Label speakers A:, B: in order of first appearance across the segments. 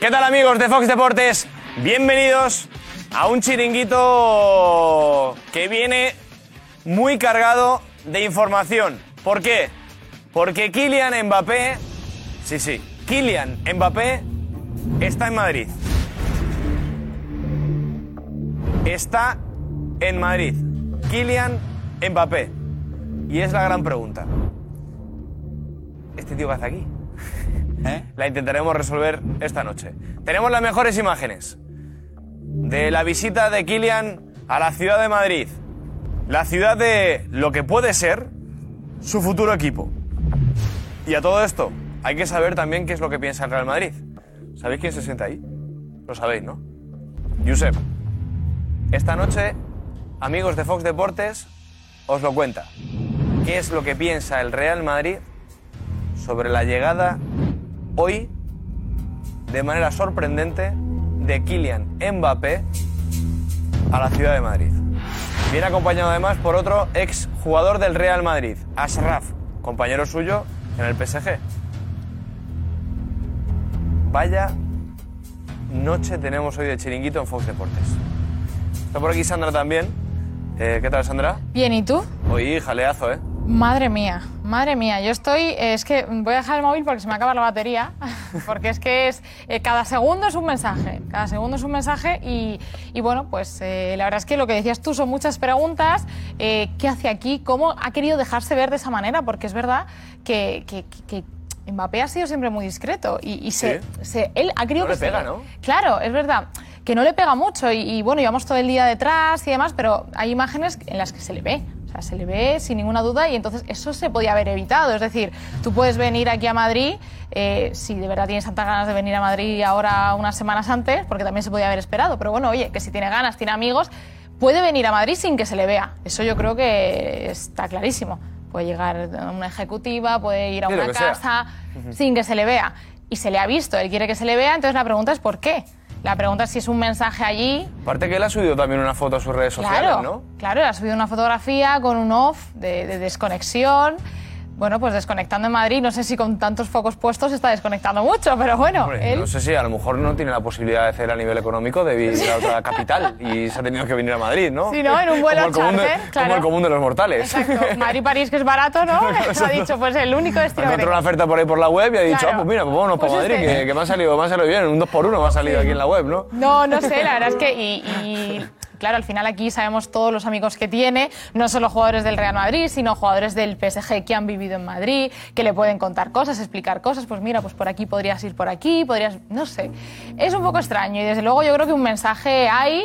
A: ¿Qué tal amigos de Fox Deportes? Bienvenidos a un chiringuito que viene muy cargado de información. ¿Por qué? Porque Kylian Mbappé, sí, sí, Kylian Mbappé está en Madrid. Está en Madrid. Kylian Mbappé. Y es la gran pregunta. ¿Este tío qué hace aquí? La intentaremos resolver esta noche. Tenemos las mejores imágenes de la visita de Kylian a la ciudad de Madrid. La ciudad de lo que puede ser su futuro equipo. Y a todo esto, hay que saber también qué es lo que piensa el Real Madrid. ¿Sabéis quién se sienta ahí? Lo sabéis, ¿no? Josep. Esta noche, amigos de Fox Deportes, os lo cuenta. ¿Qué es lo que piensa el Real Madrid sobre la llegada hoy, de manera sorprendente, de Kylian Mbappé a la ciudad de Madrid? Viene acompañado además por otro ex jugador del Real Madrid, Ashraf, compañero suyo en el PSG. Vaya noche tenemos hoy de chiringuito en Fox Deportes. Está por aquí Sandra también. Eh, ¿Qué tal, Sandra?
B: Bien, ¿y tú?
A: Hoy jaleazo, ¿eh?
B: Madre mía, madre mía, yo estoy, eh, es que voy a dejar el móvil porque se me acaba la batería, porque es que es, eh, cada segundo es un mensaje, cada segundo es un mensaje y, y bueno, pues eh, la verdad es que lo que decías tú son muchas preguntas, eh, ¿qué hace aquí? ¿Cómo ha querido dejarse ver de esa manera? Porque es verdad que, que- que- que Mbappé ha sido siempre muy discreto y, y se,
A: Sí.
B: se- él ha querido
A: No
B: que
A: le
B: se-
A: pega, ¿no?
B: Claro, es verdad que no le pega mucho y, y, bueno, llevamos todo el día detrás y demás, pero hay imágenes en las que se le ve. O sea, se le ve sin ninguna duda y entonces eso se podía haber evitado. Es decir, tú puedes venir aquí a Madrid, eh, si de verdad tienes tantas ganas de venir a Madrid ahora unas semanas antes, porque también se podía haber esperado. Pero bueno, oye, que si tiene ganas, tiene amigos, puede venir a Madrid sin que se le vea. Eso yo creo que está clarísimo. Puede llegar a una ejecutiva, puede ir a
A: Sí, lo
B: una
A: que sea.
B: casa, sin que se le vea. Y se le ha visto, él quiere que se le vea, entonces la pregunta es por qué. La pregunta es si es un mensaje allí.
A: Aparte que él ha subido también una foto a sus redes sociales,
B: claro,
A: ¿no?
B: claro, ha subido una fotografía con un off de, de desconexión. Bueno, pues desconectando en Madrid, no sé si con tantos focos puestos está desconectando mucho, pero bueno,
A: Hombre,
B: él-
A: No sé si a lo mejor no tiene la posibilidad de hacer a nivel económico de vivir a otra capital y se ha tenido que venir a Madrid, ¿no?
B: Sí, ¿no? En un vuelo
A: como el común de-
B: charter, claro.
A: Como el común de los mortales.
B: Exacto, Madrid-París que es barato, ¿no? ha dicho, pues el único
A: Ha
B: destino que
A: encontrado
B: tengo.
A: una oferta por ahí por la web y ha dicho,
B: Claro.
A: ah, pues mira, pues vámonos
B: Pues
A: para Madrid,
B: este.
A: que, que me, ha salido, me ha salido bien, un 2 por 1 me ha salido aquí en la web, ¿no?
B: No, no sé, la verdad es que. Y, y, claro, al final aquí sabemos todos los amigos que tiene, no solo jugadores del Real Madrid, sino jugadores del PSG que han vivido en Madrid, que le pueden contar cosas, explicar cosas. Pues mira, pues por aquí podrías ir por aquí, podrías. No sé. Es un poco extraño y desde luego yo creo que un mensaje hay.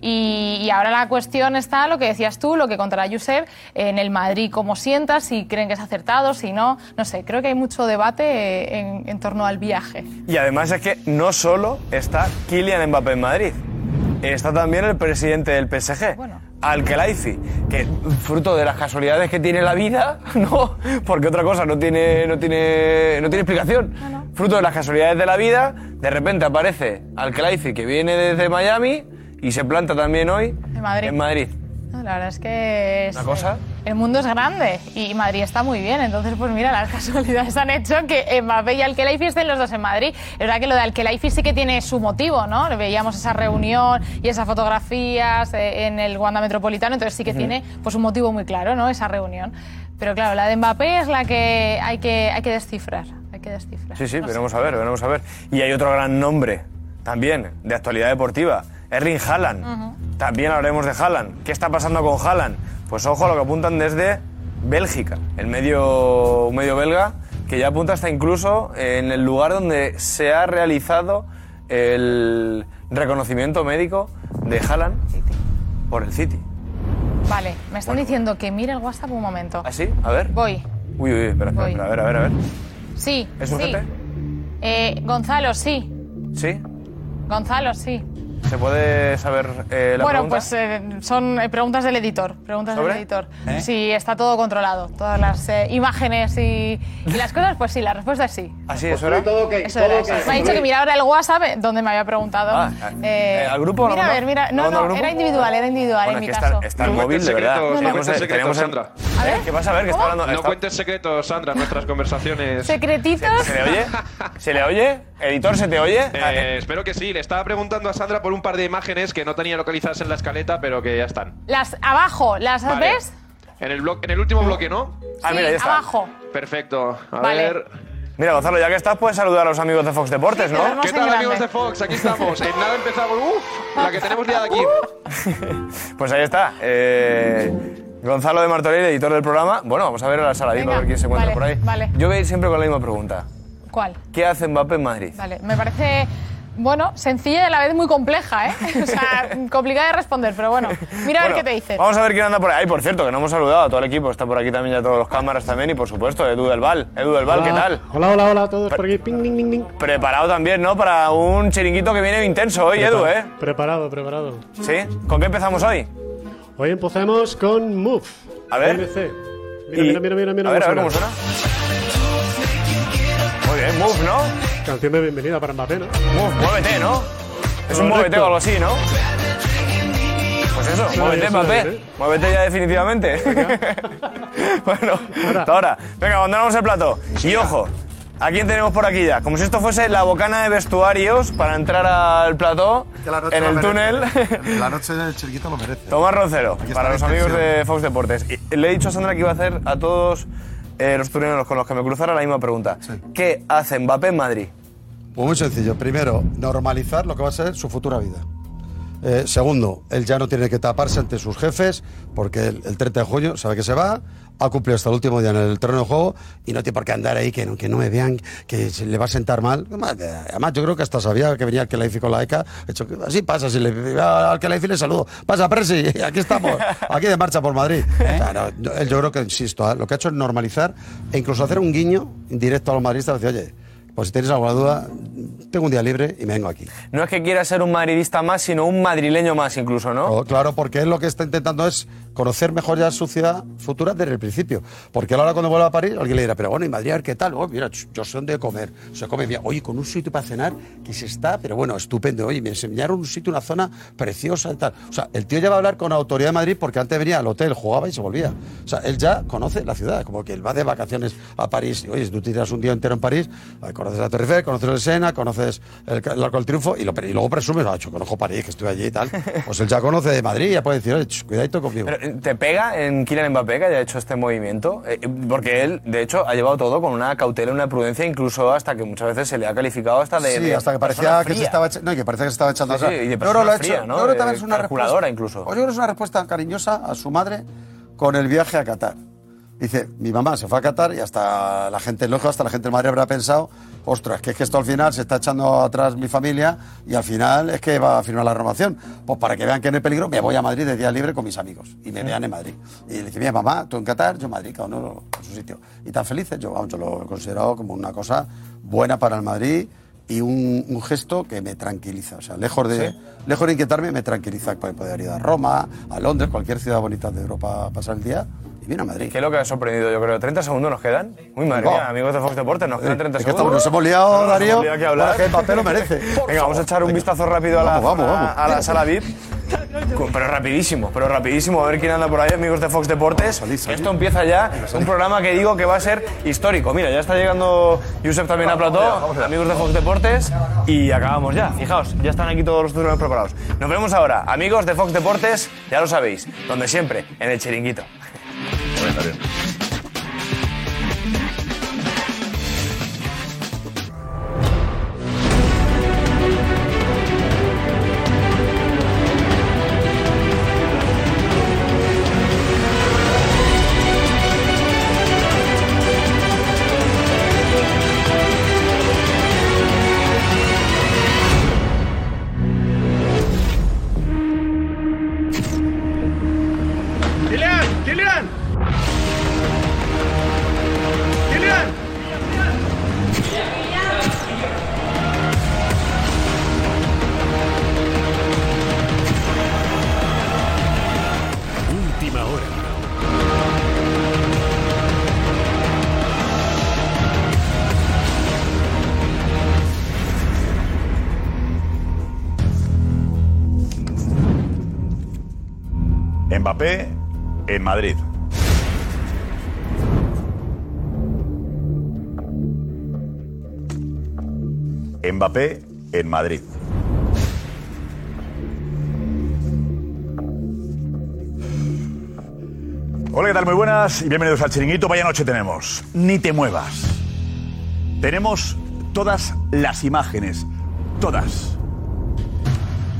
B: Y, y ahora la cuestión está, lo que decías tú, lo que contará Josep, en el Madrid, cómo sientas, si creen que es acertado, si no, no sé, creo que hay mucho debate eh, en- en torno al viaje.
A: Y además es que no solo está Kylian Mbappé en Madrid, está también el presidente del PSG, Al Khelaifi, que fruto de las casualidades que tiene la vida, no, porque otra cosa no tiene, no tiene, no tiene explicación. Fruto de las casualidades de la vida, de repente aparece Al Khelaifi que viene desde Miami y se planta también hoy
B: En Madrid.
A: en Madrid.
B: No, la verdad es que es-
A: Una cosa.
B: el mundo es grande y Madrid está muy bien. Entonces, pues mira, las casualidades han hecho que Mbappé y Alkelaifi estén los dos en Madrid. Es verdad que lo de Alkelaifi sí que tiene su motivo, ¿no? Le Veíamos esa reunión y esas fotografías eh, en el Wanda Metropolitano, entonces sí que
C: Ujú.
B: tiene pues un motivo muy claro, ¿no? Esa reunión. Pero claro, la de Mbappé es la que hay que, hay que descifrar. Hay que descifrar.
A: Sí, sí, veremos a ver, veremos a ver. Y hay otro gran nombre también de actualidad deportiva, Erling Haaland. También hablaremos de Haaland. ¿Qué está pasando con Haaland? Pues ojo a lo que apuntan desde Bélgica, el medio, un medio belga que ya apunta hasta incluso en el lugar donde se ha realizado el reconocimiento médico de Haaland por el City.
B: Vale, me están diciendo que mire el WhatsApp un
A: ¿Ah,
B: momento.
A: ¿Así? A ver.
B: Voy.
A: Uy, uy, espera, espera,
B: Voy.
A: espera, a ver, a ver, a ver.
B: Sí.
A: ¿Es
B: sí.
A: urgente?
B: Eh, Gonzalo, sí.
A: ¿Sí?
B: Gonzalo, sí.
A: ¿Se puede saber eh, la
B: bueno,
A: pregunta?
B: pues eh, son eh, preguntas del editor. Preguntas
A: ¿Sobre?
B: del editor.
A: ¿Eh?
B: Si está todo controlado, todas las eh, imágenes y, y las cosas, pues sí, la respuesta es sí.
A: ¿Así ¿Ah, eso era? Pues Todo
B: Eso era, eso. Me ha dicho que mirara el WhatsApp eh, donde me había preguntado.
A: Ah, eh, ¿al grupo o no
B: Mira, a ver,
A: mandó?
B: mira.
A: ¿No
B: No,
A: mandó al
B: no,
A: grupo?
B: era individual, era individual
A: Bueno,
B: en mi
A: es que
B: caso.
A: Está, está el
C: No
A: móvil,
C: cuentes
A: de verdad.
C: secretos, no
A: Tenemos-
C: cuentes secretos,
A: tenemos-
C: Sandra.
B: A ver,
A: ¿Qué pasa? A ver, que está
B: ¿cómo?
A: hablando...
C: No
A: está-
C: cuentes secretos, Sandra, nuestras conversaciones.
B: ¿Secretitos?
A: ¿Se le oye? ¿Se le oye? ¿Editor, se te oye?
C: Eh, espero que sí. Le estaba preguntando a Sandra por un par de imágenes que no tenía localizadas en la escaleta, pero que ya están.
B: Las abajo, ¿las
C: Vale.
B: ves?
C: En el, blo- en el último bloque, ¿no?
A: Ah,
B: Sí,
A: mira, ya está.
B: abajo.
C: Perfecto. A
B: Vale.
C: ver.
A: Mira, Gonzalo, ya que estás, puedes saludar a los amigos de Fox Deportes,
B: Sí,
A: ¿no?
B: tenemos-
C: ¿Qué
B: en
C: tal,
B: grande.
C: amigos de Fox? Aquí estamos. En nada empezamos. ¡Uf! La que tenemos liada aquí.
A: Pues ahí está. eh, Gonzalo de Martorell, editor del programa. Bueno, vamos a ver a la sala
B: Venga,
A: a ver quién se
B: vale,
A: encuentra por ahí.
B: vale.
A: Yo voy a ir siempre con la misma pregunta.
B: ¿Cuál?
A: ¿Qué hace Mbappé en Madrid?
B: Vale, me parece, bueno, sencilla y a la vez muy compleja, ¿eh? O sea, complicada de responder, pero bueno, mira a ver
A: Bueno,
B: qué te dice.
A: Vamos a ver quién anda por ahí. Ay, por cierto, que no hemos saludado a todo el equipo. Está por aquí también ya todos los cámaras también y, por supuesto, Edu del Val. Edu del Val, ¿qué
D: Hola.
A: tal?
D: Hola, hola, hola a todos por aquí. Ping, ding, ding, ding.
A: Preparado también, ¿no? Para un chiringuito que viene intenso hoy, Edu, ¿eh?
D: Preparado, preparado.
A: ¿Sí? ¿Con qué empezamos hoy?
D: Hoy empezamos con Move.
A: A ver.
D: NBC.
A: Y-
D: Mira, mira, mira, mira, mira.
A: A ver, a ver cómo suena. Muy bien, move, ¿no?
D: Canción de bienvenida para Mbappé, ¿no?
A: Move, muévete, ¿no? Es
D: Correcto.
A: un muévete o algo así, ¿no? Pues eso,
D: Sí,
A: muévete,
D: sí,
A: papel.
D: sí.
A: Muévete ya definitivamente. bueno, hasta ahora. Venga, abandonamos el plato. Y ojo, ¿a quién tenemos por aquí ya? Como si esto fuese la bocana de vestuarios para entrar al plató,
E: Que la noche
A: en
E: lo
A: el
E: merece.
A: túnel.
E: La noche del chiquito lo merece.
A: Tomás Roncero,
E: Aquí está
A: para
E: la
A: los amigos
E: intención.
A: de Fox Deportes. Y le he dicho a Sandra que iba a hacer a todos eh, los turineros con los que me cruzara la misma pregunta.
E: Sí.
A: ¿Qué hace Mbappé en Madrid?
E: Pues muy sencillo. Primero, normalizar lo que va a ser su futura vida. Eh, segundo, él ya no tiene que taparse ante sus jefes porque el, el 30 de junio sabe que se va, ha cumplido hasta el último día en el terreno de juego y no tiene por qué andar ahí que no, que no me vean, que se le va a sentar mal. Además, eh, además, yo creo que hasta sabía que venía el Kelaifi con la ECA. He hecho, así pasa, si le a- al Kelaifi le saludo. Pasa, Presi, aquí estamos, aquí de marcha por Madrid. O sea, no, no, él yo creo que, insisto, ¿eh? lo que ha hecho es normalizar e incluso hacer un guiño directo a los madridistas. Decir, oye, pues si tenéis alguna duda, tengo un día libre y me vengo aquí.
A: No es que quiera ser un madridista más, sino un madrileño más incluso, ¿no?
E: Oh, Claro, porque él lo que está intentando es conocer mejor ya su ciudad futura desde el principio. Porque él ahora cuando vuelva a París, alguien le dirá, pero bueno, ¿y Madrid a ver qué tal? Oh, mira, ch- yo sé dónde comer, se come bien. Oye, con un sitio para cenar que se está, pero bueno, estupendo. Oye, me enseñaron un sitio, una zona preciosa y tal. O sea, el tío ya va a hablar con la autoridad de Madrid porque antes venía al hotel, jugaba y se volvía. O sea, él ya conoce la ciudad, como que él va de vacaciones a París. Y, Oye, si tú tiras un día entero en París, ah, conoces la Torre Eiffel, conoces el Sena, conoces el, ca- el Arco del Triunfo y, lo- y luego presumes, ah, yo conozco París, que estuve allí y tal. Pues él ya conoce de Madrid, ya puede decir, oye, ch, cuidadito conmigo.
A: Pero, eh, ¿Te pega en Kylian Mbappé que haya hecho este movimiento? Eh, Porque él, de hecho, ha llevado todo con una cautela y una prudencia, incluso hasta que muchas veces se le ha calificado hasta de.
E: sí,
A: de
E: hasta que
A: persona
E: parecía que se
A: fría.
E: estaba, echa- no, y que parecía que se estaba echando
A: Sí,
E: atrás.
A: sí, y de
E: Yo
A: persona
E: creo que lo ha
A: fría,
E: hecho.
A: ¿no?
E: Yo creo que
A: De
E: también es una
A: calculadora
E: respuesta.
A: incluso.
E: Pues yo creo que es una respuesta cariñosa a su madre con el viaje a Qatar. Dice, mi mamá se fue a Qatar y hasta la gente, lógico, hasta la gente de Madrid habrá pensado, ostras, que es que esto al final se está echando atrás mi familia y al final es que va a firmar la renovación. Pues para que vean que no hay peligro, me voy a Madrid de día libre con mis amigos y me vean en Madrid. Y le dice, mira, mamá, tú en Qatar, yo en Madrid, cada uno en su sitio. Y tan felices, yo, vamos, yo lo he considerado como una cosa buena para el Madrid y un, un gesto que me tranquiliza. O sea, lejos de, lejos de inquietarme, me tranquiliza. Pues poder ir a Roma, a Londres, cualquier ciudad bonita de Europa a pasar el día y viene a Madrid.
A: ¿Qué es lo que ha sorprendido? Yo creo. ¿30 segundos nos quedan? Uy, madre
E: Wow.
A: mía, amigos de Fox Deportes, nos quedan 30
E: Es que
A: segundos.
E: estamos- nos hemos liado,
A: No, nos
E: Darío.
A: hemos liado que hablar.
E: Ahora que el papel lo merece. Por
A: Venga, vamos a
E: favor.
A: echar un
E: Venga.
A: vistazo rápido a la,
E: Vamos, vamos,
A: zona-
E: vamos.
A: a la sala VIP. Cu- Pero rapidísimo, pero rapidísimo. A ver quién anda por ahí, amigos de Fox Deportes.
E: Salid, salid.
A: Esto empieza ya. Un programa que digo que va a ser histórico. Mira, ya está llegando Josep también a plató. Amigos de Fox Deportes. Y acabamos ya. Fijaos, ya están aquí todos los turnos preparados. Nos vemos ahora. Amigos de Fox Deportes, ya lo sabéis. Donde siempre, en el chiringuito.
F: Mbappé en Madrid. Mbappé en Madrid. Hola, ¿qué tal? Muy buenas y bienvenidos al Chiringuito. Vaya noche tenemos. Ni te muevas. Tenemos todas las imágenes. Todas.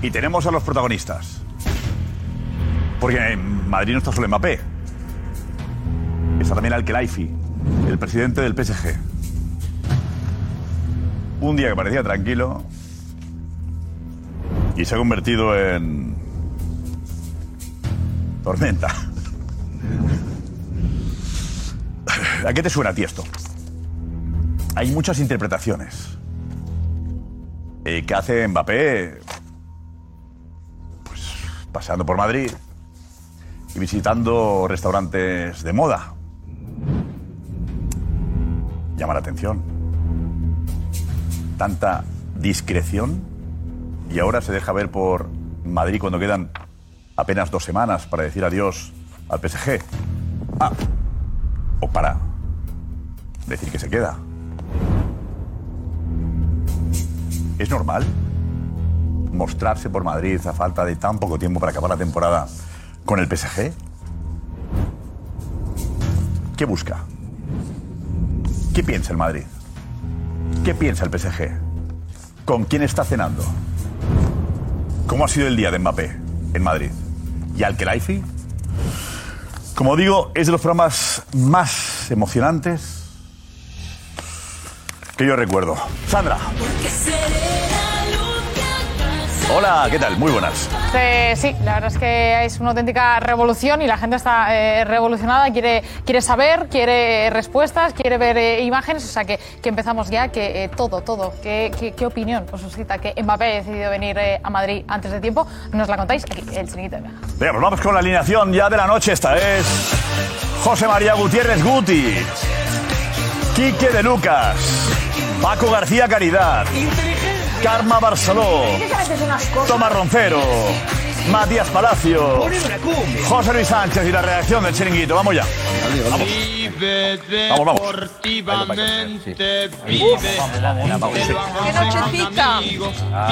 F: Y tenemos a los protagonistas. Porque en Madrid no está solo Mbappé. Está también Al-Khelaifi, el presidente del PSG. Un día que parecía tranquilo y se ha convertido en tormenta. ¿A qué te suena a ti esto? Hay muchas interpretaciones. Eh, ¿Qué hace Mbappé? Pues paseando por Madrid y visitando restaurantes de moda. Llama la atención. Tanta discreción y ahora se deja ver por Madrid cuando quedan apenas dos semanas para decir adiós al PSG. Ah, o para decir que se queda. ¿Es normal mostrarse por Madrid a falta de tan poco tiempo para acabar la temporada con el PSG? ¿Qué busca? ¿Qué piensa el Madrid? ¿Qué piensa el PSG? ¿Con quién está cenando? ¿Cómo ha sido el día de Mbappé en Madrid? ¿Y al Kelaifi? Como digo, es de los programas más emocionantes que yo recuerdo. Sandra. Hola, ¿qué tal? Muy buenas.
B: Eh, sí, la verdad es que es una auténtica revolución y la gente está eh, revolucionada, quiere, quiere saber, quiere respuestas, quiere ver eh, imágenes, o sea que, que empezamos ya, que eh, todo, todo, ¿qué, qué, qué opinión os suscita que Mbappé haya decidido venir eh, a Madrid antes de tiempo? Nos la contáis aquí, el chiringuito de Viaja.
F: Venga, pues vamos con la alineación ya de la noche. Esta es José María Gutiérrez Guti, Quique de Lucas, Paco García Caridad, Karma Barceló, Tomás Roncero, Matías Palacio, José Luis Sánchez y la redacción del Chiringuito. Vamos ya. Vamos. Vamos, vamos.
G: deportivamente,
F: vive. Te lo
G: ¡Qué nochecita!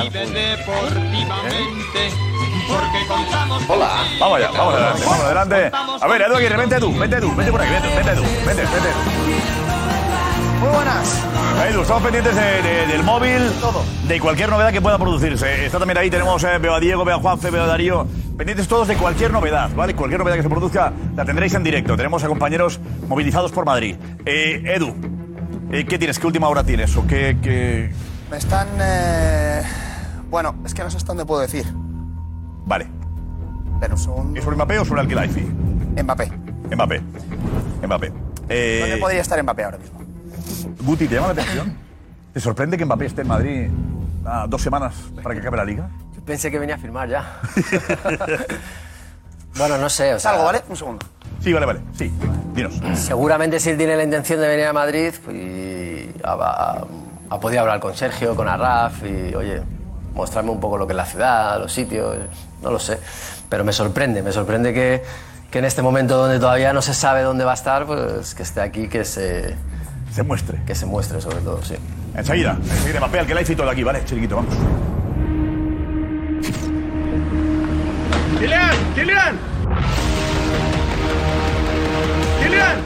G: deportivamente, porque contamos...
F: Hola. Vamos allá, vamos adelante, vamos adelante. A ver, Edu Aguirre, vente tú, vente tú, vente por aquí, vente, vente tú, vente, vente
H: Muy buenas.
F: tú. Edu, estamos pendientes de- de- del móvil, de cualquier novedad que pueda producirse. Está también ahí, tenemos, eh, veo a Diego, veo a Juanfe, veo a Darío. Pendientes todos de cualquier novedad, ¿vale? Cualquier novedad que se produzca, la tendréis en directo. Tenemos a compañeros movilizados por Madrid. Eh, Edu, eh, ¿qué tienes? ¿Qué última hora tienes? ¿O qué, qué-
H: Me están. eh, Bueno, es que no sé hasta dónde puedo decir.
F: Vale.
H: Pero son.
F: ¿Es sobre Mbappé o sobre Alquilaifi?
H: Mbappé.
F: Mbappé. Mbappé. Eh,
H: ¿Dónde podría estar Mbappé ahora mismo?
F: Guti, ¿te llama la atención? ¿Te sorprende que Mbappé esté en Madrid a dos semanas para que acabe la liga?
I: Pensé que venía a firmar ya. bueno, no sé. O sea,
H: Salgo, ¿vale? Un segundo.
F: Sí, vale, vale. Sí, dinos.
I: Seguramente si él tiene la intención de venir a Madrid, pues, y ha, ha- ha podido hablar con Sergio, con Arraf y, oye, mostrarme un poco lo que es la ciudad, los sitios, no lo sé. Pero me sorprende, me sorprende que, que en este momento donde todavía no se sabe dónde va a estar, pues que esté aquí, que se...
F: Se muestre.
I: Que se muestre, sobre todo, sí.
F: Enseguida, enseguida, Mbappé, al que la hizo todo aquí, ¿vale? Chiquito, vamos.
G: ¡Kilian! ¡Kilian! ¡Kilian!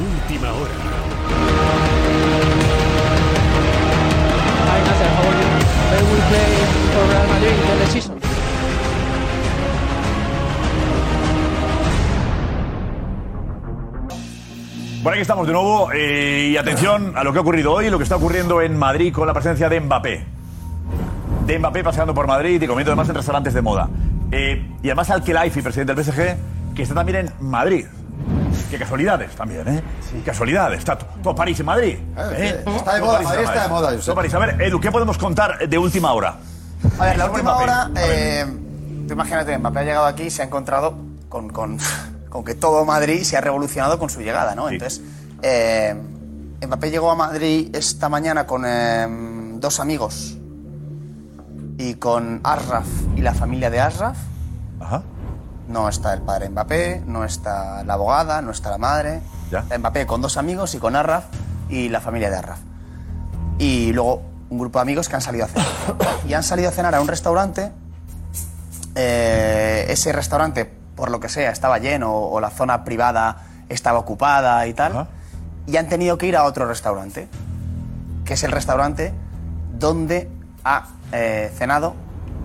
J: Última hora.
F: Bueno, aquí estamos de nuevo eh, y atención a lo que ha ocurrido hoy, lo que está ocurriendo en Madrid con la presencia de Mbappé. De Mbappé paseando por Madrid y comiendo además en restaurantes de moda. Eh, y además al Kelaifi, presidente del PSG, que está también en Madrid. Qué casualidades también, ¿eh? Casualidades. Está to- todo París en Madrid. ¿eh?
E: Ah, Está de
F: Todo
E: moda,
F: París en
E: Madrid está de moda,
F: Todo París. A ver, Edu, ¿qué podemos contar de última hora?
H: A ver, la última
F: Mbappé.
H: hora. eh, tú imagínate, Mbappé ha llegado aquí y se ha encontrado con, con- con que todo Madrid se ha revolucionado con su llegada, ¿no? Entonces, eh, Mbappé llegó a Madrid esta mañana con eh, dos amigos y con Asraf y la familia de Asraf.
F: Ajá.
H: No está el padre de Mbappé, no está la abogada, no está la madre. Está Mbappé con dos amigos y con Arraf y la familia de Arraf. Y luego un grupo de amigos que han salido a cenar. y han salido a cenar a un restaurante. Eh, ese restaurante, por lo que sea, estaba lleno o la zona privada estaba ocupada y tal. Y han tenido que ir a otro restaurante, que es el restaurante donde ha eh, cenado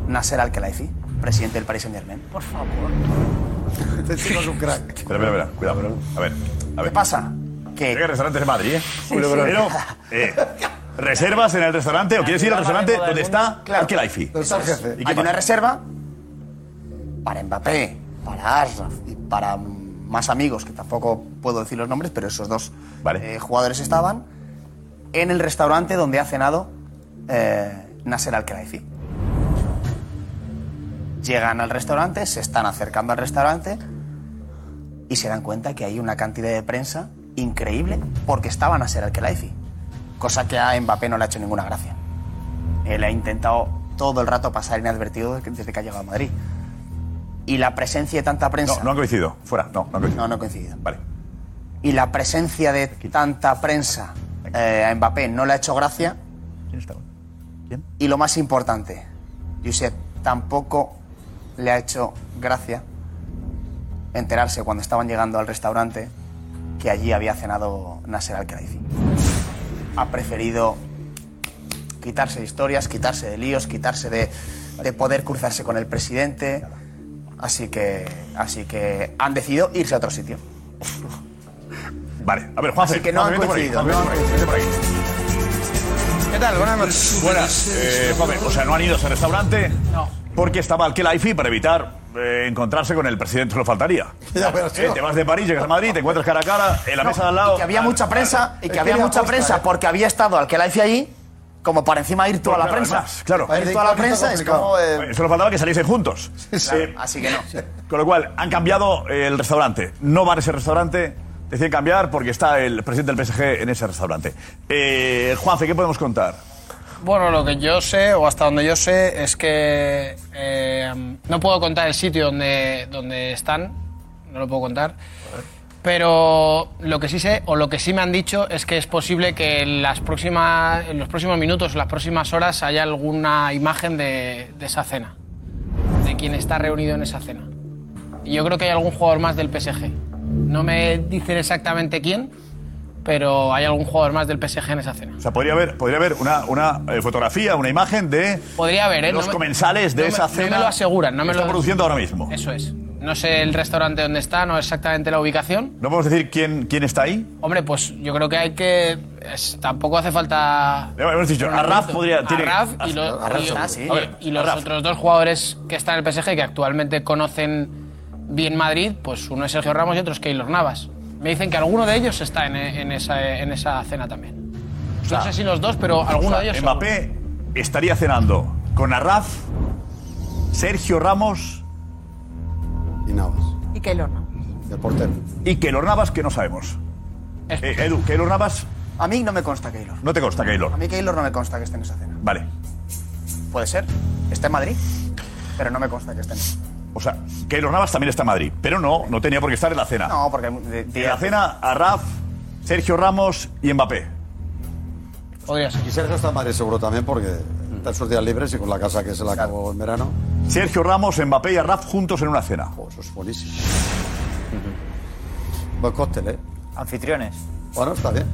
H: Nasser Al-Khelaifi, presidente del Paris Saint-Germain.
K: Por favor.
H: Este chico es un crack.
F: Espera, espera, espera, cuidado. A ver, a ver. ¿Qué
H: pasa? ¿Qué?
F: Llega restaurantes de Madrid, ¿eh?
H: Sí,
F: Pero,
H: sí.
F: pero, eh, ¿Reservas en el restaurante o quieres ir al restaurante donde está Arkelaifi? ¿Y qué
H: Hay una
F: pasa?
H: reserva para Mbappé, para Asraf y para más amigos, que tampoco puedo decir los nombres, pero esos dos eh, jugadores estaban en el restaurante donde ha cenado eh, Nasser Al-Khelaifi. Llegan al restaurante, se están acercando al restaurante y se dan cuenta que hay una cantidad de prensa increíble porque estaban a ser al Khelaifi. Cosa que a Mbappé no le ha hecho ninguna gracia. Él ha intentado todo el rato pasar inadvertido desde que ha llegado a Madrid. Y la presencia de tanta prensa.
F: No, no han coincidido. Fuera, no, no han coincidido.
H: No, no he coincidido.
F: Vale.
H: Y la presencia de tanta prensa eh, a Mbappé no le ha hecho gracia.
F: ¿Quién estaba? ¿Quién?
H: Y lo más importante, Josep tampoco le ha hecho gracia enterarse cuando estaban llegando al restaurante que allí había cenado Nasser Al-Khelaifi. Ha preferido quitarse de historias, quitarse de líos, quitarse de, de poder cruzarse con el presidente. Así que, así que han decidido irse a otro sitio.
F: Vale, a ver, Juanfe.
H: Así que no
F: Juanfe,
H: han
F: vente por ahí,
H: coincidido,
F: Juanfe,
H: no han
F: vente por ahí, vente
H: ¿Qué tal? Buenas
F: noches. Buenas. Eh, Juanfe, o sea, ¿no han ido a ese restaurante? No. Porque estaba Alkelaifi para evitar eh, encontrarse con el presidente, solo faltaría. Eh, te vas de París, llegas a Madrid, te encuentras cara a cara, en la
H: No,
F: mesa de al lado.
H: Y que había mucha prensa, y
F: Es
H: que
F: que
H: había
F: era
H: mucha
F: aposta,
H: prensa
F: ¿eh?
H: porque había estado al que la hice allí, como para encima ir toda la
F: Claro,
H: prensa.
F: además, claro.
H: Ir toda la prensa es como. eh,
F: Bueno, Solo faltaba que saliesen juntos. Eh,
H: así que no.
F: Con lo cual, han cambiado eh, el restaurante. No van a ese restaurante. Deciden cambiar porque está el presidente del PSG en ese restaurante. Eh, Juanfe, ¿qué podemos contar?
L: Bueno, lo que yo sé, o hasta donde yo sé, es que eh, no puedo contar el sitio donde, donde están, no lo puedo contar, pero lo que sí sé, o lo que sí me han dicho, es que es posible que en, las próximas, en los próximos minutos, en las próximas horas, haya alguna imagen de, de esa cena, de quien está reunido en esa cena. Y yo creo que hay algún jugador más del PSG. No me dicen exactamente quién, pero hay algún jugador más del PSG en esa cena.
F: O sea, podría haber, podría haber una, una eh, fotografía, una imagen de
L: Podría haber, ¿eh?
F: los
L: No me-
F: comensales de
L: no me-
F: esa
L: no
F: cena.
L: me lo aseguran, no
F: que
L: me lo-
F: está produciendo ahora mismo.
L: Eso es. No sé el restaurante donde está, no exactamente la ubicación.
F: ¿No podemos decir quién, quién está ahí?
L: Hombre, pues yo creo que hay que. es- tampoco hace falta.
F: Hemos dicho, Arraf podría- tiene-
L: Arraf y, lo-
F: Arraf
L: y-
F: seguro.
L: y-
F: A ver,
L: y los
F: Arraf.
L: otros dos jugadores que están en el PSG que actualmente conocen bien Madrid, pues uno es Sergio Ramos y otro es Keylor Navas. Me dicen que alguno de ellos está en, en esa, en esa cena también. no sé si los dos, pero alguno
F: O sea,
L: de ellos.
F: Mbappé estaría cenando con Arraf, Sergio Ramos.
E: Y Navas.
M: Y Keylor no.
E: El portero.
F: Y Keylor Navas, que no sabemos. Eh, Edu, Keylor Navas.
H: A mí no me consta Keylor.
F: No te consta Keylor.
H: A mí Keylor no me consta que esté en esa cena.
F: Vale.
H: Puede ser. Está en Madrid, pero no me consta que esté en
F: O sea, Keylor Navas también está en Madrid, pero no, no tenía por qué estar en la cena.
H: No, porque. de- de-
F: En la cena, Arraf, Sergio Ramos y Mbappé.
E: Y Sergio está en Madrid seguro también porque está en sus días libres y con la casa que se la acabó en verano.
F: Sergio Ramos, Mbappé y Arraf juntos en una cena.
E: Oh, eso es buenísimo. Buen cóctel, ¿eh?
N: Anfitriones.
E: Bueno, está bien.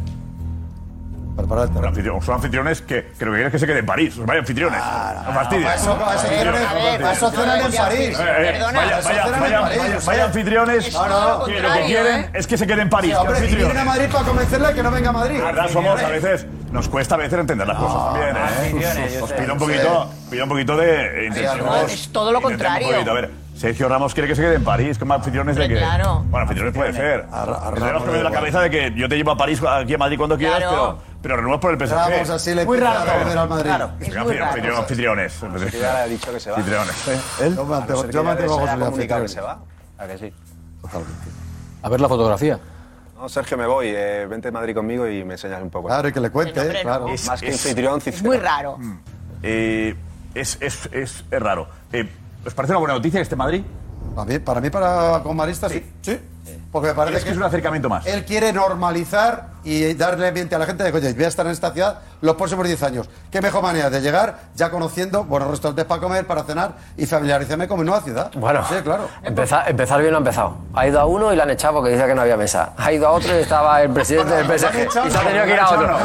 E: Prepara el terreno.
F: Anfitrión- son anfitriones que, que lo que quieren es que se queden en París. Vaya anfitriones. No fastidies.
E: Ah, Para eso- para eso
F: Anfitriones.
E: cenan en- para eso cenan en París.
F: Eh, eh,
E: Perdona,
F: vaya-
E: para eso
F: vaya-
E: cenan en
F: vaya-
E: París,
F: vaya-
E: o sea,
F: Vaya anfitriones
E: es todo lo
F: que lo que
E: contrario,
F: quieren
E: ¿eh?
F: es que se queden en París.
E: Sí, hombre,
F: Qué
E: y vienen
F: anfitriones.
E: a Madrid para convencerla de que no venga a Madrid.
F: La
M: Ah,
F: verdad somos a veces nos cuesta a veces entender las
E: Ah,
F: cosas también,
E: anfitriones,
F: ¿eh?
E: yo
F: Os
E: sé.
F: pido un poquito, pido un poquito de
O: Pues,
F: intentemos-
M: Es todo
F: intentemos
M: lo
F: un
M: contrario.
F: poquito. A ver, Sergio Ramos quiere que se quede en París, como anfitriones de que.
M: Hombre, claro.
F: Bueno, anfitriones puede ser. Tenemos que ver la cabeza de que yo te llevo a París aquí a Madrid cuando quieras,
M: Claro.
F: pero pero renuevas por el PSG.
E: Ramos, ¿eh? así le Muy pinta raro. volver al Madrid. Claro, es
F: Venga,
E: muy raro.
F: anfitriones, anfitriones.
N: Si hubiera dicho que se va.
F: Anfitriones.
E: Yo me
N: A no
E: antego-
N: ser que
E: yo me
N: ya
E: antego
N: se
E: a
N: haya
E: José Luis
N: comunicado que
E: Anfitriones.
N: se va. ¿A que sí?
E: Totalmente.
N: A ver la fotografía. No, Sergio, me voy. eh, vente a Madrid conmigo y me enseñas un poco.
E: Claro, y que le Ah, cuente,
N: Hombre, no.
E: claro.
N: Más que anfitrión,
M: Es muy raro.
F: Eh, es, es- es- es raro. Eh, ¿Os parece una buena noticia este Madrid?
E: A mí, para mí, para con Marista, sí. Sí. Porque me parece
F: ¿Crees que es un acercamiento más?
E: Él quiere normalizar y darle ambiente a la gente de que, oye, voy a estar en esta ciudad los próximos 10 años. Qué mejor manera de llegar ya conociendo buenos restaurantes para comer, para cenar y familiarizarme con mi nueva ciudad.
O: Bueno,
E: Sí, claro.
O: empezar, empezar bien no ha empezado. Ha ido a uno y la han echado porque dice que no había mesa. Ha ido a otro y estaba el presidente del PSG. y se ha tenido que ir a otro.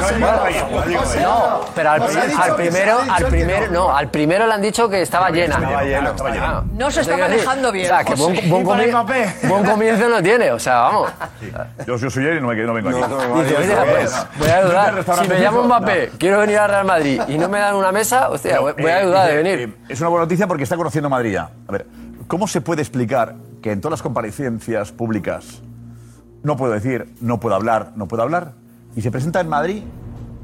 O: pues, No, pero al, pri- al primero, al primero, no, al primero le han dicho que estaba llena. Ah,
F: Estaba lleno.
M: No se está
O: Entonces, quiero
M: manejando bien.
O: O sea, ah, que buen, buen comi- buen comienzo no tiene, o sea, vamos.
F: Yo, yo soy él y no, me, no vengo aquí.
O: Dice, oye, pues, voy a dudar. Si me llamo Mbappé, quiero venir al Real Madrid y no me dan una mesa, hostia, voy voy a dudar
F: ayudar
O: de venir.
F: eh, es una buena noticia porque está conociendo Madrid ya. A ver, ¿cómo se puede explicar que en todas las comparecencias públicas no puedo decir, no puedo hablar, no puedo hablar? Y se presenta en Madrid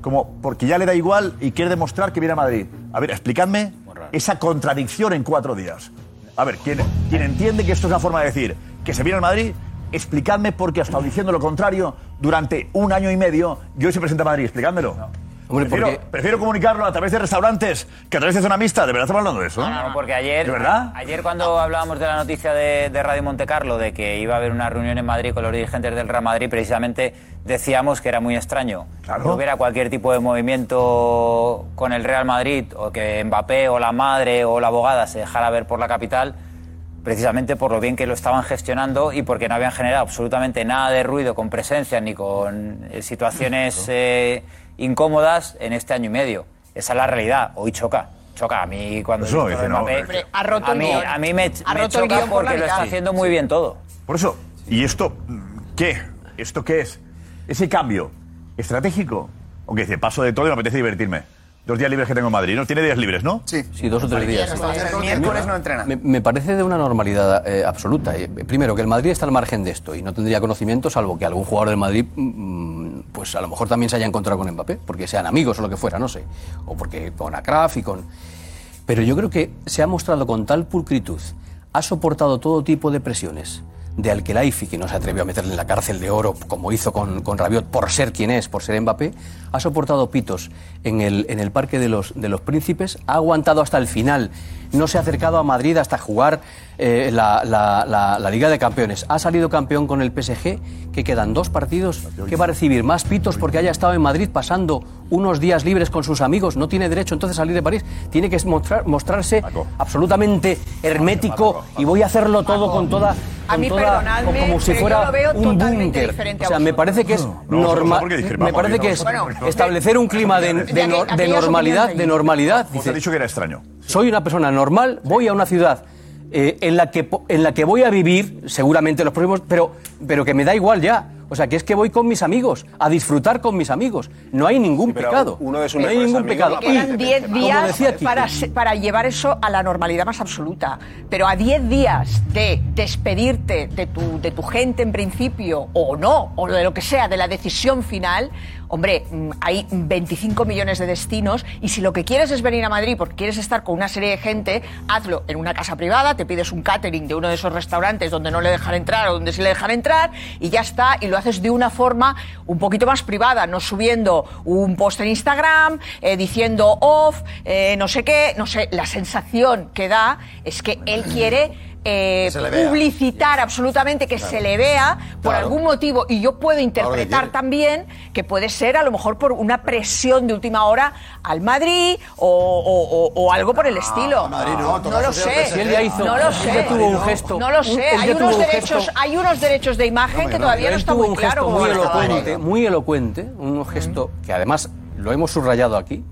F: como porque ya le da igual y quiere demostrar que viene a Madrid. A ver, explicadme esa contradicción en cuatro días. A ver, quien, quien entiende que esto es una forma de decir que se viene al Madrid, explicadme porque ha estado diciendo lo contrario durante un año y medio y hoy se presenta a Madrid. Explicádmelo.
O: Hombre,
F: prefiero,
O: porque-
F: prefiero comunicarlo a través de restaurantes que a través de zona mixta. ¿De verdad estamos hablando de eso?
P: No, no, porque ayer,
F: ¿De verdad?
P: ayer cuando hablábamos de la noticia de, de Radio Monte Carlo, de que iba a haber una reunión en Madrid con los dirigentes del Real Madrid,
Q: este,
P: precisamente decíamos que era muy extraño que hubiera cualquier tipo de movimiento con el Real Madrid, o que Mbappé o la madre o la abogada se dejara ver por la capital, precisamente por lo bien que lo estaban gestionando y porque no habían generado absolutamente nada de ruido con presencia ni con eh, situaciones eh, incómodas en este año y medio. Esa es la realidad. Hoy choca. Choca a mí cuando...
Q: Pues
F: Eso
P: he visto
F: dice,
P: lo
F: no,
P: de Mbappé.
F: hombre,
M: ha roto
P: a
M: el
P: mí,
M: guión.
P: Eh, a mí me,
M: Ha
P: me
M: roto el
P: choca
M: guión por
P: porque
M: la
P: lo está
M: mitad.
P: haciendo muy bien todo.
F: Por eso, ¿y esto mm, qué? ¿Esto qué es? Ese cambio estratégico. Aunque dice, paso de todo y me apetece divertirme. Dos días libres que tengo en Madrid, ¿no? Tiene días libres, ¿no?
E: Sí,
O: sí dos o tres días.
R: El miércoles no entrena.
O: Me, me parece de una normalidad eh, absoluta. Eh, Primero, que el Madrid está al margen de esto y no tendría conocimiento, salvo que algún jugador del Madrid, mm, pues a lo mejor también se haya encontrado con Mbappé, porque sean amigos o lo que fuera, no sé. O porque con Akraf y con. Pero yo creo que se ha mostrado con tal pulcritud, ha soportado todo tipo de presiones. De Alquelaifi, que no se atrevió a meterle en la cárcel de oro, como hizo con, con Rabiot, por ser quien es, por ser Mbappé, ha soportado pitos en el, en el Parque de los, de los Príncipes, ha aguantado hasta el final, no se ha acercado a Madrid hasta jugar eh, la, la- la- la Liga de Campeones, ha salido campeón con el PSG, que quedan dos partidos, que va a recibir más pitos porque haya estado en Madrid pasando unos días libres con sus amigos, no tiene derecho entonces a salir de París, tiene que mostrar- mostrarse absolutamente hermético y voy a hacerlo todo con toda...
M: A
O: con
M: mí,
O: toda-
M: perdonadme,
O: con- como si
M: pero yo
O: fuera
M: lo veo
O: un
M: totalmente
O: búnker.
M: diferente a
O: O sea, me
M: vosotros.
O: parece que es
F: no, vosotros
O: normal.
F: porque discrepamos,
O: Me parece
F: bien,
O: que es
F: vosotros porque-
O: establecer un clima de, de
F: Aquella-
O: nor- de
F: aquellas
O: normalidad,
F: opiniones
O: de
F: ahí.
O: normalidad.
F: Vos has dicho que era extraño.
O: Soy una persona normal, voy a una ciudad eh, en, la que, po- en la que voy a vivir seguramente los próximos, pero, pero que me da igual ya. O sea, que es que voy con mis amigos, a disfrutar con mis amigos. No hay ningún pecado.
N: uno de sus
O: no hay
N: mejores
O: ningún
N: amigos
O: pecado.
N: no
O: Y,
N: aparece
M: Quedan 10
O: como
M: días
O: decía Tito,
M: para, se- para llevar eso a la normalidad más absoluta. Pero a 10 días de despedirte de tu, de tu gente en principio, o no, o de lo que sea, de la decisión final, hombre, mm, hay 25 millones de destinos y si lo que quieres es venir a Madrid porque quieres estar con una serie de gente, hazlo en una casa privada, te pides un catering de uno de esos restaurantes donde no le dejan entrar o donde sí le dejan entrar y ya está, y lo haces de una forma un poquito más privada, no subiendo un post en Instagram, eh, diciendo off, eh, no sé qué, no sé, la sensación que da es que él quiere... eh,
E: se le vea.
M: publicitar absolutamente que
E: Claro.
M: se le vea por
E: Claro.
M: algún motivo y yo puedo interpretar también que puede ser a lo mejor por una presión de última hora al Madrid o, o- o- o algo
E: Ah,
M: por el estilo. no, lo sé.
O: Si él ya hizo-
M: no lo
O: él ya
M: sé.
O: tuvo un gesto.
M: No lo
O: Un-
M: sé.
O: él ya
M: Hay
O: tuvo
M: unos,
O: un
M: derechos,
O: gesto.
M: hay unos derechos de imagen que todavía no
O: Él
M: está
O: tuvo
M: muy
O: un gesto
M: claro. cómo
O: muy
M: van a acabar.
O: elocuente, muy elocuente, un gesto que además lo hemos subrayado aquí,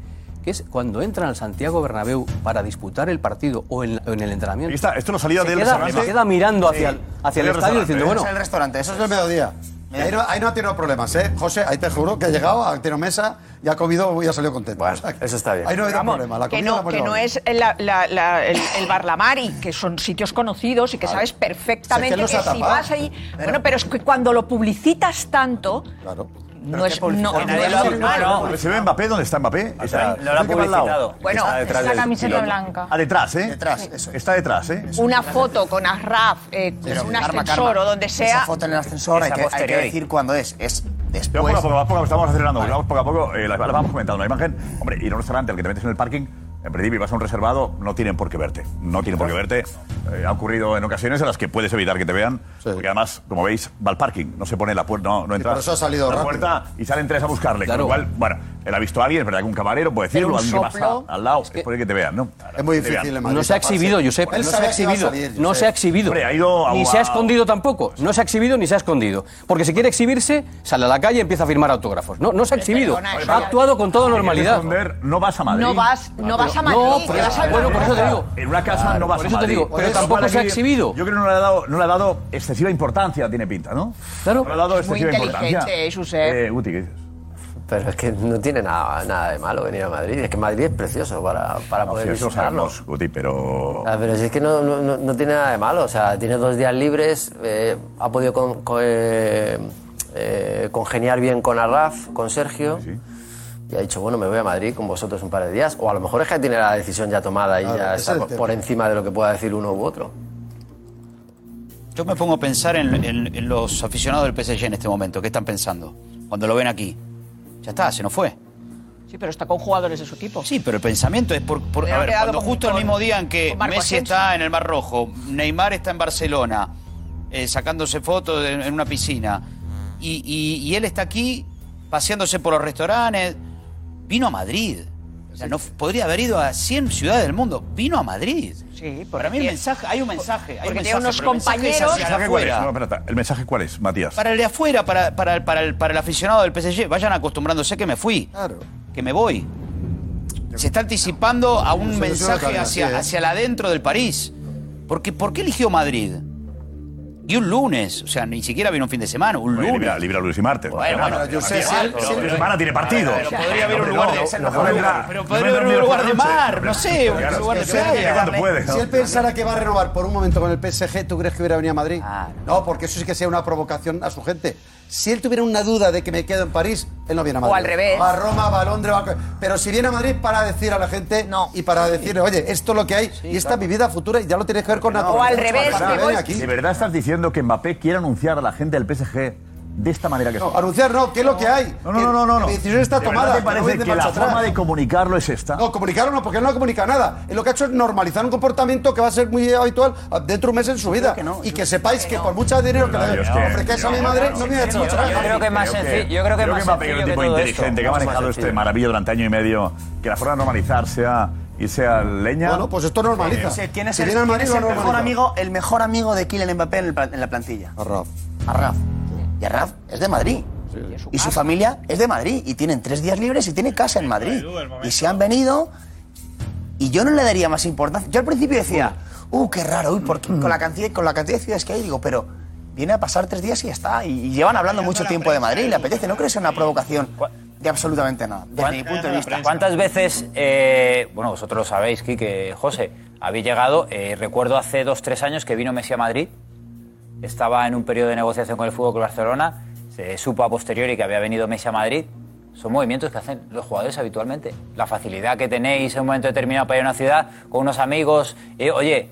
O: que es cuando entran al Santiago Bernabéu para disputar el partido o en, o en el entrenamiento.
F: esto no salía
O: se
F: del
O: queda,
F: restaurante.
O: se queda mirando hacia, el- hacia el estadio diciendo, bueno,
E: el restaurante, eso es el mediodía. Ahí no, ahí no ha tenido problemas, ¿eh? José, ahí te juro que ha llegado, ha tenido mesa y ha comido y ha salido contento. O sea, que
O: eso está bien.
E: Ahí no ha habido
M: Vamos,
E: problema. La
M: que
E: comida la
M: no,
E: hemos
M: que
E: llevado
M: no
E: bien.
M: es la- la- la- el, el Bar La Mar y que son sitios conocidos y que sabes perfectamente
E: Si es que él
M: que,
E: no se ha
M: si
E: tapado.
M: vas ahí. Bueno, pero es que cuando lo publicitas tanto,
E: Claro.
M: no es. No, no es normal.
F: Donde se ve Mbappé, ¿dónde está Mbappé? Está,
P: no lo ha
F: ¿qué va al lado?
P: publicitado.
M: Bueno,
F: Está detrás
M: es la
F: del
M: camiseta
F: piloto.
M: blanca.
F: Ah, detrás, ¿eh?
M: Detrás, Sí.
F: eso. Está detrás, ¿eh?
M: Una foto con Asraf, eh,
H: Pero
M: en un
H: karma,
M: ascensor
H: karma.
M: o donde sea.
H: Esa foto en el ascensor hay
F: Esa
H: que, hay que
F: posteriori.
H: decir cuándo es. Es
F: Pero
H: después.
F: poco a poco, poco a poco, estamos acelerando, vamos poco a poco, eh, la, la vamos comentando. La imagen, hombre, ir a un restaurante al que te metes en el parking, en principio y vas a un reservado, no tienen por qué verte. No tienen por qué verte. Eh, ha ocurrido en ocasiones en las que puedes evitar que te vean, porque además, como veis, va al parking, no se pone la puerta, no, no entra.
E: por eso ha salido
F: a la
E: rápido.
F: puerta y salen tres a buscarle. Con lo cual, bueno, él ha visto a alguien, es verdad que un camarero puede decirlo,
E: Pero un
F: alguien que pasa
E: soplo.
F: al lado, es puede que te vean, ¿no?
E: Es muy
F: Que te vean.
E: difícil en Madrid
O: No se ha
E: taparse.
O: exhibido, Josep.
E: Él
O: No se
E: sabe que
O: ha
E: va a
O: exhibido.
E: salir,
O: No
E: Josep.
O: se ha exhibido.
F: Hombre, ha ido a-
O: Ni se ha escondido tampoco. No se ha exhibido ni se ha escondido. Porque si quiere exhibirse, sale a la calle y empieza a firmar autógrafos. No, no se ha exhibido.
M: perdona, eso
O: Ha
M: ya-
O: actuado con toda
F: Si quieres
O: normalidad.
F: esconder, no vas a Madrid. Ah,
M: No vas, no vas a Madrid,
O: No,
M: te vas a
O: bueno, por eso te digo.
F: En una casa no vas
O: por
F: a
O: eso te
F: Madrid.
O: digo, pero
F: Con lo
O: tampoco
F: cual
O: se ha
F: aquí,
O: exhibido.
F: Yo creo que no le ha dado, no le ha dado excesiva importancia, tiene pinta, ¿no? Claro. No le ha dado
M: Es muy
F: excesiva
M: inteligente,
F: importancia.
M: eh, Josep.
F: Eh, Guti, ¿qué dices?
I: Pero es que no tiene nada, nada de malo venir a Madrid. Es que Madrid es precioso para, para
F: No,
I: poder
F: sí, Ah, pues, eso lo
I: visitarlo.
F: sabemos, Guti, pero...
I: Ah, pero si es que no, no- no- no tiene nada de malo, o sea, tiene dos días libres, eh, ha podido con- con- eh, eh, congeniar bien con Arraf, con Sergio, y ha dicho, bueno, me voy a Madrid con vosotros un par de días, o a lo mejor es que tiene la decisión ya tomada y
Q: Claro,
I: ya
Q: ese es
I: está
Q: el
I: por,
Q: tema.
I: por encima de lo que pueda decir uno u otro.
Q: Yo me pongo a pensar en, en- en los aficionados del PSG en este momento. ¿Qué están pensando? Cuando lo ven aquí. Ya está, se nos fue.
M: Sí, pero está con jugadores de su equipo.
Q: Sí, pero el pensamiento es por. por-
M: Me
Q: a
M: ha
Q: ver,
M: quedado
Q: cuando
M: con-
Q: justo el
M: con-
Q: mismo día en que
M: con Marco
Q: Messi
M: Asensio.
Q: está en el Mar Rojo, Neymar está en Barcelona, eh, sacándose fotos en, en una piscina, y, y- y él está aquí paseándose por los restaurantes, vino a Madrid. O sea, no, f- podría haber ido a 100 ciudades del mundo. Vino a Madrid.
M: Sí,
Q: Para mí el mensaje, hay un mensaje. Hay un
M: porque
Q: mensaje
M: tiene unos
Q: pero el mensaje es
M: compañeros-
Q: hacia
F: ¿El mensaje cuál es?
Q: afuera.
F: No, espérate, ¿El mensaje cuál es, Matías?
Q: Para el de afuera, para, para, el- para el, para el aficionado del PSG, vayan acostumbrándose que me fui. Que me voy. Se está anticipando
E: Yo
Q: a un
E: soy- yo soy
Q: mensaje
E: local, sí,
Q: hacia,
E: ¿eh?
Q: hacia el adentro del París. Porque, ¿Por qué eligió Madrid? Y un lunes, o sea, ni siquiera vino un fin de semana, un
F: Oye,
Q: lunes.
F: libra, libra lunes y martes.
Q: Bueno,
F: no pasa
Q: bueno,
F: nada.
Q: yo sé,
F: Matías,
Q: sí,
F: pero
Q: sí,
F: el fin de
Q: pero-
F: semana tiene partido.
Q: Pero podría haber un
F: No,
Q: lugar de-
F: no, no, no vendrá.
Q: Pero
F: No
Q: podría
F: vendrá
Q: haber un
F: ni
Q: lugar de
F: por la noche.
Q: mar, no sé, un
F: Claro,
Q: lugar de
F: es que se llega
Q: playa.
F: cuando puede.
E: Si él pensara que va a renovar por un momento con el PSG, ¿tú crees que hubiera venido a Madrid? No, porque eso sí que sería una provocación a su gente. Si él tuviera una duda de que me quedo en París, él no viene a Madrid.
M: al revés.
E: Va a Roma, va a Londres, va a... Pero si viene a Madrid para decir a la gente y para decirle, oye, esto es lo que hay y esta es mi vida futura y ya lo tienes que ver con
M: O al revés,
E: Para
M: me
E: ver
M: voy-
E: aquí.
F: ¿De verdad estás diciendo que Mbappé quiere anunciar a la gente del PSG de esta manera que
E: No,
F: está?
E: anunciar no, ¿qué es lo que hay?
F: No, no, no, no, no.
E: Mi decisión está
F: ¿De verdad
E: tomada.
F: ¿Te parece que la forma de comunicarlo es esta?
E: No, comunicaron no, porque él no ha comunicado nada. Él lo que ha hecho es normalizar un comportamiento que va a ser muy habitual ah, dentro de un mes en su vida. y que sepáis que, por mucho dinero que le
F: Yo es que-
E: ofrezcáis a mi madre, no me ha hecho
P: yo-
E: mucho
P: yo creo que es más sencillo- yo creo que es
F: Mbappé
P: más
F: es
P: sencillo
F: un
P: que
F: tipo
P: todo
F: inteligente que
P: esto.
F: ha
P: Mucho más
F: manejado este
P: sencillo.
F: maravilla durante año y medio, que la forma de normalizar sea irse a leña.
E: Bueno, pues esto normaliza.
F: Eh,
H: Sí, ¿Quién es
E: Si
H: el,
E: viene al
H: quién
E: Madrid,
H: es
E: lo
H: el mejor
E: normaliza.
H: amigo, el mejor amigo de Kylian Mbappé en, el pla- en la plantilla?
E: Arraf.
H: Arraf. Y Arraf es de Madrid. Y su familia es de Madrid. Y tienen tres días libres y tiene casa en Madrid. Y se han venido. Y yo no le daría más importancia. Yo al principio decía, uh, qué raro, uy, porque con la cantidad, con la cantidad de ciudades que hay, digo, pero viene a pasar tres días y ya está. Y, y llevan hablando mucho tiempo de Madrid, le apetece. ¿No crees que es una provocación de absolutamente nada? Desde mi punto de vista.
P: ¿Cuántas veces, eh, bueno, vosotros lo sabéis, Quique, José, habéis llegado? eh, recuerdo hace dos, tres años que vino Messi a Madrid, estaba en un periodo de negociación con el Fútbol Club Barcelona, se supo a posteriori que había venido Messi a Madrid. Son movimientos que hacen los jugadores habitualmente. La facilidad que tenéis en un momento determinado para ir a una ciudad con unos amigos, eh, oye,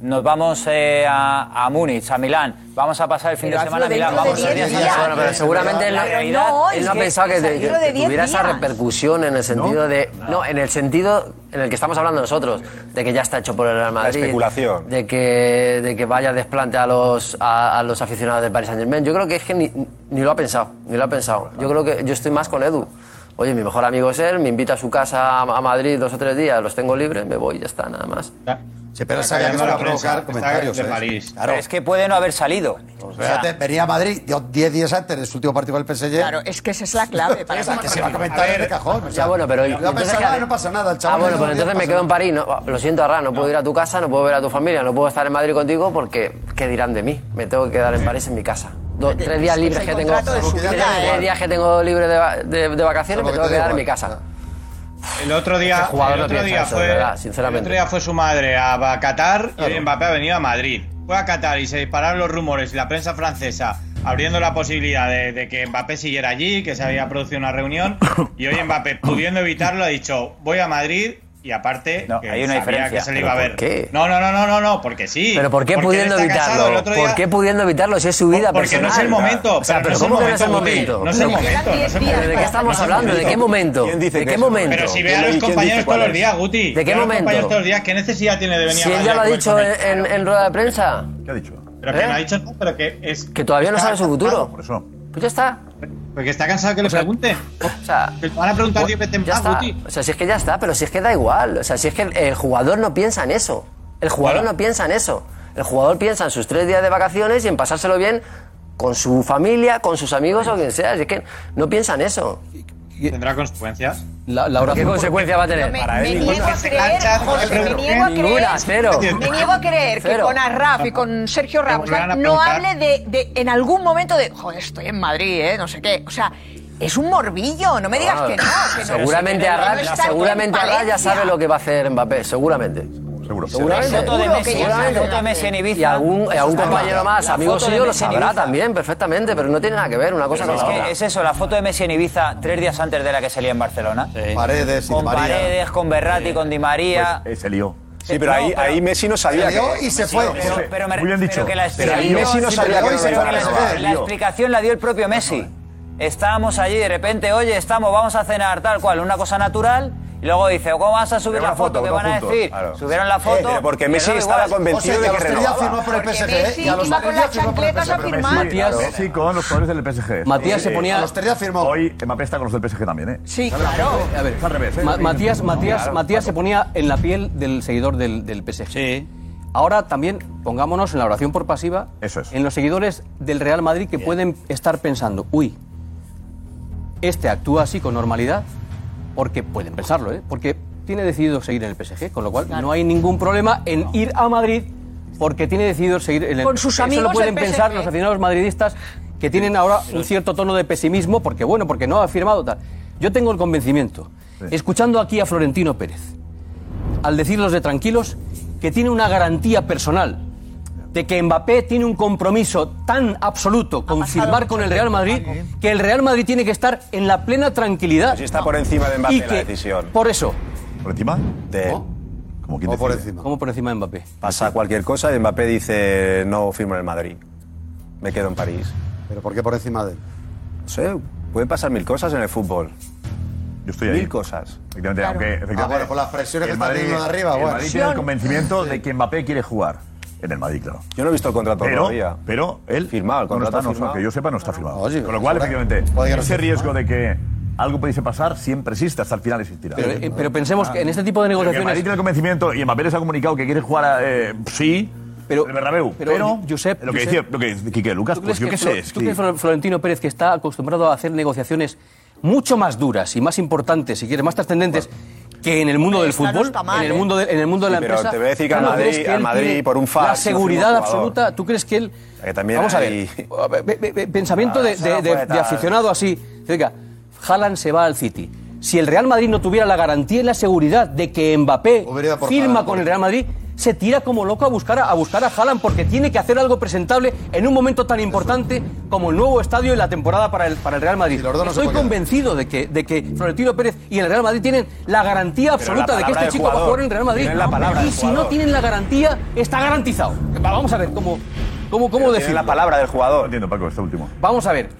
P: nos vamos eh, a, a Múnich, a Milán, vamos a pasar el fin
I: Pero
P: de
I: hazlo
P: semana a
I: dentro
P: Milán,
I: de
P: vamos a
I: 10
P: días.
I: días. Bueno, pero seguramente él no-
P: La
I: él
P: realidad
I: no,
P: es
I: ha
P: que-
I: pensado que, te-
P: salirlo de
I: que
P: 10
I: tuviera esa
P: días.
I: repercusión en el sentido de. No, en el sentido en el que estamos hablando nosotros, de que ya está hecho por el Real Madrid.
N: especulación.
I: De que, de que vaya desplante a los, a, a los aficionados del Paris Saint Germain. Yo creo que es que ni, ni lo ha pensado, ni lo ha pensado. Yo creo que yo estoy más con Edu. Oye, mi mejor amigo es él, me invita a su casa a a Madrid dos o tres días, los tengo libres, me voy, ya está, nada más.
E: Sí, pero sabía que se iba a provocar comentarios. ¿eh? Claro.
P: Pero es que puede no haber salido.
E: Fíjate, venía a Madrid yo, 10 días antes de su último partido con el PSG.
M: Claro, es que esa es la clave. Para
E: Esa que se va a comentar en el cajón. o sea,
I: Ya, bueno, pero-
E: yo
I: entonces,
E: pensaba,
I: ¿qué haces?
E: no pasa nada, el
I: Ah,
E: chaval.
I: bueno,
E: no
I: pues entonces me
E: pasa
I: quedo en París. No, lo siento, Arra, no puedo ir a tu casa, no puedo ver a tu familia, no puedo estar en Madrid contigo porque ¿qué dirán de mí? Me tengo que quedar en París en mi casa. Dos,
M: Es-
I: tres días
M: es
I: libres
M: el
I: que tengo.
M: contrato de su
I: tres
M: vida,
I: días-
M: ¿eh?
I: tres días que tengo libre de, va- de- de vacaciones, me
M: Salvo que
I: tengo que
M: te dé
I: quedar en
M: igual,
I: mi casa.
S: El otro día,
I: Ese jugador
S: el
I: no
S: otro
I: tiene
S: día
I: chance,
S: fue,
I: de verdad, sinceramente.
S: el otro día fue su madre a a Qatar
I: Claro.
S: y Mbappé ha venido a Madrid. Fue a Qatar y se dispararon los rumores y la prensa francesa abriendo la posibilidad de, de que Mbappé siguiera allí, que se había producido una reunión, y hoy Mbappé, pudiendo evitarlo, ha dicho, voy a Madrid. Y aparte, que
P: hay una
S: sabía
P: diferencia.
S: que se le
P: ¿Pero
S: iba a
P: por
S: ver.
P: qué?
S: No, no, no, no, no, no, porque sí.
I: ¿Pero por qué
S: Porque él
I: pudiendo
S: está cansado. El
I: evitarlo?
S: otro día-
I: ¿Por qué pudiendo evitarlo si es su vida
S: Porque no
I: personal?
S: es el momento,
I: O sea,
S: pero
I: pero
S: no
I: ¿cómo que no
S: es
I: es
S: el
I: el
S: momento,
I: momento?
S: Guti, no es el momento, no es el
I: ¿De
S: momento.
I: qué estamos
S: No es el
I: hablando? ¿De qué
S: momento.
I: momento?
S: ¿Quién
I: ¿De qué momento?
S: Pero si ve a los compañeros todos los días, Guti.
I: ¿De
S: Ve
I: qué
S: a los compañeros
I: momento?
S: todos los días, ¿qué necesidad tiene de venir
I: Si
S: a
I: él ya lo ha
S: Madrid a
I: dicho
S: comer
I: en, en- en rueda de prensa.
S: ¿Qué ha dicho? Pero que
I: ¿Eh?
S: no ha dicho nada, pero que es.
I: Que todavía no sabe su futuro.
S: Por eso.
I: Pues ya está.
S: Porque está cansado que le pregunten.
I: O sea,
S: van a preguntar diez veces
I: ya
S: más,
I: está.
S: Guti.
I: O sea, si es que ya está, pero si es que da igual. O sea, si es que el, el jugador no piensa en eso. El jugador no piensa en eso. El jugador piensa en sus tres días de vacaciones y en pasárselo bien con su familia, con sus amigos o quien sea. Si es que no piensa en eso.
S: ¿Tendrá consecuencias?
I: ¿Qué consecuencia va a tener?
M: Me, me niego a creer, José, me niego a creer,
I: Ninguna, cero.
M: me niego a creer que
I: Cero.
M: con Arraf y con Sergio Ramos
I: volverán a
M: no
I: preguntar.
M: hable de, de- en algún momento de, joder, estoy en Madrid, ¿eh? no sé qué. O sea, es un morbillo, no me digas que no. que no.
I: Ah, Seguramente
M: Que no
I: Arras,
M: está
I: seguramente
M: en
I: Arras ya
M: Valencia.
I: sabe lo que va a hacer Mbappé, seguramente. Seguro. Seguramente.
P: La foto de Messi,
I: Seguramente.
P: la foto de Messi en Ibiza.
I: Y algún, y algún
P: Eso está
I: compañero
P: claro.
I: más,
P: La
I: amigo
P: foto de
I: suyo, lo
P: Messi en
I: sabrá
P: Ibiza.
I: también perfectamente, pero no tiene nada que ver una cosa con
P: Pero es
I: la otra.
P: que es eso, la foto de Messi en Ibiza tres días antes de la que salía en Barcelona.
I: Paredes y
P: con
I: Di María.
P: Paredes, con Berratti, con Di María.
N: Pues, eh, se lió. Sí,
P: Eh,
N: pero,
P: no,
N: ahí,
P: pero-
N: ahí Messi no sabía.
P: Se lió
N: que-
P: y se
N: Sí,
P: fue.
N: pero-
P: Pero- pero me-
N: Muy bien
P: pero
N: dicho.
P: que la
N: Pero ahí
P: explicación-
N: Messi no
P: sí,
N: sabía
P: pero
N: que
P: que
N: no iba a
P: la-
N: jugar. Se
P: La
N: lió.
P: explicación la dio el propio Messi. Estábamos allí, de repente, oye, estamos, vamos a cenar, tal cual, una cosa natural. Y luego dice, ¿cómo vas a subir
N: Pero
P: la
N: una
P: foto?
N: foto,
P: ¿Qué
N: todos
P: van a
N: juntos,
P: decir?
N: claro.
P: Subieron la
N: Eh,
P: foto.
N: pero porque
P: que
N: Messi
P: no,
N: estaba
P: igual.
N: convencido de que renovaba.
E: por el PSG, ¿eh?
M: Messi
E: Y a los
M: iba
E: tres
M: con las
E: días firmó por el
M: chancletas a
E: PSG. Pero Messi-
M: firmar.
F: Matías Messi con los jugadores del PSG.
O: Matías se ponía- A los
F: los
O: tres
F: días firmó. Hoy Mbappé está con los del PSG también, ¿eh?
M: Sí,
O: claro.
F: A ver, es al revés. ¿eh?
O: Ma- Matías,
F: No,
O: Matías,
F: claro.
O: Matías se ponía en la piel del seguidor del, del PSG. Sí. Ahora también pongámonos en la oración por pasiva en los seguidores del Real Madrid que pueden estar pensando, uy, este actúa así con normalidad, porque pueden pensarlo, ¿eh? porque tiene decidido seguir en el PSG, con lo cual no hay ningún problema en ir a Madrid porque tiene decidido seguir en el
M: Con sus
O: Eso
M: amigos
O: lo pueden
M: del PSG.
O: pensar los aficionados madridistas que tienen ahora un cierto tono de pesimismo porque bueno, porque no ha firmado tal. Yo tengo el convencimiento, escuchando aquí a Florentino Pérez, al decirlos de tranquilos, que tiene una garantía personal de que Mbappé tiene un compromiso tan absoluto con firmar con el Real Madrid que el Real Madrid tiene que estar en la plena tranquilidad.
N: Si Pues está por encima de Mbappé
O: Y
N: la
O: que-
N: decisión.
O: Por eso.
N: ¿Por encima? De él. ¿Cómo, por encima?
O: ¿Cómo por encima de Mbappé?
N: Pasa cualquier cosa y Mbappé dice, no firmo en el Madrid. Me quedo en París.
E: ¿Pero por qué por encima de él?
N: No sé, pueden pasar mil cosas en el fútbol.
F: Yo estoy
N: mil
F: ahí.
N: cosas.
F: Efectivamente, aunque efectivamente,
E: Ah, bueno, con las presiones que
F: el
E: está
F: Madrid-
E: teniendo de arriba,
F: El
E: bueno.
F: Madrid tiene el
E: Presión.
F: convencimiento de que Mbappé quiere jugar en el Madrid, claro.
N: Yo no he visto el contrato
F: pero,
N: todavía.
F: Pero él
N: Firmado, el
F: no
N: contrato
F: está, no,
N: firmado.
F: que yo sepa no está firmado.
N: Oye,
F: Con lo cual,
O: pues,
N: ahora,
F: efectivamente,
N: puede que no
F: ese
N: esté
F: riesgo de que algo pudiese pasar siempre existe, hasta el final existirá. Ah,
O: Pero, eh, pero pensemos que en este tipo de
F: Pero que
O: negociaciones-
F: el Madrid tiene el convencimiento y Mbappé les ha comunicado que quiere jugar a, eh, sí, pero, el Bernabéu. Pero,
O: Josep,
F: lo que
O: Josep-
F: decía, lo que dice Quique Lucas,
O: ¿Tú
F: pues
O: crees
F: yo
O: que
F: qué
O: Flo-
F: sé. es
O: ¿Tú
F: que-
O: crees, Fl- Florentino Pérez, que está acostumbrado a hacer negociaciones mucho más duras y más importantes, si quieres, más trascendentes, que en el mundo del
N: Esta no
O: fútbol,
N: está mal,
O: en el
N: ¿eh?
O: mundo, de, en el mundo de
N: Sí,
O: la
N: pero
O: empresa?
N: te voy a decir que al
O: Claro,
N: Madrid-
O: ¿crees que
N: al
O: él
N: Madrid
O: tiene
N: por un fax
O: La
N: no firma un
O: seguridad
N: jugador?
O: absoluta, ¿tú crees que él.
N: Que también
O: Vamos a
N: hay-
O: ver, pe- pe- pe- pensamiento
N: Ah,
O: de,
N: eso
O: de-
N: no
O: de-
N: puede
O: de
N: tal.
O: aficionado así. Oiga, Haaland se va al City. Si el Real Madrid no tuviera la garantía y la seguridad de que Mbappé
E: por
O: firma
E: Haaland,
O: con el Real Madrid, se tira como loco a buscar a, a buscar a Haaland porque tiene que hacer algo presentable en un momento tan importante como el nuevo estadio y la temporada para el, para el Real Madrid.
E: dos no se
O: Estoy
E: puede
O: convencido de que, de que Florentino Pérez y el Real Madrid tienen la garantía
N: Pero la
O: absoluta de que
N: palabra
O: este
N: del
O: chico va a
N: jugador.
O: jugar en el Real Madrid.
N: Tienen la palabra
O: y
N: del
O: si no
N: jugador.
O: tienen la garantía, está garantizado. Va, Vamos a ver cómo, cómo, cómo
N: Tiene
O: decirlo.
N: la palabra del
F: No
N: jugador.
F: entiendo, Paco, este último.
O: Vamos a ver.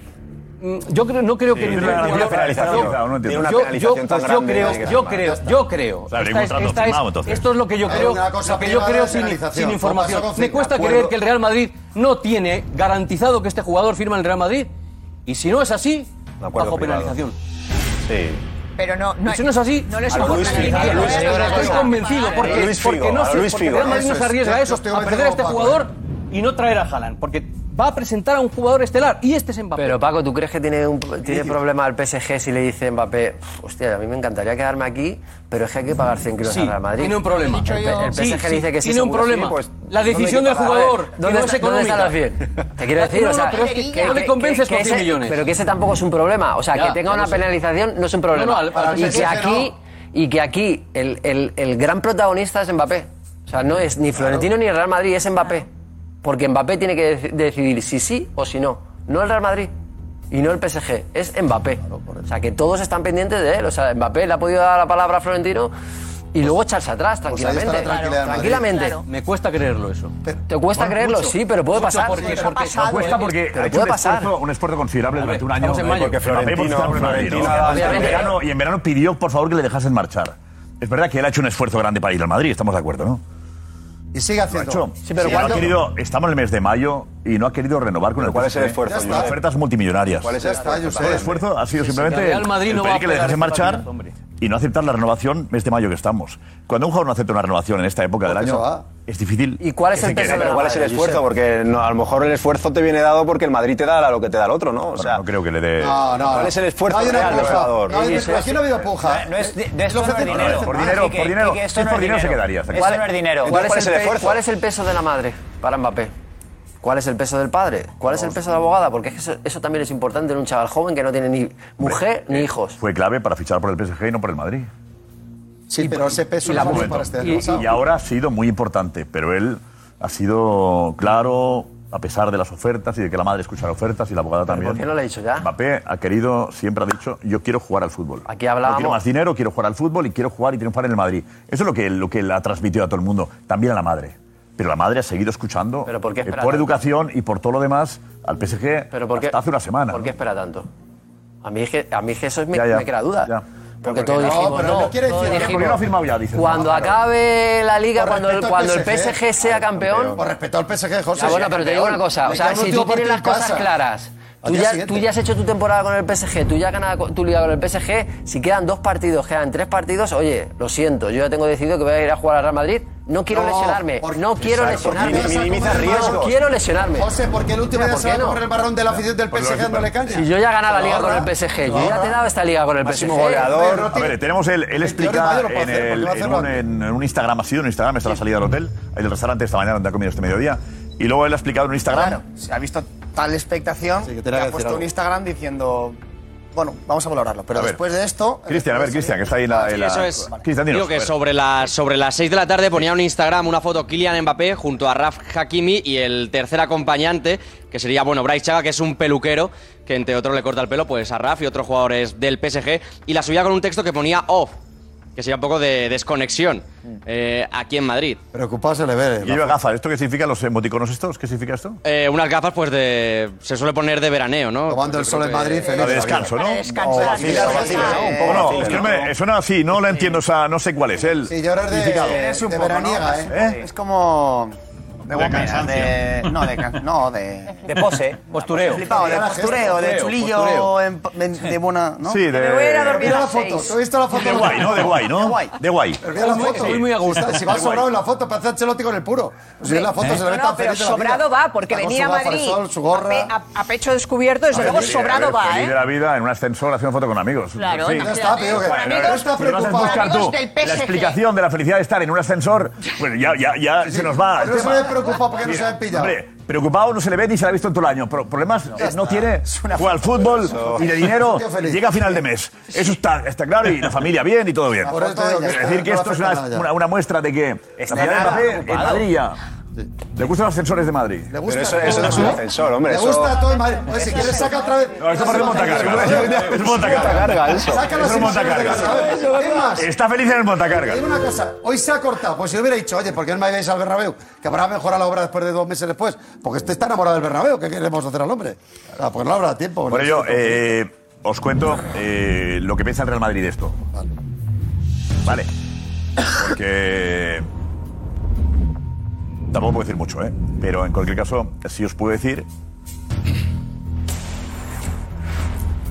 O: Mm, Yo creo, no creo
F: Sí,
O: que
F: tiene
O: ningún
F: una
O: jugador-
F: penalización,
O: Yo-
F: claro, no entiendo.
O: yo-
F: Tiene una
O: yo-
F: penalización tan
O: pues yo
F: grande,
O: creo,
F: tiene que
O: yo
F: firmar.
O: creo, yo
F: Claro,
O: creo. Esta
F: ningún
O: es-
F: trato
O: esta es-
F: firmado, entonces.
O: esto es lo que yo
F: Hay
O: creo,
F: una cosa
O: lo que yo
F: privada
O: creo
F: de
O: sin,
F: penalización.
O: sin
F: No
O: información.
F: pasó con
O: Me
F: Fibra,
O: cuesta
F: de acuerdo.
O: creer que el Real Madrid no tiene garantizado que este jugador firma en el Real Madrid. Y si no es así,
N: acuerdo
O: bajo
N: privado.
O: penalización.
N: Sí.
M: Pero no, no,
O: Y si no es así,
M: no les
O: a lo
M: importa
O: Luis
M: ni
O: Figo,
M: nada.
O: a lo Luis Figo, estoy convencido, porque,
N: A lo Luis Figo,
O: porque no
N: a lo
O: se-
N: Luis
O: porque el
N: Figo.
O: Real Madrid no se
N: Eso es,
O: arriesga a
N: yo
O: eso,
N: estoy
O: a perder a este
N: convencido,
O: jugador y no traer a Haaland, porque va a presentar a un jugador estelar y este es Mbappé.
I: Pero Paco, ¿tú crees que tiene, un, tiene problema el PSG si le dice Mbappé, hostia, a mí me encantaría quedarme aquí, pero es que hay que pagar 100 kilos
O: Sí,
I: al Real Madrid?
O: tiene un problema.
I: El, P- el
O: Sí,
I: PSG
O: sí,
I: dice que sí.
O: tiene un
I: seguro,
O: problema.
I: sí, pues,
O: La decisión
I: ¿dónde hay
O: del
I: que pagar?
O: jugador,
I: A ver,
O: que
I: ¿dónde,
O: no
I: está-
O: es
I: ¿Dónde están las
O: económica.
I: 100? Te quiero decir,
O: No,
I: o sea,
O: no, pero es que- no le convences con 100
I: ese-
O: millones.
I: Pero que ese tampoco es un problema. O sea,
O: Ya,
I: que tenga
O: ya
I: una
O: lo sé.
I: penalización no es un problema.
O: No, no, al- al
I: y,
O: PSG
I: que aquí, y que aquí el, el- el gran protagonista es Mbappé. O sea, no es ni Florentino ni el Real Madrid, es Mbappé. Porque Mbappé tiene que dec- decidir si sí o si no. no el Real Madrid y no el PSG, es Mbappé. O sea, que todos están pendientes de él. O sea, Mbappé le ha podido dar la palabra a Florentino y luego echarse atrás
O: Pues ahí
I: tranquilamente.
O: está la tranquilidad de Madrid.
I: tranquilamente.
O: Claro. Me cuesta creerlo eso.
I: Te cuesta
O: Bueno,
I: creerlo,
O: mucho.
I: sí, pero puede
O: Mucho
I: pasar.
O: porque-
I: Pero
O: porque-
I: pasado, ¿eh?
O: me cuesta
I: pero
O: porque
F: ha hecho
I: puede
F: un
I: pasar.
F: esfuerzo, un esfuerzo considerable durante un año. eh,
I: estamos en mayo.
F: Porque
N: Florentino-
F: Mbappé, por estar por Madrid,
N: Florentino
F: ¿no?
N: ha dado
F: Y en
N: bastante.
F: verano- y en verano pidió, por favor, que le dejasen marchar. Es verdad que él ha hecho un esfuerzo grande para ir al Madrid, estamos de acuerdo, ¿no?
E: Y sigue haciendo.
F: Lo ha hecho.
E: Sí, pero
F: no ha
E: ¿cuándo?
F: querido, estamos en el mes de mayo y no ha querido renovar con el
N: ¿Cuál es el
F: PSG.
N: esfuerzo,
F: Las
N: Josep?
F: ofertas multimillonarias.
N: ¿Cuál es el
F: Ya
N: esfuerzo?
F: está, Josep.
E: Pues
F: El esfuerzo ha sido
N: Sí, sí,
F: simplemente
N: el Real
F: el-
N: Madrid
F: el
N: no va
F: pedir
N: a
F: que le
N: pegar
F: dejasen
N: este
F: marchar
N: partidazo, hombre.
F: y no aceptar la renovación mes de mayo que estamos. Cuando un jugador no acepta una renovación en esta época del
N: Porque se
F: año,
N: va.
F: es difícil.
I: ¿Y cuál es el
N: Sí, pero ¿cuál es el esfuerzo? Porque no, a lo mejor el esfuerzo te viene dado porque el Madrid te da lo que te da el otro, ¿no? O sea,
F: no creo que le dé.
N: No, no, ¿Cuál no. es el esfuerzo
E: No hay una
N: real del
E: puja.
N: jugador?
E: No hay-
N: Sí, sí,
E: aquí no ha habido puja.
P: No es, de, de
E: Lo
P: esto no Ah, es
E: ofrecen-
P: dinero.
E: por dinero,
P: que-
E: por dinero.
P: que esto
E: Si es
P: no
E: por dinero, se quedaría, está
P: Esto
I: ¿Cuál-
P: no es dinero.
I: ¿Cuál es, el pe- cuál es el peso de la madre para Mbappé? ¿Cuál es el peso del padre? ¿Cuál es el peso de la abogada? Porque es que eso, eso también es importante en un chaval joven que no tiene ni mujer ni hijos.
F: Fue clave para fichar por el PSG y no por el Madrid.
E: Sí, pero ese peso
F: y,
E: no vale para este año pasado.
F: y ahora ha sido muy importante, pero él ha sido claro, a pesar de las ofertas y de que la madre escucha las ofertas y la abogada también.
I: ¿Por qué no le he dicho ya?
F: Mbappé ha querido, siempre ha dicho, yo quiero jugar al fútbol. Aquí
I: hablábamos-
F: No quiero más dinero, quiero jugar al fútbol y quiero jugar y triunfar en el Madrid. Eso es lo que, lo que le ha transmitido a todo el mundo, también a la madre. Pero la madre ha seguido escuchando eh,
I: espera
F: por
I: tanto?
F: educación y por todo lo demás al PSG hasta hace una semana.
I: ¿Por qué espera tanto? A mí es que, a mí es que eso es mi-
F: Ya, ya.
I: me crea duda.
F: Ya.
I: Porque
F: Pero porque
I: todos
F: no,
I: dijimos,
F: pero
I: no,
F: no quiere
I: todos
F: decir-
I: dijimos,
F: porque no ha firmado ya, dices,
I: Cuando
F: no, claro.
I: acabe la liga,
E: Por
I: cuando el,
E: respeto al
I: cuando el
E: PSG,
I: PSG sea campeón.
E: Por respeto al PSG, José.
I: Ah, bueno, pero te digo una cosa, o
E: Le
I: sea,
E: queda un
I: si
E: último
I: tú
E: partido
I: tienes las
E: en
I: cosas
E: casa.
I: claras,
E: Al
I: tú
E: día
I: ya,
E: siguiente.
I: tú ya has hecho tu temporada con el PSG, tú ya has ganado co- tu liga con el PSG, si quedan dos partidos, quedan tres partidos, oye, lo siento, yo ya tengo decidido que voy a ir a jugar al Real Madrid, no quiero
E: No,
I: lesionarme, no quiero
E: Exacto, porque
I: lesionarme,
E: minimiza
I: no
E: comer el marrón.
I: quiero lesionarme.
E: José, porque el último
I: Mira,
E: día
I: ¿por
E: se
I: qué
E: va a
I: no?
E: correr el marrón de la afición del PSG dándole caña.
I: Si yo ya gané la liga con el PSG, yo ya te he dado esta liga con el PSG.
F: Máximo goleador.
E: Eh,
F: A ver, tenemos el, él explica
I: mayo lo puedo
F: en,
I: hacer,
F: el-
I: porque va a
F: en
I: hacerlo
F: un, en- en un Instagram, ha sido un Instagram, está la salida del hotel, en el restaurante esta mañana donde ha comido este mediodía, y luego él ha explicado en un Instagram.
H: Se ha visto tal expectación que,
F: tenía que
H: ha
F: decir
H: puesto
F: algo.
H: un Instagram diciendo, bueno, vamos a valorarlo, pero
F: A ver.
H: después de esto... eh,
F: Cristian, a ver, Cristian, que está ahí en la. en la-
T: Eso es.
F: Cristian, dinos,
T: Digo que
F: a ver.
T: sobre las, sobre las 6 de la tarde ponía un Instagram una foto Kylian Mbappé junto a Raf Hakimi y el tercer acompañante, que sería, bueno, Bryce Chaga, que es un peluquero, que entre otros le corta el pelo pues a Raf y otros jugadores del PSG, y la subía con un texto que ponía off, que sería un poco de desconexión
F: Mm.
T: eh, aquí en Madrid.
E: Preocupado se le ve.
F: Y lleva gafas. ¿Esto qué significa los emoticonos estos? ¿Qué significa esto?
T: Eh, unas gafas pues de... se suele poner de veraneo, ¿no?
E: Tomando el sol en Madrid,
F: La de descanso, ¿no?
E: descansar.
F: No, vacila,
E: Sí,
F: vacila,
E: sí,
F: ¿no? Un
E: sí.
F: poco no.
E: Sí,
F: Es que
E: ¿no?
F: no me- suena así, no la entiendo, o sea, no sé cuál es. El
E: Sí, yo ahora es de-
F: significado.
E: es un de poco, veraniega, ¿no? ¿eh?
H: Es como... De, guaperas,
F: cansancio.
H: de No, de... can- No, de...
P: De pose.
H: Postureo. Flipado, de postureo, de chulillo, en- en- de buena... ¿no?
F: Sí, de- Me voy a ir a dormir
E: Mira la foto. ¿Tú has visto la foto?
F: De guay, ¿no? De guay, ¿no? De guay.
E: Pero mira la foto.
F: Sí.
E: Está- Si va sobrado en la foto, parece Ancelotti con el puro. Si en la foto
F: ¿Eh?
E: se le ve
M: No,
E: tan
M: pero
E: feliz de la vida.
M: sobrado va, porque
E: Está con
M: venía a
E: su gafa de
M: Madrid
E: sol, su gorra.
M: a, pe- a- a pecho descubierto, desde luego
F: Sí, a
M: sobrado
F: ver,
M: va,
F: feliz de
M: ¿eh?
F: la vida en un ascensor haciendo foto con amigos.
M: Claro,
F: sí.
M: Ya está, tío, que- con amigos,
F: Pero estás
M: con amigos
F: buscar tú
M: del
F: la
M: PSG.
F: explicación de la felicidad de estar en un ascensor. Bueno, ya, ya, ya se nos va. el
E: Pero no se
F: tema.
E: le preocupa porque no
F: Mira,
E: se han pillado.
F: Hombre, preocupado no se le ve ni se le ha visto en todo el año. Pero problemas eh, no, tiene. Juega al fútbol
N: Eso.
F: y de
N: Es
F: dinero
N: un tío feliz.
F: llega a final de mes. Eso está, está claro y la familia bien y todo bien.
N: Por eso te digo que
F: es
N: está-
F: decir, que
N: no
F: esto es
N: afecta
F: una,
N: nada ya.
F: una- una muestra de que
N: Está
F: la
N: nada
F: familia de Mbappé en
N: ocupado.
F: Madrid ya. ¿Le gustan los ascensores de Madrid? Le
N: gusta Pero eso- eso no es un todo. ascensor, hombre,
E: Le
N: eso-
E: gusta a todo el Madrid. Oye, si quieres, saca otra vez.
F: No, esto parece un montacargas. Es un montacargas.
E: eso. Saca
F: Es
E: los
F: un
E: montacargas.
F: montacargas.
E: Es más,
F: Está feliz en el montacargas.
E: Dime una cosa, hoy se ha cortado. Pues si yo hubiera dicho, oye, ¿por qué no me vais al Bernabéu? Que habrá mejorado la obra después de dos meses después. Porque usted está enamorado del Bernabéu. ¿Qué queremos hacer al hombre? O sea, pues no habrá tiempo.
F: Por
E: ¿no?
F: ello, eh, os cuento eh, lo que piensa el Real Madrid de esto. Vale. Porque. Tampoco puedo decir mucho, ¿eh? Pero en cualquier caso, sí os puedo decir.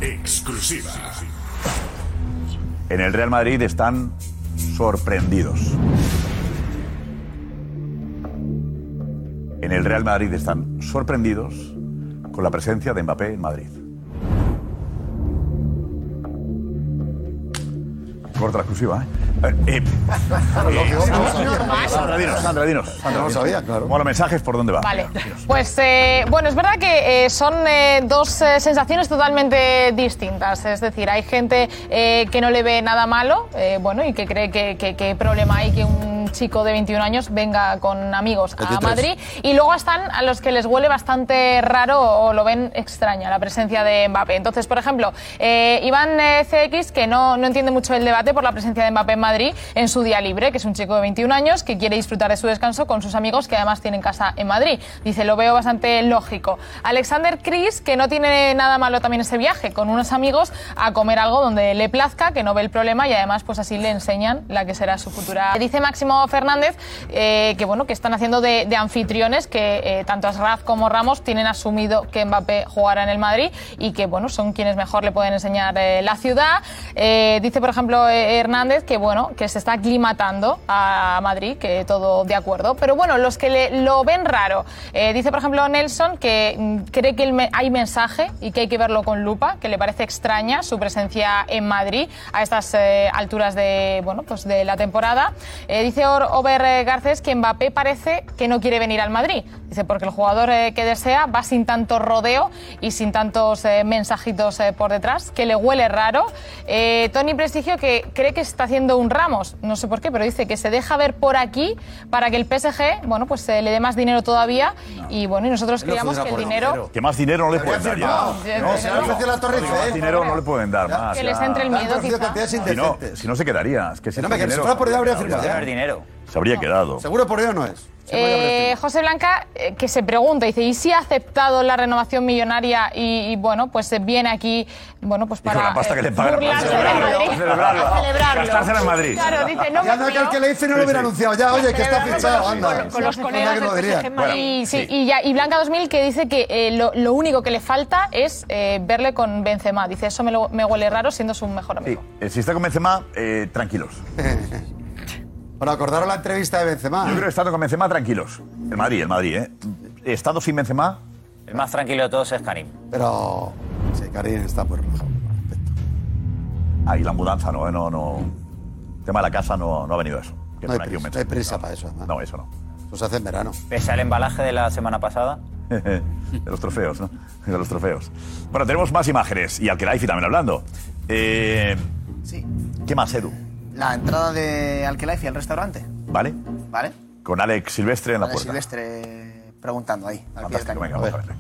G: Exclusiva.
F: En el Real Madrid están sorprendidos. En el Real Madrid están sorprendidos con la presencia de Mbappé en Madrid. Corta la exclusiva, ¿eh? A ver, eh, Sandra, dinos, Sandra, dinos. Sandra,
E: No lo sabía,
F: claro. Bueno, mensajes, ¿por dónde va?
B: Vale. Pues eh, bueno, es verdad que eh, son eh, dos eh, sensaciones totalmente distintas. Es decir, hay gente eh, que no le ve nada malo, eh, bueno, y que cree que, que- que problema hay que un un chico de 21 años venga con amigos a
E: 23.
B: Madrid. Y luego están a los que les huele bastante raro o lo ven extraña la presencia de Mbappé. Entonces, por ejemplo, eh, Iván eh, CX, que no, no entiende mucho el debate por la presencia de Mbappé en Madrid en su día libre, que es un chico de 21 años que quiere disfrutar de su descanso con sus amigos que además tienen casa en Madrid. Dice, lo veo bastante lógico. Alexander Cris, que no tiene nada malo también ese viaje, con unos amigos a comer algo donde le plazca, que no ve el problema y además pues así le enseñan la que será su futura. Dice Máximo Fernández eh, que bueno, que están haciendo de, de anfitriones, que eh, tanto Asraf como Ramos tienen asumido que Mbappé jugará en el Madrid y que bueno, son quienes mejor le pueden enseñar eh, la ciudad. Eh, dice por ejemplo eh, Hernández que bueno, que se está aclimatando a Madrid, que todo de acuerdo. Pero bueno, los que le- lo ven raro, eh, dice por ejemplo Nelson que mm, cree que el me- hay mensaje y que hay que verlo con lupa, que le parece extraña su presencia en Madrid a estas eh, alturas de, bueno, pues de la temporada. Eh, dice Or- Over eh, Garcés que Mbappé parece que no quiere venir al Madrid. Dice, porque el jugador eh, que desea va sin tanto rodeo y sin tantos eh, mensajitos eh, por detrás, que le huele raro. Eh, Tony Prestigio que cree que está haciendo un Ramos, no sé por qué, pero dice que se deja ver por aquí para que el PSG, bueno, pues eh, le dé más dinero todavía. Y bueno, y nosotros creíamos que el dinero...
F: Que más dinero no le pueden dar ya.
B: firmado.
F: No,
B: Se
F: no,
B: le ha
E: ofrecido la Torre
F: digo, Más
E: Eiffel.
F: dinero no le pueden dar más.
B: Que les
F: ya.
B: entre el miedo,
E: ofrecido
B: quizá.
E: cantidades
F: Si no,
E: indecentes.
F: si no se quedaría. Es que si
E: no me
F: ese
E: quedes,
F: dinero-
E: fuera por ahí habría firmado.
F: Ya.
E: No es dinero.
F: Se habría quedado.
E: Seguro por ello no es.
B: Eh, José Blanca, eh, que se pregunta, dice, ¿y si ha aceptado la renovación millonaria y, y, bueno, pues eh, viene aquí, bueno, pues para...
F: Con la pasta que le pagan.
B: burlarse de Madrid.
F: Para celebrarlo.
B: Para celebrarlo.
F: Gastársela en Madrid.
B: Claro, dice, no
E: Ya
B: me
E: no, que
B: fío.
E: al que le hice no lo hubiera anunciado ya. Oye, que está fichado, anda.
B: Con los
E: Sí,
B: colegas
E: que
B: del
E: no diría.
B: PSG en Madrid. y, sí, y ya- y Blanca 2000 que dice que eh, lo, lo único que le falta es eh, verle con Benzema. Dice, eso me, lo- me huele raro siendo su mejor amigo.
F: Eh, Si está con Benzema, eh, tranquilos.
E: Bueno, acordaron la entrevista de Benzema.
F: Yo creo que estando con Benzema, tranquilos. El Madrid, el Madrid, ¿eh? Estado sin Benzema.
P: El más tranquilo de todos es Karim.
E: Pero. Sí, Karim está muy relajado.
F: Ahí la mudanza, no, eh, no, no. El tema de la casa no, no ha venido a eso. Que
E: No hay
F: pone aquí un
E: prisa, no
F: mensaje.
E: hay presa para eso, además.
F: No, eso no.
E: Eso se hace en verano.
P: Pese al embalaje de la semana pasada.
F: de los trofeos, ¿no? De los trofeos. Bueno, tenemos más imágenes. Y al Kelaifi también hablando. Eh, ¿Qué más, Edu?
H: La entrada de Alquelife al restaurante,
F: ¿Vale?
H: ¿vale?
F: Con Alex Silvestre en la
H: de
F: puerta.
H: Silvestre preguntando ahí, al pie del
F: Fantástico, venga,
H: cañón.
F: vamos a ver.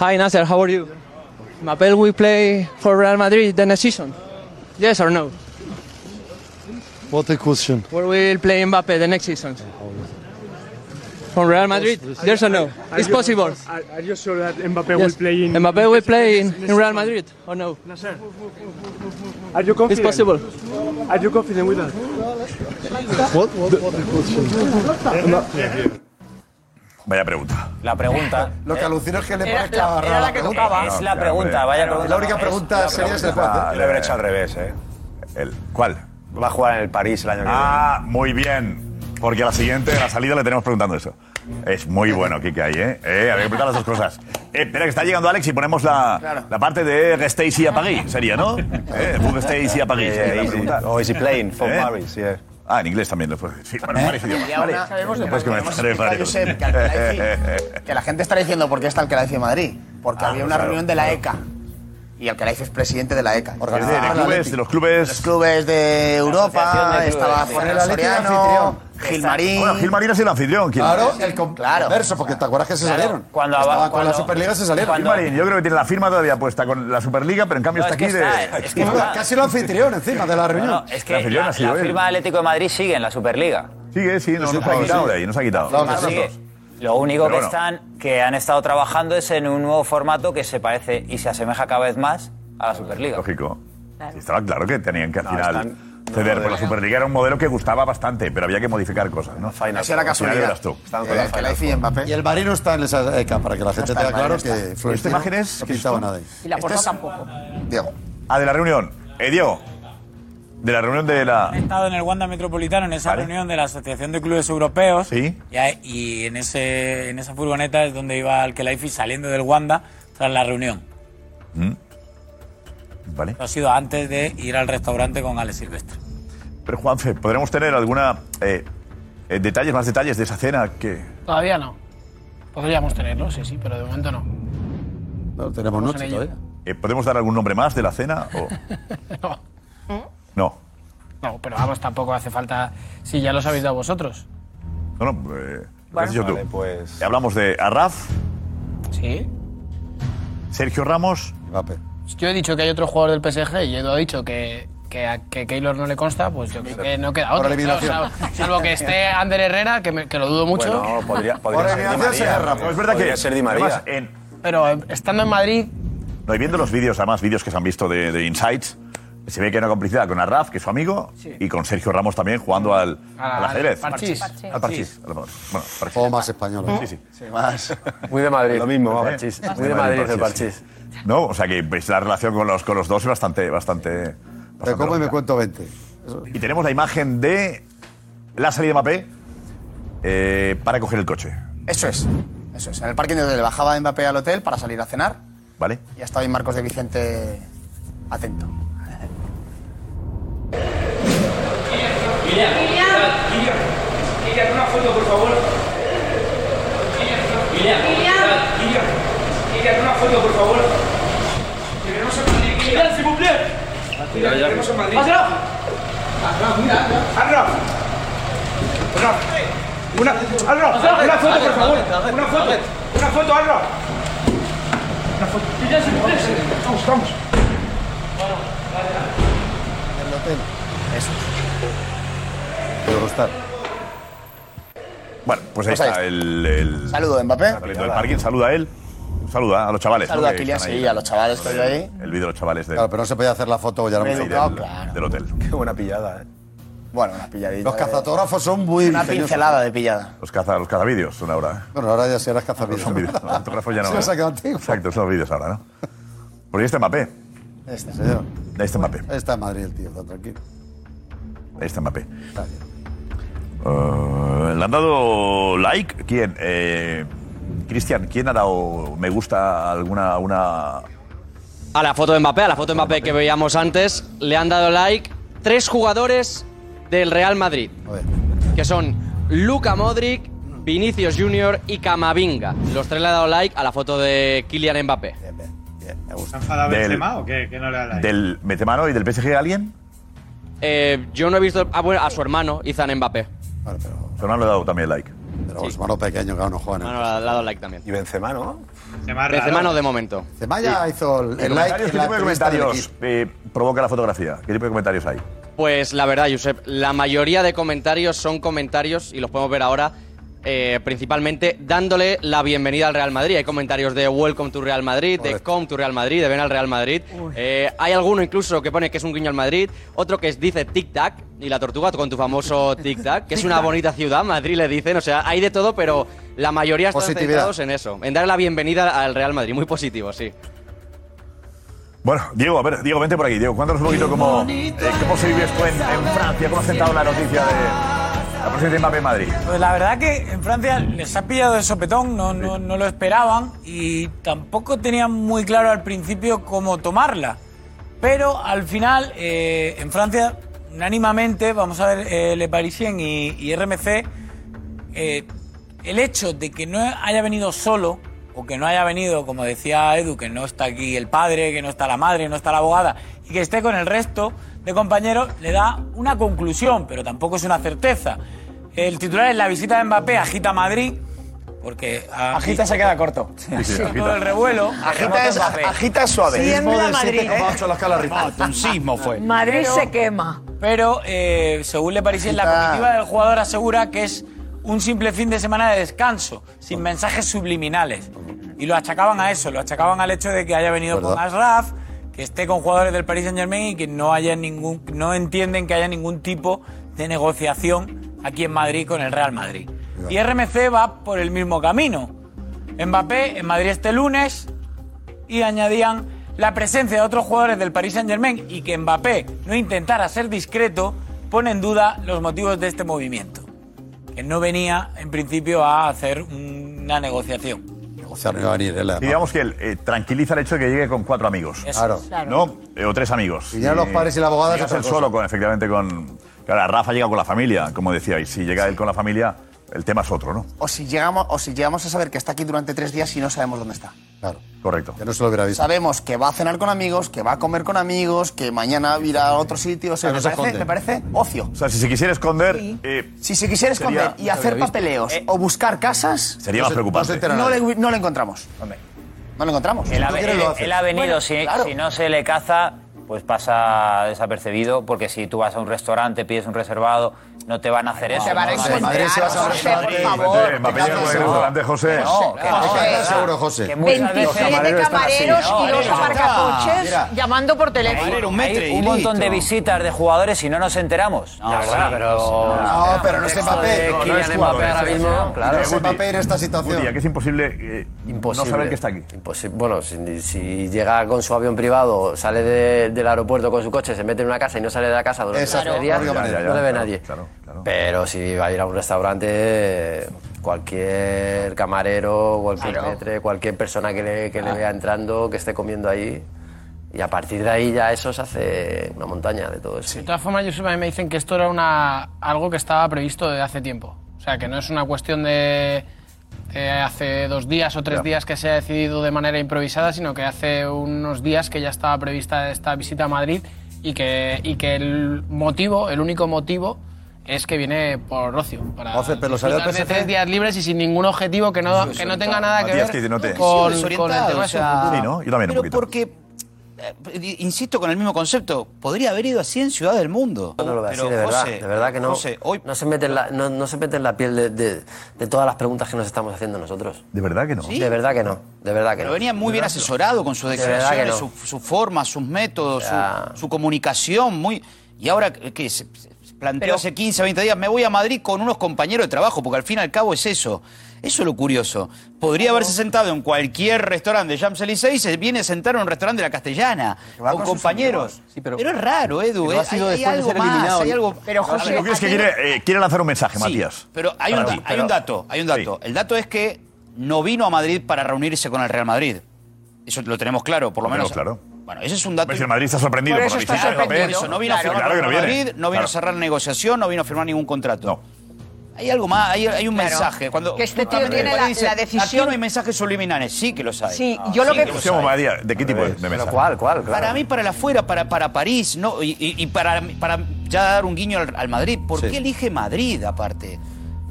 G: Hi Nasser, how are you? Mapel will play for Real Madrid the next season. Yes or no?
U: What a question.
G: Where will play Mbappe the next season? From Real Madrid? Yes or no?
V: Are
G: It's
V: you-
G: possible.
V: Are, are you sure that Mbappé
G: Yes.
V: will play in?
G: Mbappé will play in, in Real
V: season?
G: Madrid or no?
V: Are you confident?
G: possible.
V: Are you confident with that?
U: What, what, what a question.
F: Vaya pregunta.
P: La pregunta.
E: Lo que alucino es que le
P: Era-
E: parezca
P: la-
E: rara
P: era
E: la
P: la que
E: pregunta.
P: tocaba. Es la pregunta, vaya pregunta.
E: La única
P: Es
E: pregunta
P: la
E: sería se
P: pregunta.
E: puede hacer.
F: Ah, le habrán hecho al revés, ¿eh? El, ¿Cuál? Va a jugar en el París el año que viene. Ah, muy bien. Porque a la siguiente, a la salida, le tenemos preguntando eso. Es muy bueno, Kike, ahí, ¿eh? eh había que preguntar las dos cosas. Eh, espera, que está llegando Alex y ponemos la, la parte de Gasteiz y Apagui, sería, ¿no? Eh, Full Gasteiz y Apagui.
N: Yeah,
F: sería la
N: easy.
F: pregunta.
N: Oh, easy plane from
F: ¿Eh?
N: Paris, yeah.
F: Ah, en inglés también lo puedes decir.
H: Eh.
F: Bueno, en varios idiomas.
H: Ya ahora sabemos de
F: Puedes
H: por qué
F: comentar en
H: hemos
F: varios.
H: explicado, Josep, que al Que la gente está diciendo por qué está Alquelife en Madrid. Porque
F: Ah,
H: había una
F: claro,
H: reunión de la ECA. Y Alquelife es presidente de la E ECA.
P: Ah,
F: de
H: Organizadora
F: clubes,
H: Atleti.
F: de los clubes-
H: Los clubes de
F: Asociación de
H: Europa,
F: clubes,
H: estaba
F: sí.
H: Juan
F: El Atleti de
H: Soriano, Gilmarín.
F: Bueno, Gil Marín ha sido el anfitrión. Gil
E: Claro,
F: Marín.
E: el con- converso, porque te acuerdas que se salieron. Estaban con la Superliga se salieron.
F: Gil Marín, yo creo que tiene la firma todavía puesta con la Superliga, pero en cambio
P: No,
F: está
P: es que
F: aquí
P: está,
F: de.
P: es que está.
E: Casi lo anfitrión encima de la reunión.
P: No, no, es
F: La
P: que la,
F: anfitriona ha sido
P: la
F: él.
P: firma del Atlético de Madrid sigue en la Superliga.
F: Sigue, sí, no,
P: Sí,
F: nos
P: sí,
F: ha quitado
P: sí.
F: de ahí, nos ha quitado.
P: La firma sigue. Lo único
F: Pero
P: que
F: bueno.
P: están, que han estado trabajando es en un nuevo formato que se parece y se asemeja cada vez más a la Superliga.
F: Lógico. Sí, estaba claro que tenían que al
P: No,
F: final
P: están-
F: ceder.
P: no,
F: Pues la
P: no.
F: Superliga era un modelo que gustaba bastante, pero había que modificar cosas, ¿no?
H: Así era
F: Al final
H: casualidad.
F: verás tú.
H: Están con la Eh, Final Four. Kelaifi y Mbappé.
E: Y el Madrid no está en esa ECA, para que la gente
H: está,
E: tenga
H: el Madrid
E: claro
H: no está.
E: que
F: Pero esta imagen es.
E: no pintaba nada ahí.
M: Y la porta tampoco.
E: Diego.
F: Ah, de la reunión. Eh, Diego. De la reunión de la.
W: He estado en el Wanda Metropolitano en esa reunión de la Asociación de Clubes Europeos y, ahí- y en, ese, en esa furgoneta es donde iba al Kelaifi saliendo del Wanda tras la reunión.
F: Mm. Vale.
W: Esto ha sido antes de ir al restaurante con Alex Silvestre.
F: Pero Juanfe, ¿podremos tener alguna. eh, eh, detalles, más detalles de esa cena que.
L: Todavía no. Podríamos tenerlo, sí, sí, pero de momento no.
E: No, tenemos
L: Estamos en ello.
F: Eh, ¿Podemos dar algún nombre más de la cena? O...
L: No.
F: No.
L: No, pero vamos, tampoco hace falta. Si ya los habéis dado vosotros.
F: No, no. eh, lo has
L: Bueno.
F: dicho tú.
L: Vale,
F: Eh, Hablamos de Arraf,
L: Sí.
F: Sergio Ramos.
L: Yo he dicho que hay otro jugador del PSG y Edu ha dicho que, que a que Keylor no le consta, pues yo creo que no queda
E: Por
L: otro.
E: eliminación.
L: claro, salvo, salvo que esté Ander Herrera, que, me- que lo dudo mucho.
N: Bueno, podría, podría ser Di María.
F: No, es verdad
N: Podría
F: que.
N: ser Di María.
F: además, en-
L: Pero eh, estando en Madrid,
F: no, y viendo los vídeos, además, vídeos que se han visto de, de Insights, se ve que hay una complicidad con Arraf, que es su amigo, y con Sergio Ramos también jugando al,
I: Al
F: al ajedrez.
I: parchís.
F: Parchís. Al parchís. a lo mejor. Bueno, parchís.
E: O más español. ¿eh?
F: Sí, sí.
E: más.
I: Muy de Madrid.
N: Lo mismo, va,
F: ¿Eh?
N: parchís. Muy de Madrid el parchís.
F: No, o sea que pues, la relación con los, con los dos es bastante. bastante te como y me
E: cuento 20.
F: Y tenemos la imagen de la salida de Mbappé eh, para coger el coche.
H: Eso es. Eso es. En el parking de hotel bajaba Mbappé al hotel para salir a cenar
F: ¿Vale?
H: y ha estado ahí Marcos de Vicente atento.
X: Kilian. Kilian. Kilian, una foto, por favor. Kilian. Kilian. Kilian, una foto, por favor. Te queremos en Madrid, Kilian. s'il vous plaît. Kilian, te queremos en Madrid. Asraf. mira, Asraf. Asraf. Una, Asraf, una foto, por favor. Una foto. Una foto, Asraf. Una foto. Kilian, s'il vous plaît. Vamos, vamos.
E: El hotel.
H: Eso.
E: Quiero gustar.
F: Bueno, pues ahí
H: Pues ahí
F: está el. el
H: Saludo de Mbappé.
F: saliendo del parking, saluda a él. Saluda a los chavales.
H: Saluda
F: ¿no?
H: a
F: Que
H: Kilian,
F: están ahí.
H: sí, a los chavales que hay ahí.
F: El vídeo de los chavales del,
E: Claro, pero no se podía hacer la foto, ya lo
H: Me
E: hemos
H: he
E: dicho.
H: educado, claro.
F: del hotel.
N: Qué buena pillada, ¿eh?
H: Bueno, una pilladita.
E: Los
H: de-
E: cazatógrafos son muy
H: Una
E: ingeniosos.
H: pincelada de pillada.
F: Los, caza, los cazavídeos son ahora.
E: Bueno, ahora ya serás cazavídeos.
F: ¿eh? Son vídeos. Los fotógrafos ya no.
E: Se nos ha quedado antiguo.
F: Exacto, son los vídeos ahora, ¿no? Pues ahí está Mbappé. Ahí
E: Este señor.
F: está Mbappé. Ahí
E: está en Madrid el tío, está tranquilo.
F: está Mbappé. Eh, ¿Le han dado like? ¿Quién? Eh, Cristian, ¿quién ha dado me gusta a alguna una
T: A la foto de Mbappé, a la foto de Mbappé que veíamos antes, le han dado like tres jugadores del Real Madrid. Que son Luca Modric, Vinicius Junior y Camavinga. Los tres le han dado like a la foto de Kylian Mbappé.
S: ¿Está enfadado
F: Del-
S: Benzema o qué? Que no le da like?
F: del Metemano y del PSG alguien?
T: Eh, yo no he visto ah, bueno, a su hermano, Izan Mbappé.
F: Su hermano le ha dado también like.
E: Pero su hermano pequeño, claro, no juega.
T: Hermano, le ha dado like también.
N: Y Benzema, ¿no?
T: Benzema no de momento.
E: Benzema ya hizo el,
F: ¿Y
E: el
F: comentarios?
E: like. en
F: ¿Qué
E: la
F: tipo de
E: entrevista del
F: comentarios eh, provoca la fotografía? ¿Qué tipo de comentarios hay?
T: Pues la verdad, Josep, la mayoría de comentarios son comentarios, y los podemos ver ahora, eh, principalmente dándole la bienvenida al Real Madrid. Hay comentarios de Welcome to Real Madrid, de Come to Real Madrid, de Ven al Real Madrid. Eh, hay alguno incluso que pone que es un guiño al Madrid, otro que dice Tic Tac y la tortuga con tu famoso Tic Tac, que es una bonita ciudad, Madrid le dicen, o sea, hay de todo, pero la mayoría están
E: Positividad.
T: centrados en eso, en dar la bienvenida al Real Madrid. Muy positivo, sí.
F: Bueno, Diego, a ver, Diego, vente por aquí. Diego, cuéntanos un poquito cómo, eh, cómo se vive esto en, en Francia, cómo ha sentado la noticia de la presencia de Mbappé en Madrid.
W: Pues la verdad que en Francia les ha pillado de sopetón, no, no, no lo esperaban y tampoco tenían muy claro al principio cómo tomarla. Pero al final, eh, en Francia, unánimamente, vamos a ver, eh, Le Parisien y, y RMC, eh, el hecho de que no haya venido solo, o que no haya venido, como decía Edu, que no está aquí el padre, que no está la madre, no está la abogada, y que esté con el resto de compañeros, le da una conclusión, pero tampoco es una certeza. El titular es la visita de Mbappé agita Madrid, porque... ah,
H: Agita se queda corto.
W: Sí, sí, agita. Todo el revuelo.
H: Agita es,
W: Mbappé.
H: agita es suave.
M: Tiembla Madrid, ¿eh?
W: Un sismo fue.
M: Madrid
W: Pero-
M: se quema.
W: Pero, eh, según le parecía, la
M: Agita.
W: comitiva del jugador asegura que es un simple fin de semana de descanso, sin mensajes subliminales. Y lo achacaban a eso, lo achacaban al hecho de que haya venido
Y: ¿Verdad?
W: con Asraf, que esté con jugadores del Paris Saint Germain y que no, haya ningún, no entienden que haya ningún tipo de negociación aquí en Madrid con el Real Madrid. Y RMC va por el mismo camino. Mbappé en Madrid este lunes, y añadían la presencia de otros jugadores del Paris Saint-Germain y que Mbappé no intentara ser discreto pone en duda los motivos de este movimiento, que no venía en principio a hacer una negociación.
E: Negociar no iba a venir, ¿eh? La-
F: Y digamos que él, eh, tranquiliza el hecho de que llegue con cuatro amigos.
E: Eso, Claro. claro.
F: ¿No? Eh, o tres amigos.
E: Y ya los padres y la abogada
F: llegas
E: es otra
F: él
E: cosa.
F: solo, con, efectivamente, con... Claro, Rafa llega con la familia, como decíais. Si llega él con la familia, el tema es otro, ¿no?
H: O si, llegamos, o si llegamos a saber que está aquí durante tres días y no sabemos dónde está.
E: Claro.
F: Correcto.
E: Que no se lo hubiera visto.
H: Sabemos que va a cenar con amigos, que va a comer con amigos, que mañana irá a otro sitio. O sea,
F: Que no
H: me,
F: se
H: parece,
F: esconde.
H: me parece ocio.
F: O sea, si se quisiera esconder. eh,
H: Si se quisiera
F: sería-
H: esconder y hacer papeleos o buscar casas.
F: Sería más
H: se-
F: preocupante.
H: se entera
F: No
H: nadie. No le, no le encontramos. No le encontramos.
P: Él ha,
H: Si tú quieres, lo
P: él-
H: haces.
P: él ha venido,
H: Bueno,
P: si,
H: claro.
P: si no se le caza, pues pasa desapercibido, porque si tú vas a un restaurante, pides un reservado, no te van a hacer
H: Te
P: eso.
H: van a
P: ¿no?
H: encontrar, Madrid, si vas a un José, por restaurante, favor,
F: vete, Mbappé ya no es restaurante, José.
P: No, que no,
F: José,
P: que no.
F: seguro, José.
P: Que muchas veces-
M: 27 camareros y dos aparcacoches llamando por
P: Hay
M: teléfono.
P: un, montón de visitas de jugadores y no nos enteramos. La verdad, pero...
E: No, pero no es Mbappé.
P: No, no es Mbappé ahora mismo,
E: No
P: claro.
E: es Mbappé en esta situación.
I: que
F: es imposible, eh,
I: imposible
F: no saber que está aquí.
I: Imposi- Bueno, si, si llega con su avión privado, sale de- del aeropuerto con su coche, se mete en una casa y no sale de la casa durante
E: Exacto,
I: tres días,
E: no habría manera.
I: no le ve
E: Claro,
I: nadie. Pero si va a ir a un restaurante, cualquier camarero, cualquier metre, cualquier persona que, le,
E: Ah.
I: que le vea entrando, que esté comiendo ahí. Y a partir de ahí ya eso se hace una montaña de todo eso.
L: De todas formas, Josep, a mí me dicen que esto era una, algo que estaba previsto desde hace tiempo. O sea, que no es una cuestión de, de hace dos días o tres
I: Ya.
L: días que se ha decidido de manera improvisada, sino que hace unos días que ya estaba prevista esta visita a Madrid y que, y que el motivo, el único motivo, es que viene por ocio. Para
E: Oce, pero salió al
L: disfrutar
E: PSG.
L: de tres días libres y sin ningún objetivo que no, que no tenga nada que
F: Matías,
L: ver
F: que no te-
L: con,
F: Sí,
L: con el tema de su futuro.
F: Sí, ¿no? Yo también un
Q: Pero
F: poquito.
Q: porque, eh, insisto con el mismo concepto, podría haber ido así en Ciudad del Mundo.
I: No lo veo así,
Q: Pero,
I: de verdad,
Q: José,
I: de verdad que no,
Q: José,
I: no, se mete en la, no, no se mete en la piel de, de- de todas las preguntas que nos estamos haciendo nosotros.
F: ¿De verdad que no?
I: De verdad que no, de verdad que
Q: Pero
I: no.
Q: venía muy bien asesorado con sus
I: De verdad que
Q: declaraciones,
I: no.
Q: su, su forma, sus métodos, su-
I: Ya.
Q: su, comunicación. muy Y ahora, ¿qué? Se se planteó hace 15, 20 días, me voy a Madrid con unos compañeros de trabajo, porque al fin y al cabo es eso. Eso es lo curioso. Podría haberse sentado en cualquier restaurante de Champs-Élysées y se viene a sentar en un restaurante de la Castellana,
E: va
Q: con
E: con sus
Q: compañeros.
E: amigos.
Q: pero, es raro, Edu.
E: Pero ha
Q: eh,
E: sido
Q: hay,
E: después de
Q: hay algo
E: ser
Q: más,
E: eliminado.
Q: hay algo...
M: Pero,
F: Lo que quiere es que quiere, eh, quiere lanzar un mensaje, Matías.
Q: Pero hay un,
F: Para
Q: da-
F: ti.
Q: hay un dato, hay un dato. El dato es que no vino a Madrid para reunirse con el Real Madrid. Eso lo tenemos claro, por lo,
F: Lo
Q: menos.
F: tenemos claro.
Q: Bueno, ese es un dato.
F: Pues el Madrid está sorprendido Por por la eso está visita de Mbappé.
Q: Por eso, no vino
F: Claro.
Q: a firmar
F: Claro que
Q: con
F: no viene.
Q: Madrid, no vino
F: Claro.
Q: a cerrar negociación, no vino a firmar ningún contrato. Hay algo más, hay, hay un
M: Claro.
Q: mensaje. Cuando,
M: Que este tío
Q: cuando
M: tiene
Q: Madrid
M: la-
Q: dice,
M: la
Q: Aquí no
M: decisión-
Q: hay mensajes subliminales, sí que los hay.
M: Sí, yo lo que-
Q: los
F: Seamos,
Q: hay.
F: Matías, ¿De qué tipo de de mensaje?
I: ¿Cuál, cuál?
Q: Para mí, para el afuera, para, para París, ¿no? y, y- y para, para ya dar un guiño al, al Madrid. ¿Por
E: Sí.
Q: qué elige Madrid aparte?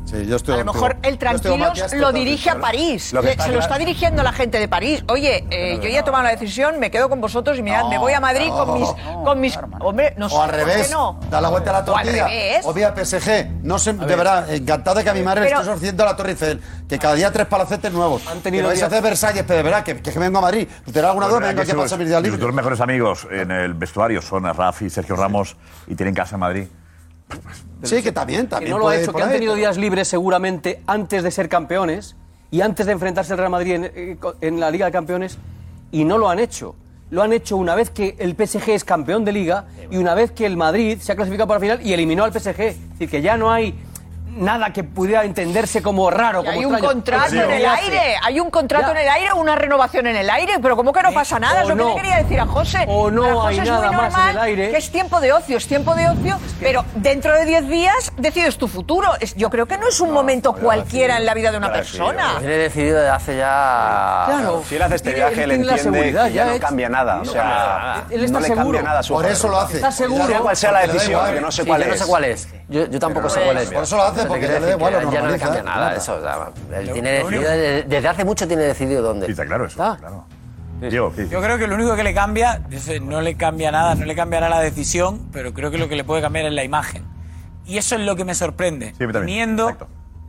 E: Sí, yo estoy
Q: A lo
E: contigo.
Q: mejor
M: El
E: Yo estoy con
M: tranquilos
E: Matías
M: lo
E: totalmente.
M: dirige a París.
E: Lo que
M: Le-
E: está
M: se lo
E: claro-
M: está dirigiendo la gente de París. Oye, eh, yo ya he tomado la decisión, me quedo con vosotros y mirad, me voy a Madrid
E: no,
M: con mis. con mis hombre, no sé,
E: O al
M: ¿por qué
E: revés,
M: no?
E: da la vuelta a la
M: O al
E: tortilla.
M: revés.
E: O vía PSG. No sé, de verdad, encantado de que a mi madre le
M: Pero-
E: estés ofreciendo la Torre Eiffel. Que cada día tres palacetes nuevos. Han
O: tenido
E: que vais a
O: días-
E: hacer Versalles, pero de verdad, que, que vengo a Madrid. ¿Te da alguna
F: Pues
E: duda?
F: verdad
E: Vengo aquí a
F: sus-
E: pasar mis días
F: Mis
E: libres.
F: dos mejores amigos en el vestuario son Rafi y Sergio Ramos y tienen casa en Madrid.
E: Sí, que también,
O: que
E: también.
O: no lo ha
E: puede ir
O: hecho,
E: por
O: que han
E: ahí,
O: tenido
E: pero-
O: días libres seguramente antes de ser campeones y antes de enfrentarse al Real Madrid en, eh, co- en la Liga de Campeones y no lo han hecho. Lo han hecho una vez que el PSG es campeón de Liga y una vez que el Madrid se ha clasificado para la final y eliminó al PSG. Es decir, que ya no hay nada que pudiera entenderse como raro,
M: Y
O: como
M: hay un
O: extraño.
M: contrato en el
O: Hace.
M: aire, hay un contrato
O: Ya.
M: en el aire, una renovación en el aire, pero ¿cómo
E: Eh,
M: que no pasa nada? Es
O: o
M: lo que
O: no.
M: le quería decir a José.
O: O no
M: Para José
O: hay
M: es muy
O: nada más en
M: normal
O: el aire.
M: Que es tiempo de ocio, es tiempo de ocio, pero dentro de 10 días decides tu futuro. Es- Yo creo que no es un momento cualquiera en la vida de una persona.
I: Lo tiene decidido desde hace ya.
M: Claro.
N: Si él hace este
I: Él
N: viaje, él
I: tiene la
N: entiende
I: seguridad,
N: que ya
I: ya
N: no
I: hecho.
N: cambia nada. O
I: No
N: sea,
I: cambia. Él está
N: no le
I: seguro.
N: cambia nada a su
I: Por
N: juego.
I: eso lo hace. Está seguro.
N: Sea cual sea la
I: Porque le da
N: decisión,
I: igual.
N: que no sé
I: Sí,
N: cuál
I: yo
N: es.
I: no sé cuál es. Yo, yo tampoco
N: Pero
I: sé
N: no
I: cuál
N: es.
I: es.
N: Por eso lo hace,
I: Pero
N: porque
I: quiero
N: le da
I: decir
N: igual, lo
I: que Ya no le
N: normaliza, ¿eh?
I: cambia
N: nada.
I: nada eso. o sea, él
N: Lo-
I: tiene
N: lo único-
I: decidido, desde- desde hace mucho tiene decidido dónde. Sí,
F: está claro eso. Claro. Diego, ¿qué dices?
W: Yo creo que lo único que le cambia, dice, no le cambia nada, no le cambiará la decisión, pero creo que lo que le puede cambiar es la imagen. Y eso es lo que me sorprende.
F: Sí, a mí también.
W: Viniendo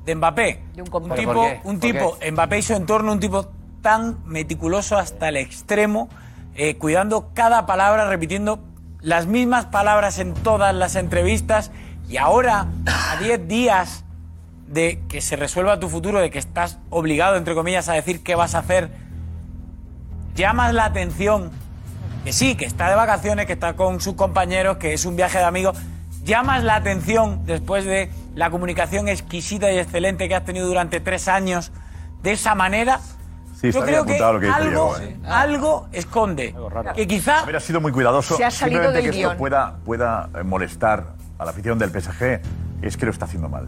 W: de Mbappé. un
M: compañero.
W: tipo,
M: ¿Pero por qué?
W: un
M: ¿Por
W: tipo Mbappé y su entorno, un tipo tan meticuloso hasta el extremo, eh, cuidando cada palabra, repitiendo las mismas palabras en todas las entrevistas. Y ahora, a 10 días de que se resuelva tu futuro, de que estás obligado, entre comillas, a decir qué vas a hacer, llamas la atención que sí, que está de vacaciones, que está con sus compañeros, que es un viaje de amigos. Llamas la atención después de la comunicación exquisita y excelente que has tenido durante tres años de esa manera.
F: Sí, está bien
W: Yo creo que,
F: apuntado lo que dice
W: algo,
F: Diego, ¿eh?
W: algo esconde. Que quizá
F: Hubiera sido muy cuidadoso.
W: Se ha salido
F: Simplemente
W: del
F: que esto
W: guión.
F: pueda, pueda eh, molestar a la afición del PSG es que lo está haciendo mal.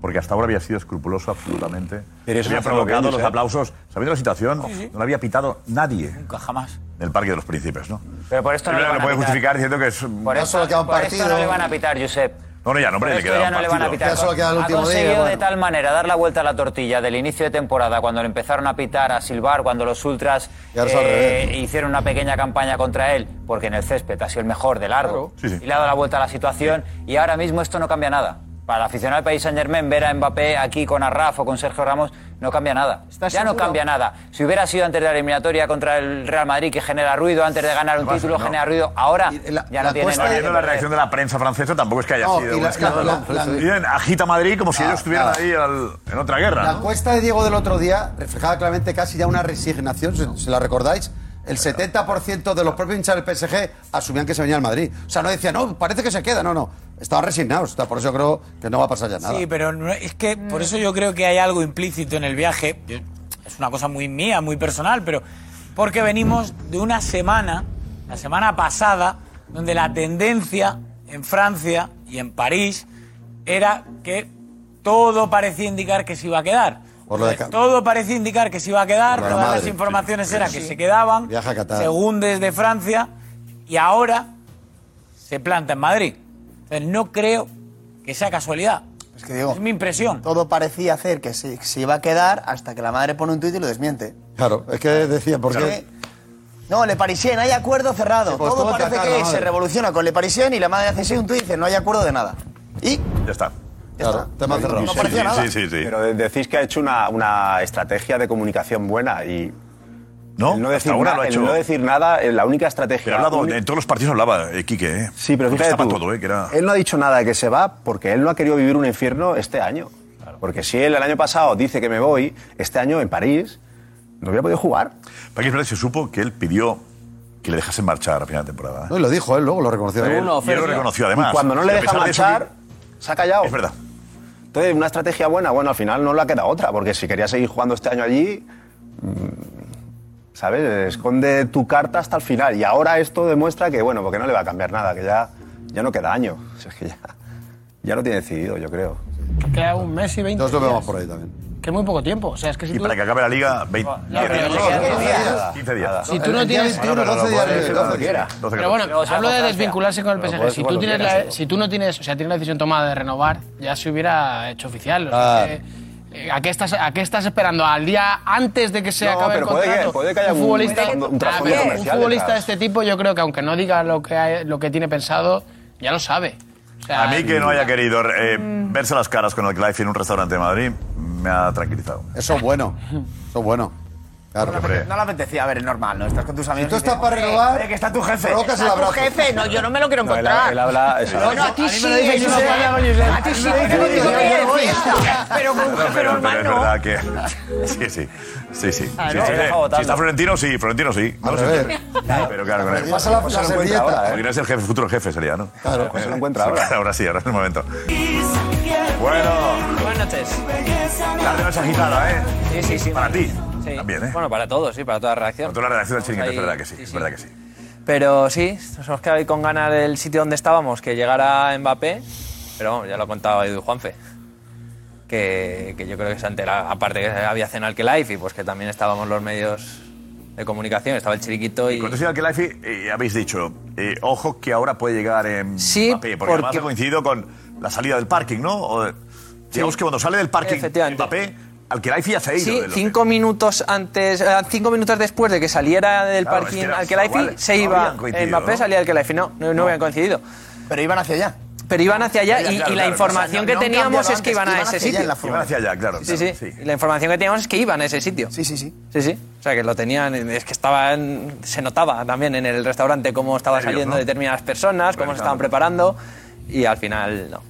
F: porque hasta ahora había sido escrupuloso absolutamente.
N: Pero eso
F: había
N: no hace
F: provocado
N: bloqueos,
F: los
N: ¿eh?
F: aplausos. ¿Sabéis la situación?
N: Sí, sí.
F: No la había pitado nadie.
N: Nunca, jamás.
F: Del Parque de los Príncipes, ¿no?
P: Pero por esto no
F: Primero lo
P: le van a
F: puede justificar
P: pitar.
F: diciendo que es.
P: Por eso, por esto no le van a pitar, Josep.
F: No, no, ya no, hombre,
P: Por
F: le
P: esto
F: queda
P: ya
F: un
P: no le van a
F: partido.
P: pitar.
F: Ya solo queda el
P: ha
F: último día,
P: conseguido de
F: bueno.
P: tal manera dar la vuelta a la tortilla del inicio de temporada, cuando le empezaron a pitar, a silbar, cuando los ultras eh,
E: Y ahora es al revés.
P: hicieron una pequeña campaña contra él, porque en el césped ha sido el mejor de largo,
E: Claro. Sí, sí.
P: y le ha dado la vuelta a la situación, y ahora mismo esto no cambia nada. Para el aficionado del País Saint Germain, ver a Mbappé aquí con Arraf o con Sergio Ramos no cambia nada. Ya no
W: seguro?
P: cambia nada. Si hubiera sido antes de la eliminatoria contra el Real Madrid, que genera ruido, antes de ganar un
F: Además,
P: título,
F: no.
P: genera ruido, ahora ya no tiene
F: Está
P: nada que
F: viendo la
P: perder.
F: reacción de la prensa francesa tampoco es que haya
P: No,
F: sido
P: y
F: un
P: la-
F: escándalo.
P: la- la-
F: Bien, agita Madrid como si
E: Nada,
F: ellos estuvieran
E: nada.
F: ahí al- en otra guerra.
E: La
F: ¿no?
E: encuesta de Diego del otro día reflejaba claramente casi ya una resignación, si- si la recordáis. El 70% de los propios hinchas del PSG asumían que se venía al Madrid. O sea, no decían, no, parece que se queda. No, no. Estaban resignados. O sea, por eso creo que no va a pasar ya nada.
W: Sí, pero no- es que por eso yo creo que hay algo implícito en el viaje. Yo- Es una cosa muy mía, muy personal, pero porque venimos de una semana, la semana pasada, donde la tendencia en Francia y en París era que todo parecía indicar que se iba a quedar.
E: Por lo de Ca-
W: Todo parecía indicar que se iba a quedar,
E: Por la
W: todas las
E: madre.
W: informaciones eran que
E: Sí.
W: se quedaban,
E: Viaja a Qatar.
W: según desde Francia, y ahora se planta en Madrid. Entonces no creo que sea casualidad.
H: Es que digo,
W: es mi impresión.
H: Todo parecía hacer que se, que se iba a quedar hasta que la madre pone un tuit y lo desmiente.
E: Claro, es que decía, ¿por qué?
H: No, Le Parisien, hay acuerdo cerrado.
E: Sí, pues
H: todo
E: todo
H: parece
E: cacao,
H: que
E: la
H: se
E: madre.
H: revoluciona con Le Parisien y la madre hace sí un tuit y dice, no hay acuerdo de nada. Y
F: Ya está.
N: Claro,
E: tema cerrado.
H: No parecía nada.
N: Pero de- decís que ha hecho una, una estrategia de comunicación buena y. No, no decir,
F: ahora
N: na-
F: lo ha
N: el
F: hecho.
N: no decir nada, eh, la única estrategia.
F: Pero ha hablado,
N: única-
F: en todos los partidos hablaba eh, Quique, ¿eh?
N: Sí, pero fíjate
F: Estaba
N: tú,
F: todo, ¿eh? Que era...
N: Él no ha dicho nada de que se va porque él no ha querido vivir un infierno este año. Porque si él el año pasado dice que me voy, este año en París no hubiera podido jugar.
F: Para que es verdad que se supo que él pidió que le dejasen marchar a final de temporada. ¿eh?
E: No, y lo dijo él, luego lo reconoció.
F: Pero él- y él lo reconoció además.
N: Y cuando no
F: Y
N: le
F: a
N: deja
F: pesar de eso,
N: marchar, se ha callado. Es
F: verdad.
N: Entonces, una estrategia buena, bueno, al final no le ha quedado otra, porque si quería seguir jugando este año allí, mm, ¿sabes? Esconde tu carta hasta el final. Y ahora esto demuestra que, bueno, porque no le va a cambiar nada, que ya, ya no queda año. O sea, es que ya, ya lo tiene decidido, yo creo.
L: Queda un mes y 20
N: Entonces lo vemos
L: días,
N: por ahí también.
L: Que es muy poco tiempo. O sea, es que si
F: Y
L: tú-
F: para que acabe la liga, 20
L: Ya, pero
F: días.
L: no, no, no,
F: 15
L: nada.
F: días. 15 días.
L: Si tú no tienes- Pero bueno, hablo de desvincularse con el PSG. Si tú, tienes la- E- si tú no tienes, o sea, tienes la decisión tomada de renovar, ya se hubiera hecho oficial. O sea,
N: Claro.
L: que, eh, ¿a, qué estás, ¿A qué estás esperando? ¿Al día antes de que se
N: No,
L: acabe
N: pero
L: el
N: puede que-
L: contrato?
N: puede que haya un-
L: futbolista,
N: un- un
L: Ah,
N: trasfondo
L: pero
N: comercial
L: futbolista de
N: detrás.
L: este tipo, yo creo que aunque no diga lo que, hay- lo que tiene pensado, ya lo sabe. O sea,
F: A mí que no haya querido eh,
H: Mm.
F: verse las caras con el Clive en un restaurante de Madrid me ha tranquilizado.
E: Eso es bueno. Eso es bueno. Claro.
H: no le apetecía, a ver, es normal, ¿no? Estás con tus amigos.
E: tú
H: y
E: estás
H: te-
E: para renovar,
H: Oye, que está tu jefe.
E: provocas el
H: Está tu
E: abrazo.
H: jefe, no, yo no me lo quiero
N: No, él-
H: encontrar.
N: él habla- eso-
H: Bueno, a ti
N: A mí me
H: sí,
N: lo dice
H: Josep.
N: Josep.
H: A ti sí, te lo digo que eres fiesta. Pero con un
F: No,
H: jefe
F: pero, pero
H: normal
F: es
H: no.
F: verdad que. Sí, sí. Sí, sí. Sí,
H: Ah,
F: sí,
H: no,
F: sí.
H: me deja
F: Si
H: votando.
F: está Florentino, sí. Florentino, sí. No sé.
N: revés.
F: Claro, Pero claro, con él.
N: Pasa la- la servilleta.
E: ¿eh?
F: Podría ser jefe, futuro jefe sería, ¿no?
N: Claro. Pues se lo encuentra
F: Sí,
N: ahora.
F: Ahora sí, ahora es el momento. Bueno.
P: Buenas noches.
F: Tarde noche agitada, ¿eh?
P: Sí, sí, sí.
F: Para ti.
P: Sí.
F: También, ¿eh?
P: Bueno, para todos, sí, para toda la reacción.
F: Para toda la reacción del
P: Estamos
F: chiringuito, es
P: ahí-
F: verdad que sí. Es verdad que sí.
W: Pero sí,
P: nos hemos quedado ahí con ganas del sitio donde estábamos, que llegara Mbappé. Pero vamos, ya lo ha contado Edu Juanfe. Que, que yo creo que se ha enterado, aparte que había cena al Life y pues que también estábamos los medios de comunicación, estaba el chiriquito y...
F: Cuando ha sido al Khelaifi, eh, habéis dicho, eh, ojo que ahora puede llegar en
W: Sí,
F: Mbappé, porque,
W: porque-
F: además ha coincidido con la salida del parking, ¿no? O, eh, digamos que cuando sale del parking Mbappé, al Khelaifi ya se ha ido.
W: Sí,
F: del hotel.
W: cinco minutos antes, eh, cinco minutos después de que saliera del
F: Claro,
W: parking
F: es que era-
W: al Khelaifi,
F: igual,
W: se
F: no
W: iba
F: habían coincidido,
W: Mbappé,
F: ¿no?
W: salía al Khelaifi. No, no, no habían coincidido.
H: Pero iban hacia allá.
W: Pero iban hacia allá
H: Claro,
W: y, y
H: claro,
W: la
H: claro.
W: información
H: O sea, no- no
W: que
H: han
W: teníamos
H: cambiado
W: es que
H: antes,
W: iban a
H: iban hacia
W: ese
H: allá
W: sitio.
H: en la furgoneta. Iban hacia
F: allá, claro.
W: Sí, sí. Y La información que teníamos es que iban a ese sitio.
H: Sí, sí, sí.
W: Sí, sí. O sea, que lo tenían, es que estaban, se notaba también en el restaurante cómo estaban
P: Nervios,
W: saliendo
P: ¿no?
W: determinadas personas, cómo
P: Claro.
W: se estaban preparando y al final no.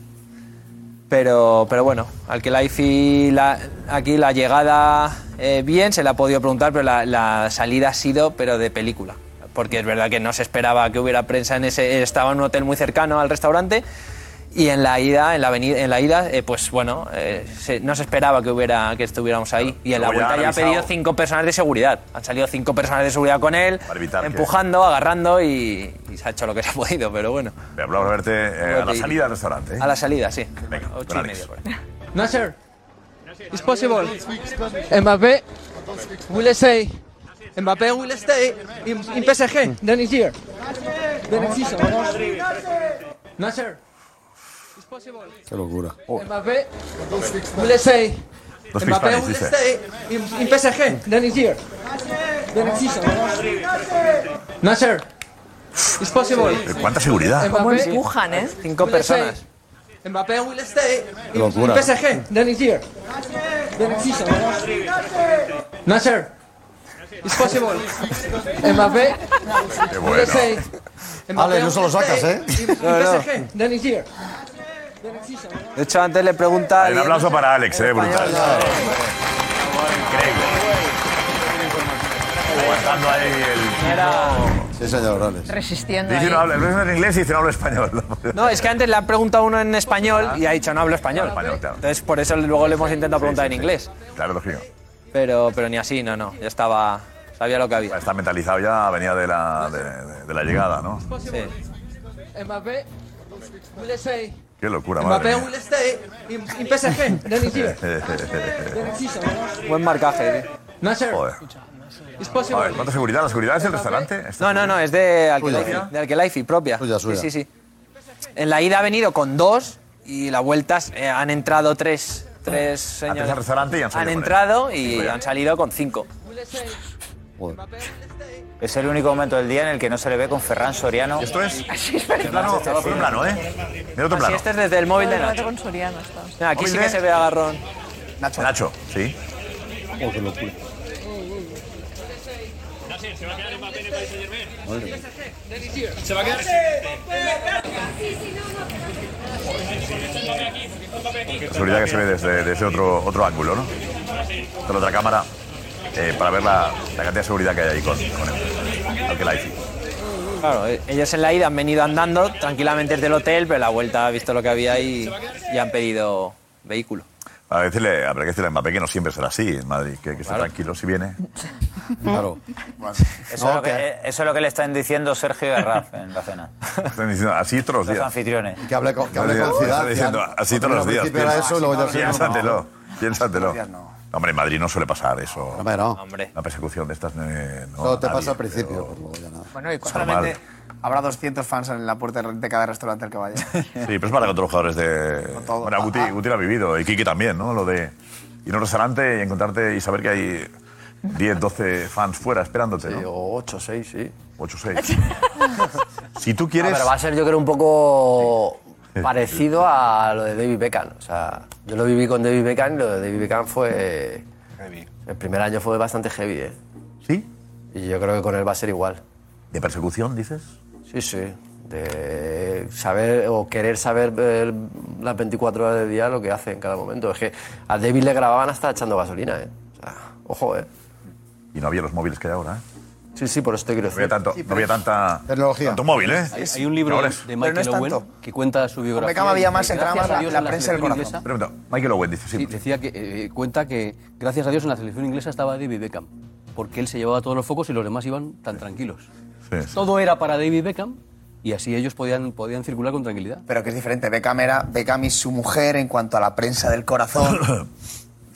W: Pero, pero bueno, al que Laifi la, aquí la llegada eh, bien se la ha podido preguntar, pero la, la salida ha sido pero de película. Porque es verdad que no se esperaba que hubiera prensa en ese. Estaba en un hotel muy cercano al restaurante. Y en la ida, en la avenida, en la ida, eh, pues bueno, eh, se- no se esperaba que hubiera que estuviéramos ahí. Y en la
P: Luego ya
W: vuelta
P: han
W: ya ha
P: avisado.
W: pedido cinco personas de seguridad. Han salido cinco personas de seguridad con él,
F: que-
W: empujando, agarrando y, y se ha hecho lo que se ha podido, pero bueno.
F: Ve, hablamos a verte eh, a la
W: Y-
F: salida del restaurante. ¿eh?
W: A la salida, sí.
F: Venga,
W: Ocho y
F: don
W: media,
F: Alex.
G: Nasser, it's possible. Mbappé will stay. Mbappé will stay in, in PSG the next year. The next season. Nasser, it's possible.
E: Qué locura.
F: Oh.
G: Mbappé will stay.
E: Dos
G: Mbappé
E: fiscales,
G: will
E: dice.
G: stay in, in PSG the next year. The next season. Nasser, it's possible.
F: ¿Cuánta seguridad?
G: Mbappé-
F: ¿Cómo
G: empujan, eh? Cinco
F: personas.
G: Mbappé will stay
F: Qué locura.
G: in PSG the next year. The next season. Nasser, it's possible. Mbappé
E: Qué
G: will stay.
E: Ale, no se lo sacas, ¿eh?
G: in PSG the next year.
Y: De hecho, antes le pregunta.
F: Un aplauso para Alex, eh, brutal. Aguantando ahí el.
E: Sí, señor, Alex.
M: Resistiendo.
F: Dice
Y: ahí.
F: no habla, el profesor en inglés y dice no hablo español.
Y: No, es que antes le han preguntado uno en español y ha dicho no hablo español. Entonces, por eso luego le hemos intentado preguntar en inglés.
F: Claro, lógico.
Y: Pero, pero ni así, no, no. Ya estaba. Sabía lo que había.
F: Está mentalizado ya, venía de la, de, de- de la llegada, ¿no?
Y: Sí.
G: Mbappé will stay.
F: Qué locura, madre.
G: Mbappé
F: mía.
G: will stay in, in PSG the next year. The next season.
Y: Buen marcaje. ¿eh?
F: Joder.
G: It's
F: A
G: possible.
F: ver, ¿cuánta seguridad? ¿La seguridad es el restaurante?
Y: No, no, no, es de Alquilaifi,
F: Suya.
Y: de Alquilaifi propia.
F: suya.
Y: Sí, sí, sí. En la ida ha venido con dos y la vuelta eh, han entrado tres, tres señores.
F: Ah, al restaurante y han salido con
Y: entrado
F: él.
Y: y
F: Joder.
Y: han salido con cinco.
P: Es el único momento del día en el que no se le ve con Ferran Soriano.
F: Esto es.
P: Así es,
F: Plano, por un plano, ¿eh? De otro
P: Así
F: plano.
P: este
Y: es desde el móvil de
P: Nacho.
Y: Nacho.
M: Soriano está.
Y: Mira, aquí
F: Móvil
Y: sí
F: de-
Y: que se ve agarrón.
F: Nacho. sí.
E: Oh,
X: Se va a quedar.
F: La seguridad que se ve desde, desde otro, otro ángulo, ¿no? Desde la otra cámara, eh, para ver la, la cantidad de seguridad que hay ahí con, con él. Al que la hice.
Y: Claro, eh, ellos en la ida han venido andando tranquilamente desde el hotel, pero la vuelta ha visto lo que había y, y han pedido vehículo.
F: A ver, decirle, habrá que decirle a Mbappé que no siempre será así en Madrid, que, que esté tranquilo si viene. Claro.
P: Eso, es lo que, eh, eso es lo que le están diciendo Sergio y a Rafa en la cena.
F: Están diciendo así todos los
P: Los
F: días.
P: anfitriones.
E: Que hable con, que hable
F: Están
E: con Zidane,
F: diciendo
E: Zidane.
F: así todos los
E: Al
F: días.
E: principio era eso y luego ya se-
F: Piénsatelo, piénsatelo. Hombre, en Madrid no suele pasar eso. Hombre, no. La persecución de estas eh, no, no,
E: No, te
F: nadie,
E: pasa al
F: pero-
E: principio, por luego ya nada.
H: Bueno, y
F: normal.
H: solamente habrá 200 fans en la puerta de cada restaurante al que vaya.
F: Sí, pero es para que otros jugadores de. Bueno, Guti,
I: Ah,
F: Guti lo ha vivido, y Kiki también, ¿no? Lo de ir a un restaurante y encontrarte y saber que hay 10, 12 fans fuera esperándote. ¿no? o 8, 6, sí. 8, 6. si tú quieres.
I: No, Ah, pero va a ser, yo creo, un poco parecido a lo de David Beckham. O sea, yo lo viví con David Beckham y lo de David Beckham fue. El primer año fue bastante heavy, ¿eh?
F: ¿Sí?
I: Y yo creo que con él va a ser igual.
F: ¿De persecución, dices?
I: Sí, sí. De saber o querer saber eh, las 24 horas del día lo que hace en cada momento. Es que a David le grababan hasta echando gasolina, ¿eh? O sea, ojo, ¿eh?
F: Y no había los móviles que hay ahora, ¿eh?
I: Sí, sí, por esto quiero
F: No había, tanto, no había tanta.
E: Tecnología.
F: Tanto móvil, ¿eh?
O: Hay, hay un libro de,
F: Ahora es-
O: de Michael Owen que cuenta su biografía.
H: Beckham había
O: y
H: más, entraba
O: gracias
H: más
O: a
H: la-
O: Dios
H: la
O: en
H: prensa del
O: selección
H: corazón.
O: inglesa-
F: Espera un momento, Michael Owen dice
O: Sí, decía que eh, cuenta que gracias a Dios en la selección inglesa estaba David Beckham, porque él se llevaba todos los focos y los demás iban tan tranquilos. Todo era para David Beckham y así ellos podían, podían circular con tranquilidad.
H: Pero que es diferente. Beckham era Beckham y su mujer en cuanto a la prensa del corazón.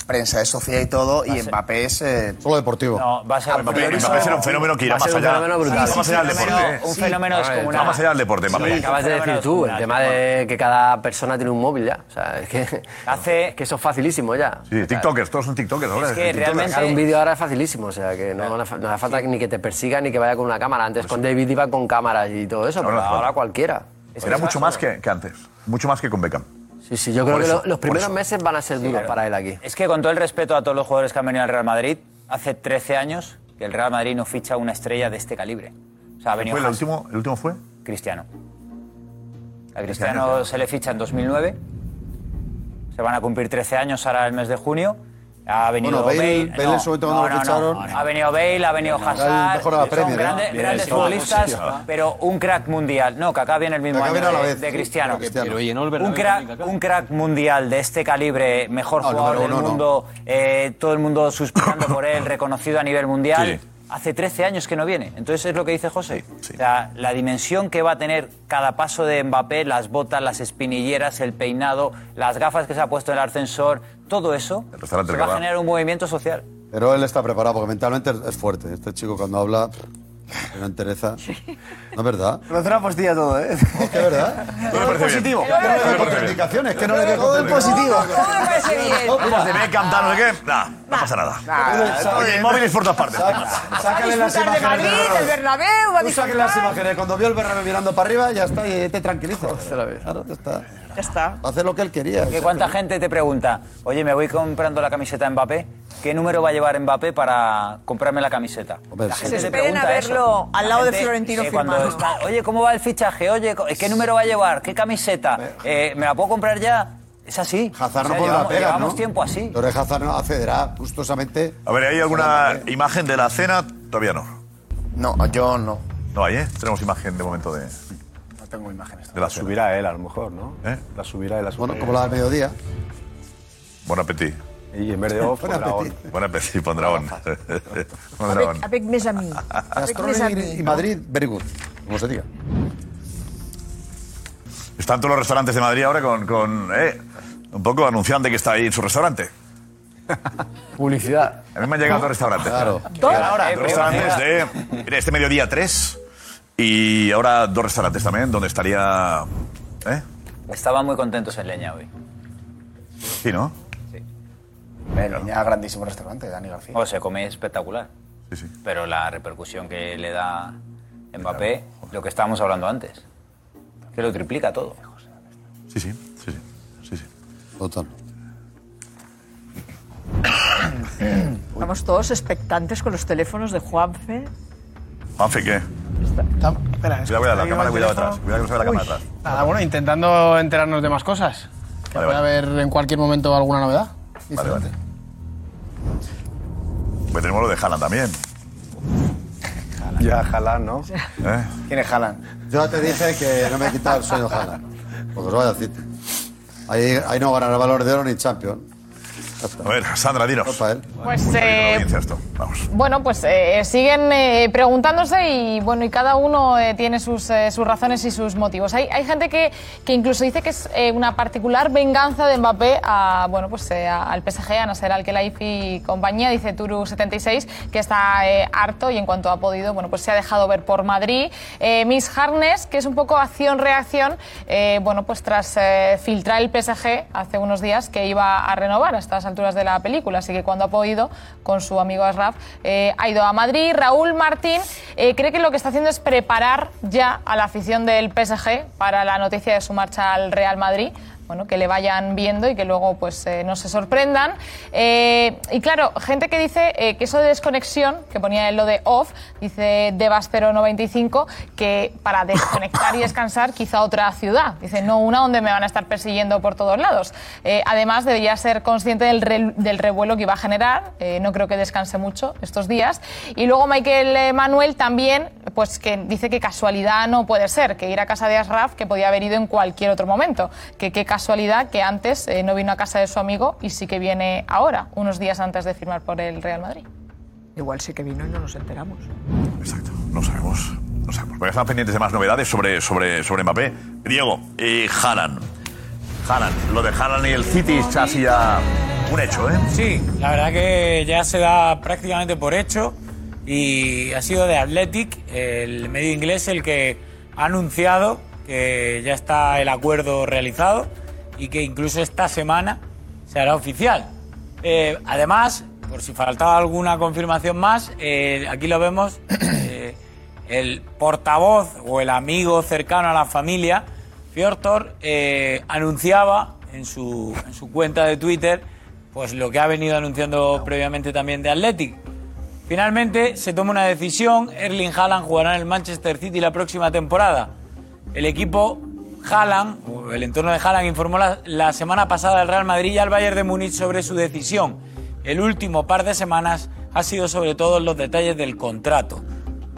H: prensa de sociedad y todo. Y Mbappé es. eh, Ah, Solo deportivo.
P: No, va a ser.
F: Mbappé, Mbappé será un fenómeno que irá
P: Va a
F: más
P: ser un
F: allá.
P: fenómeno brutal.
F: Va
P: Sí, sí,
F: más allá del
P: sí,
F: deporte.
P: fenómeno-
F: ¿eh?
P: un fenómeno
F: Va
P: descomunal.
F: más allá del deporte,
I: Lo que
F: Mbappé.
I: acabas de decir tú, el tema de que cada persona tiene un móvil ya. O sea, es que,
P: Hace...
I: que eso es facilísimo ya.
F: Sí, TikTokers, todos son TikTokers ahora.
I: Es que
F: TikTokers.
I: realmente... Sacar un vídeo ahora es facilísimo, o sea, que no, no hace- no hace falta ni que te persiga ni que vaya con una cámara. Antes
F: Pues
I: con David iba con cámaras y todo eso,
F: No,
I: pero
F: no, no.
I: ahora cualquiera. Es que
F: Era
I: es
F: mucho
I: fácil.
F: más que, que antes. Mucho más que con Beckham.
I: Sí, sí, yo creo
F: Por
I: que
F: eso,
I: lo- los
F: por
I: primeros
F: eso.
I: meses van a ser duros para él aquí.
P: Es que con todo el respeto a todos los jugadores que han venido al Real Madrid, hace 13 años que el Real Madrid no ficha una estrella de este calibre. O sea, ha venido
F: ¿Fue el,
P: Hazard.
F: último, ¿El último fue?
P: Cristiano. A Cristiano se le ficha en 2009. Se van a cumplir 13 años ahora el mes de junio. Ha venido
E: Bueno, Bale-
P: Bale.
E: Bale en su momento cuando lo ficharon-
P: Ha venido Bale, ha venido
E: Era el
P: Hazard.
E: mejor de la
P: Son
E: Premier, ¿eh?
P: grandes,
E: Bien,
P: grandes
E: sí.
P: futbolistas,
E: Sí, sí.
P: pero un crack mundial. No, Kaká viene el mismo
E: Kaká
P: año
E: viene a la
P: de,
E: vez,
P: de
E: sí,
P: Cristiano.
E: pero Cristiano. Pero
O: llenó el
P: un, crack, un crack mundial de este calibre, mejor
E: No, el
P: jugador
E: número
P: del
E: uno no.
P: mundo, eh, todo el mundo suspirando por él, reconocido a nivel mundial. hace 13 años que no viene. Entonces es lo que dice José. O sea, la dimensión que va a tener cada paso de Mbappé, las botas, las espinilleras, el peinado, las gafas que se ha puesto en el ascensor, todo eso se
E: restaurante que
P: va a
E: va.
P: generar un movimiento social.
E: Pero él está preparado porque mentalmente es fuerte. Este chico cuando habla pff, una entereza. No es verdad.
H: Lo hace una postilla todo, ¿eh?
E: Es que es Oh, verdad.
H: Todo es positivo.
E: Contraindicaciones, que no le veo
H: Todo es positivo.
M: Todo me parece bien.
F: Como de Beckham, tal, no sé qué. Nah, no pasa nada.
E: Nah,
F: Oye, móviles por todas partes.
E: Sácale las
M: de
E: imágenes.
M: Madrid, el Bernabéu, va a
E: Tú sácale
M: disfrutar.
E: las imágenes. Cuando vio el Bernabéu mirando para arriba, ya está, y te tranquiliza. Claro, ya está.
M: Ya está.
E: Hace lo que él quería.
P: Que cuánta gente te pregunta, oye, me voy comprando la camiseta Mbappé, ¿qué número va a llevar Mbappé para comprarme la camiseta? La
M: sí.
P: gente
M: Se
P: te
M: esperen
P: pregunta
M: a verlo
P: eso. La
M: al lado de
P: gente, eh,
M: Florentino
P: cuando
M: firmado.
P: está, oye, ¿cómo va el fichaje? Oye, co- ¿qué número va a llevar? ¿Qué camiseta? Eh, ¿Me la puedo comprar ya? Es así.
E: Hazard no
P: O sea,
E: podrá
P: llevamos,
E: pegar,
P: llevamos
E: ¿no?
P: tiempo así.
E: Torres Hazard no accederá gustosamente.
F: A ver, ¿hay alguna imagen de la cena? Todavía no.
H: No, yo no.
F: No hay, ¿eh? Tenemos imagen de momento de,
H: No tengo imágenes.
F: de la cena. ¿Eh?
N: Subirá él, a lo mejor, ¿no? La subirá él a su
E: Bueno, como la del mediodía.
F: Buen apetí.
N: Y en vez de off,
F: Buen
N: pondrá on.
F: Buen apetí, pondrá on. Pondrá on.
M: Avec mes amis. Avec mes
E: Gastronomía
M: amis.
E: y Madrid, very good. Como se diga.
F: Están todos los restaurantes de Madrid ahora con, con, eh, un poco anunciante que está ahí en su restaurante.
I: Publicidad.
F: A mí me han llegado dos restaurantes.
I: Claro.
F: Dos
I: Ahora,
P: Eh,
F: restaurantes de. Mira, este mediodía tres. Y ahora dos restaurantes también, donde estaría. ¿Eh?
P: Estaban muy contentos en Leña hoy.
F: Sí, ¿no?
H: Leña, grandísimo restaurante, Dani García.
P: O se come espectacular. Pero la repercusión que le da Mbappé, lo que estábamos hablando antes, que lo triplica todo.
F: Sí, sí, sí, sí. sí, sí.
E: Total.
M: Vamos todos expectantes con los teléfonos de Juanfe.
F: Juanfe, ¿qué?
L: Espera,
F: Cuidado, cuidado, la
L: que
F: cámara, cuidado
L: el teléfono.
F: atrás. Cuidado que no se ve la cámara atrás.
L: Nada, bueno, intentando enterarnos de más cosas. Que
F: Vale,
L: puede haber en cualquier momento alguna novedad.
F: Vale, vale. Pues tenemos lo de Haaland también.
N: Ya, Jalán, ¿no?
F: ¿eh?
H: ¿Quién es Haaland?
E: Yo te dije que no me he quitado el sueño, Jala. Porque os vaya a decir. Ahí, ahí no ganará valor de oro ni champion.
F: A ver, Sandra, dinos.
B: Pues,
F: Mucha
B: eh,
F: audiencia esto. Vamos.
B: Bueno, pues eh, siguen eh, preguntándose y bueno, y cada uno eh, tiene sus, eh, sus razones y sus motivos. Hay, hay gente que, que incluso dice que es eh, una particular venganza de Mbappé a, bueno, pues, eh, a- al PSG, a Nasser Al-Khelaifi y compañía, dice Turu76, que está eh, harto y en cuanto ha podido, bueno, pues se ha dejado ver por Madrid. Eh, Miss Harness, que es un poco acción-reacción, eh, bueno, pues tras eh, filtrar el PSG hace unos días que iba a renovar a estas alturas de la película, así que cuando ha podido, con su amigo Asraf, eh, ha ido a Madrid. Raúl Martín eh, cree que lo que está haciendo es preparar ya a la afición del PSG para la noticia de su marcha al Real Madrid. Bueno, que le vayan viendo y que luego pues, eh, no se sorprendan. Eh, y claro, gente que dice eh, que eso de desconexión, que ponía en lo de off, dice Devas095, que para desconectar y descansar quizá otra ciudad. Dice, no una donde me van a estar persiguiendo por todos lados. Eh, además, debería ser consciente del, rel- del revuelo que iba a generar. Eh, no creo que descanse mucho estos días. Y luego Michael eh, Manuel también, pues que dice que casualidad no puede ser, que ir a casa de Asraf, que podía haber ido en cualquier otro momento. Que qué casualidad que antes eh, no vino a casa de su amigo y sí que viene ahora, unos días antes de firmar por el Real Madrid.
M: Igual sí que vino y no nos enteramos.
F: No sabemos. No sabemos. Porque estamos pendientes de más novedades sobre, sobre, sobre Mbappé. Diego, eh, Haaland. Haaland. Lo de Haaland y el City es casi ya un hecho, ¿eh?
W: Sí, la verdad que ya se da prácticamente por hecho y ha sido de Athletic, el medio inglés, el que ha anunciado que ya está el acuerdo realizado y que incluso esta semana se hará oficial. Eh, además, por si faltaba alguna confirmación más, eh, aquí lo vemos, eh, el portavoz o el amigo cercano a la familia, Fiortor, eh, anunciaba en su, en su cuenta de Twitter pues lo que ha venido anunciando previamente también de Athletic. Finalmente se toma una decisión, Erling Haaland jugará en el Manchester City la próxima temporada. El equipo Haaland, o el entorno de Haaland, informó la, la semana pasada al Real Madrid y al Bayern de Múnich sobre su decisión. El último par de semanas ha sido sobre todo los detalles del contrato.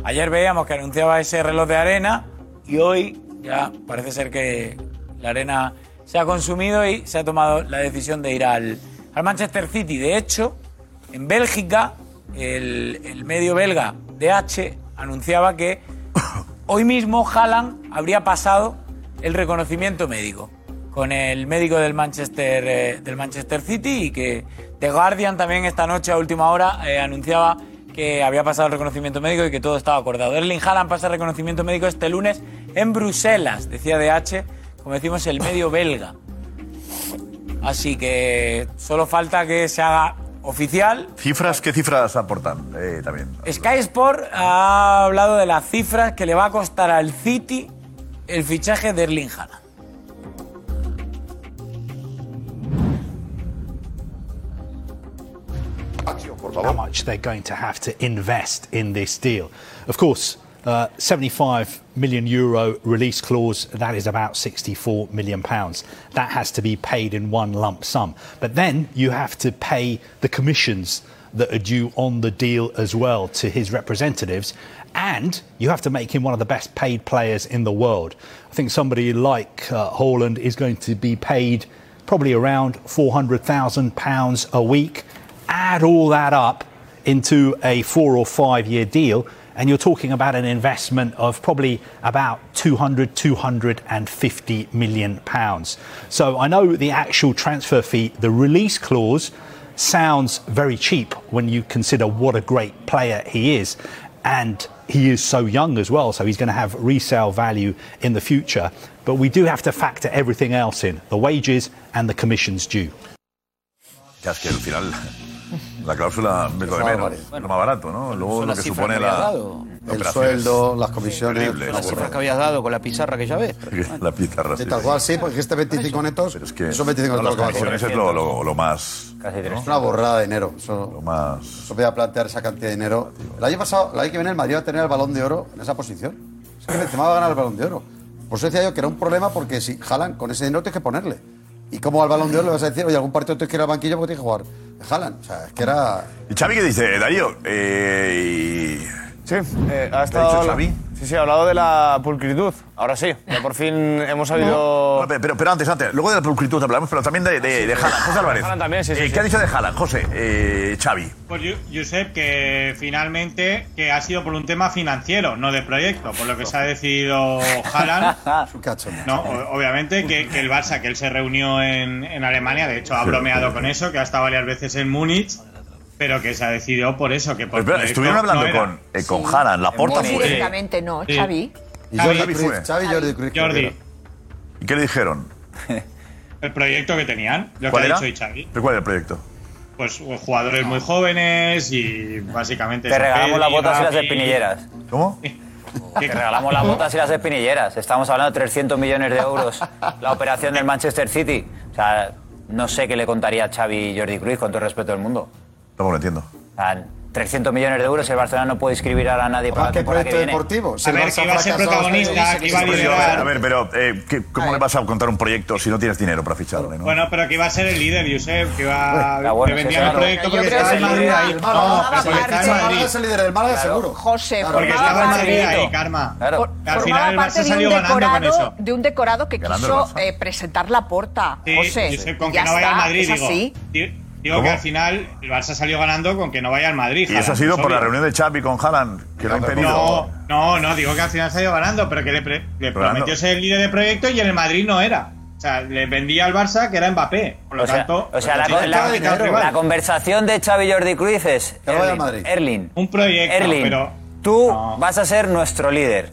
W: Ayer veíamos que anunciaba ese reloj de arena y hoy ya parece ser que la arena se ha consumido y se ha tomado la decisión de ir al, al Manchester City. De hecho, en Bélgica el, el medio belga DH anunciaba que hoy mismo Haaland habría pasado el reconocimiento médico con el médico del Manchester, eh, del Manchester City y que The Guardian también esta noche a última hora eh, anunciaba que había pasado el reconocimiento médico y que todo estaba acordado. Erling Haaland pasa el reconocimiento médico este lunes en Bruselas, decía DH, como decimos, el medio belga. Así que solo falta que se haga oficial
F: ¿Cifras? ¿Qué cifras aportan? Eh, también.
W: Sky Sport ha hablado de las cifras que le va a costar al City el fichaje de Erling Haaland.
Z: how much they're going to have to invest in this deal. Of course, uh, 75 million euro release clause, that is about 64 million pounds. That has to be paid in one lump sum. But then you have to pay the commissions that are due on the deal as well to his representatives. And you have to make him one of the best paid players in the world. I think somebody like uh, Haaland is going to be paid probably around 400,000 pounds a week add all that up into a four or five year deal, and you're talking about an investment of probably about 200, 250 million pounds. So I know the actual transfer fee, the release clause, sounds very cheap when you consider what a great player he is. And he is so young as well, so he's going to have resale value in the future. But we do have to factor everything else in the wages and the commissions due.
F: Ya es que al final la cláusula es lo de menos, lo más barato, ¿no? Luego
Q: Son
F: lo
Q: las
F: que
Q: cifras
F: supone
Q: que
F: la,
Q: había dado.
F: la
E: El
F: operación es
E: sueldo, las comisiones.
F: terrible,
Q: Son las
F: ¿no?
Q: cifras que habías dado con la pizarra que ya ves.
F: La pizarra.
E: Sí, tal cual, sí, porque este 25 netos
F: Que
E: son 25
F: no,
E: netos.
F: las
E: lo que va a cobrar.
F: comisiones es lo, lo- lo más.
E: Es una borrada de dinero. Eso, eso voy a plantear esa cantidad de dinero. El año pasado, el año que viene, el Madrid va a tener el balón de oro en esa posición. Es que Benzema va a ganar el balón de oro. Por eso decía yo que era un problema porque si jalan con ese dinero tienes que ponerle. ¿Y cómo al balón de oro le vas a decir, oye, algún partido te quiero ir al banquillo porque tienes que jugar? Jalan. O sea, es que era.
F: ¿Y Xavi qué dice? Darío, eh,
A: Sí, eh, ha
F: ha
A: estado.
F: dicho Xavi?
A: Sí, sí, ha hablado de la pulcritud. Ahora sí, ya por fin hemos sabido.
F: No, pero, pero- pero antes, antes, luego de la pulcritud hablamos, pero también de, de, de Haaland. José Álvarez.
A: Haaland también, sí, sí,
F: Eh,
A: sí.
F: ¿Qué ha dicho de Haaland? José, eh, Xavi.
S: Pues Ju- Josep, que finalmente que ha sido por un tema financiero, no de proyecto, por lo que se ha decidido Haaland. No, o- obviamente que, que el Barça, que él se reunió en, en Alemania, de hecho ha bromeado con eso, que ha estado varias veces en Múnich, pero que se ha decidido por eso. que por
F: Espera,
S: proyecto
F: Pues, estuvieron hablando
S: no era.
F: con, eh, con Haaland, Laporta
M: No
F: fue.
M: directamente no,
S: Sí.
M: Xavi.
F: Y Jordi fue.
E: Xavi y Jordi Cruz.
S: Jordi,
F: ¿Y qué le dijeron?
S: el proyecto que tenían, lo que
F: ¿Cuál
S: ha
F: era?
S: dicho Xavi.
F: ¿Pero ¿Cuál era el proyecto?
S: Pues jugadores muy jóvenes y básicamente...
P: Te
S: son
P: regalamos
S: Pedri,
P: las botas y las
S: Gavi.
P: espinilleras.
F: ¿Cómo?
P: Te regalamos las botas y las espinilleras. Estamos hablando de 300 millones de euros. La operación del Manchester City. O sea, no sé qué le contaría Xavi y Jordi Cruz con todo el respeto del mundo.
F: Tampoco lo entiendo.
P: O sea, 300 millones de euros, el Barcelona no puede inscribir ahora a nadie para la temporada que viene.
F: Pues yo, A ver, pero eh, ¿qué- ¿cómo le vas a contar un proyecto si no tienes dinero para ficharle? ¿no?
S: Bueno, pero que iba a ser el líder, Josep, que iba
F: Ah, bueno,
S: que
F: sí,
S: vendían el
F: claro.
S: proyecto
F: Yo
S: porque
F: creo
S: estaba
F: que
S: en
F: sí.
S: Madrid ahí.
F: El
S: No,
F: Málaga,
S: pero
F: Málaga,
S: porque estaba en
F: Málaga
S: Madrid.
F: es el líder del Málaga,
M: Claro.
E: seguro.
M: José,
S: Porque
M: formaba
S: estaba en Madrid
M: parte-
S: ahí, Karma. Que al
M: formaba
S: final el
M: parte
S: Barça
M: de
S: salió
M: un,
S: ganando con
M: decorado,
S: eso.
M: de un decorado que
S: Ganando el
M: quiso
S: Barça.
M: eh, presentar la porta.
S: Sí,
M: José,
S: Josep, con
M: ya
S: que no vaya al
M: está,
S: Madrid,
M: es
S: digo.
M: así.
S: Di- Digo que al final el Barça salió ganando con que no vaya al Madrid.
F: Y eso ha
S: Haaland,
F: sido
S: es
F: por la
S: obvio.
F: reunión de Xavi con Haaland, que lo ha impedido.
S: No, no, no, digo que al final salió ganando, pero que le, pre- le prometió ser el líder de proyecto y en el Madrid no era. O sea, le vendía al Barça que era Mbappé. Por lo
P: O sea,
S: tanto,
P: o sea, la,
S: Entonces,
P: la-
S: estaba quitado
P: la-
S: rival.
P: la conversación de Xavi y Jordi Cruz es
S: Que vaya al
P: Erling,
S: Madrid.
P: Erling,
S: Un proyecto,
P: Erling,
S: pero-
P: tú vas a ser nuestro líder,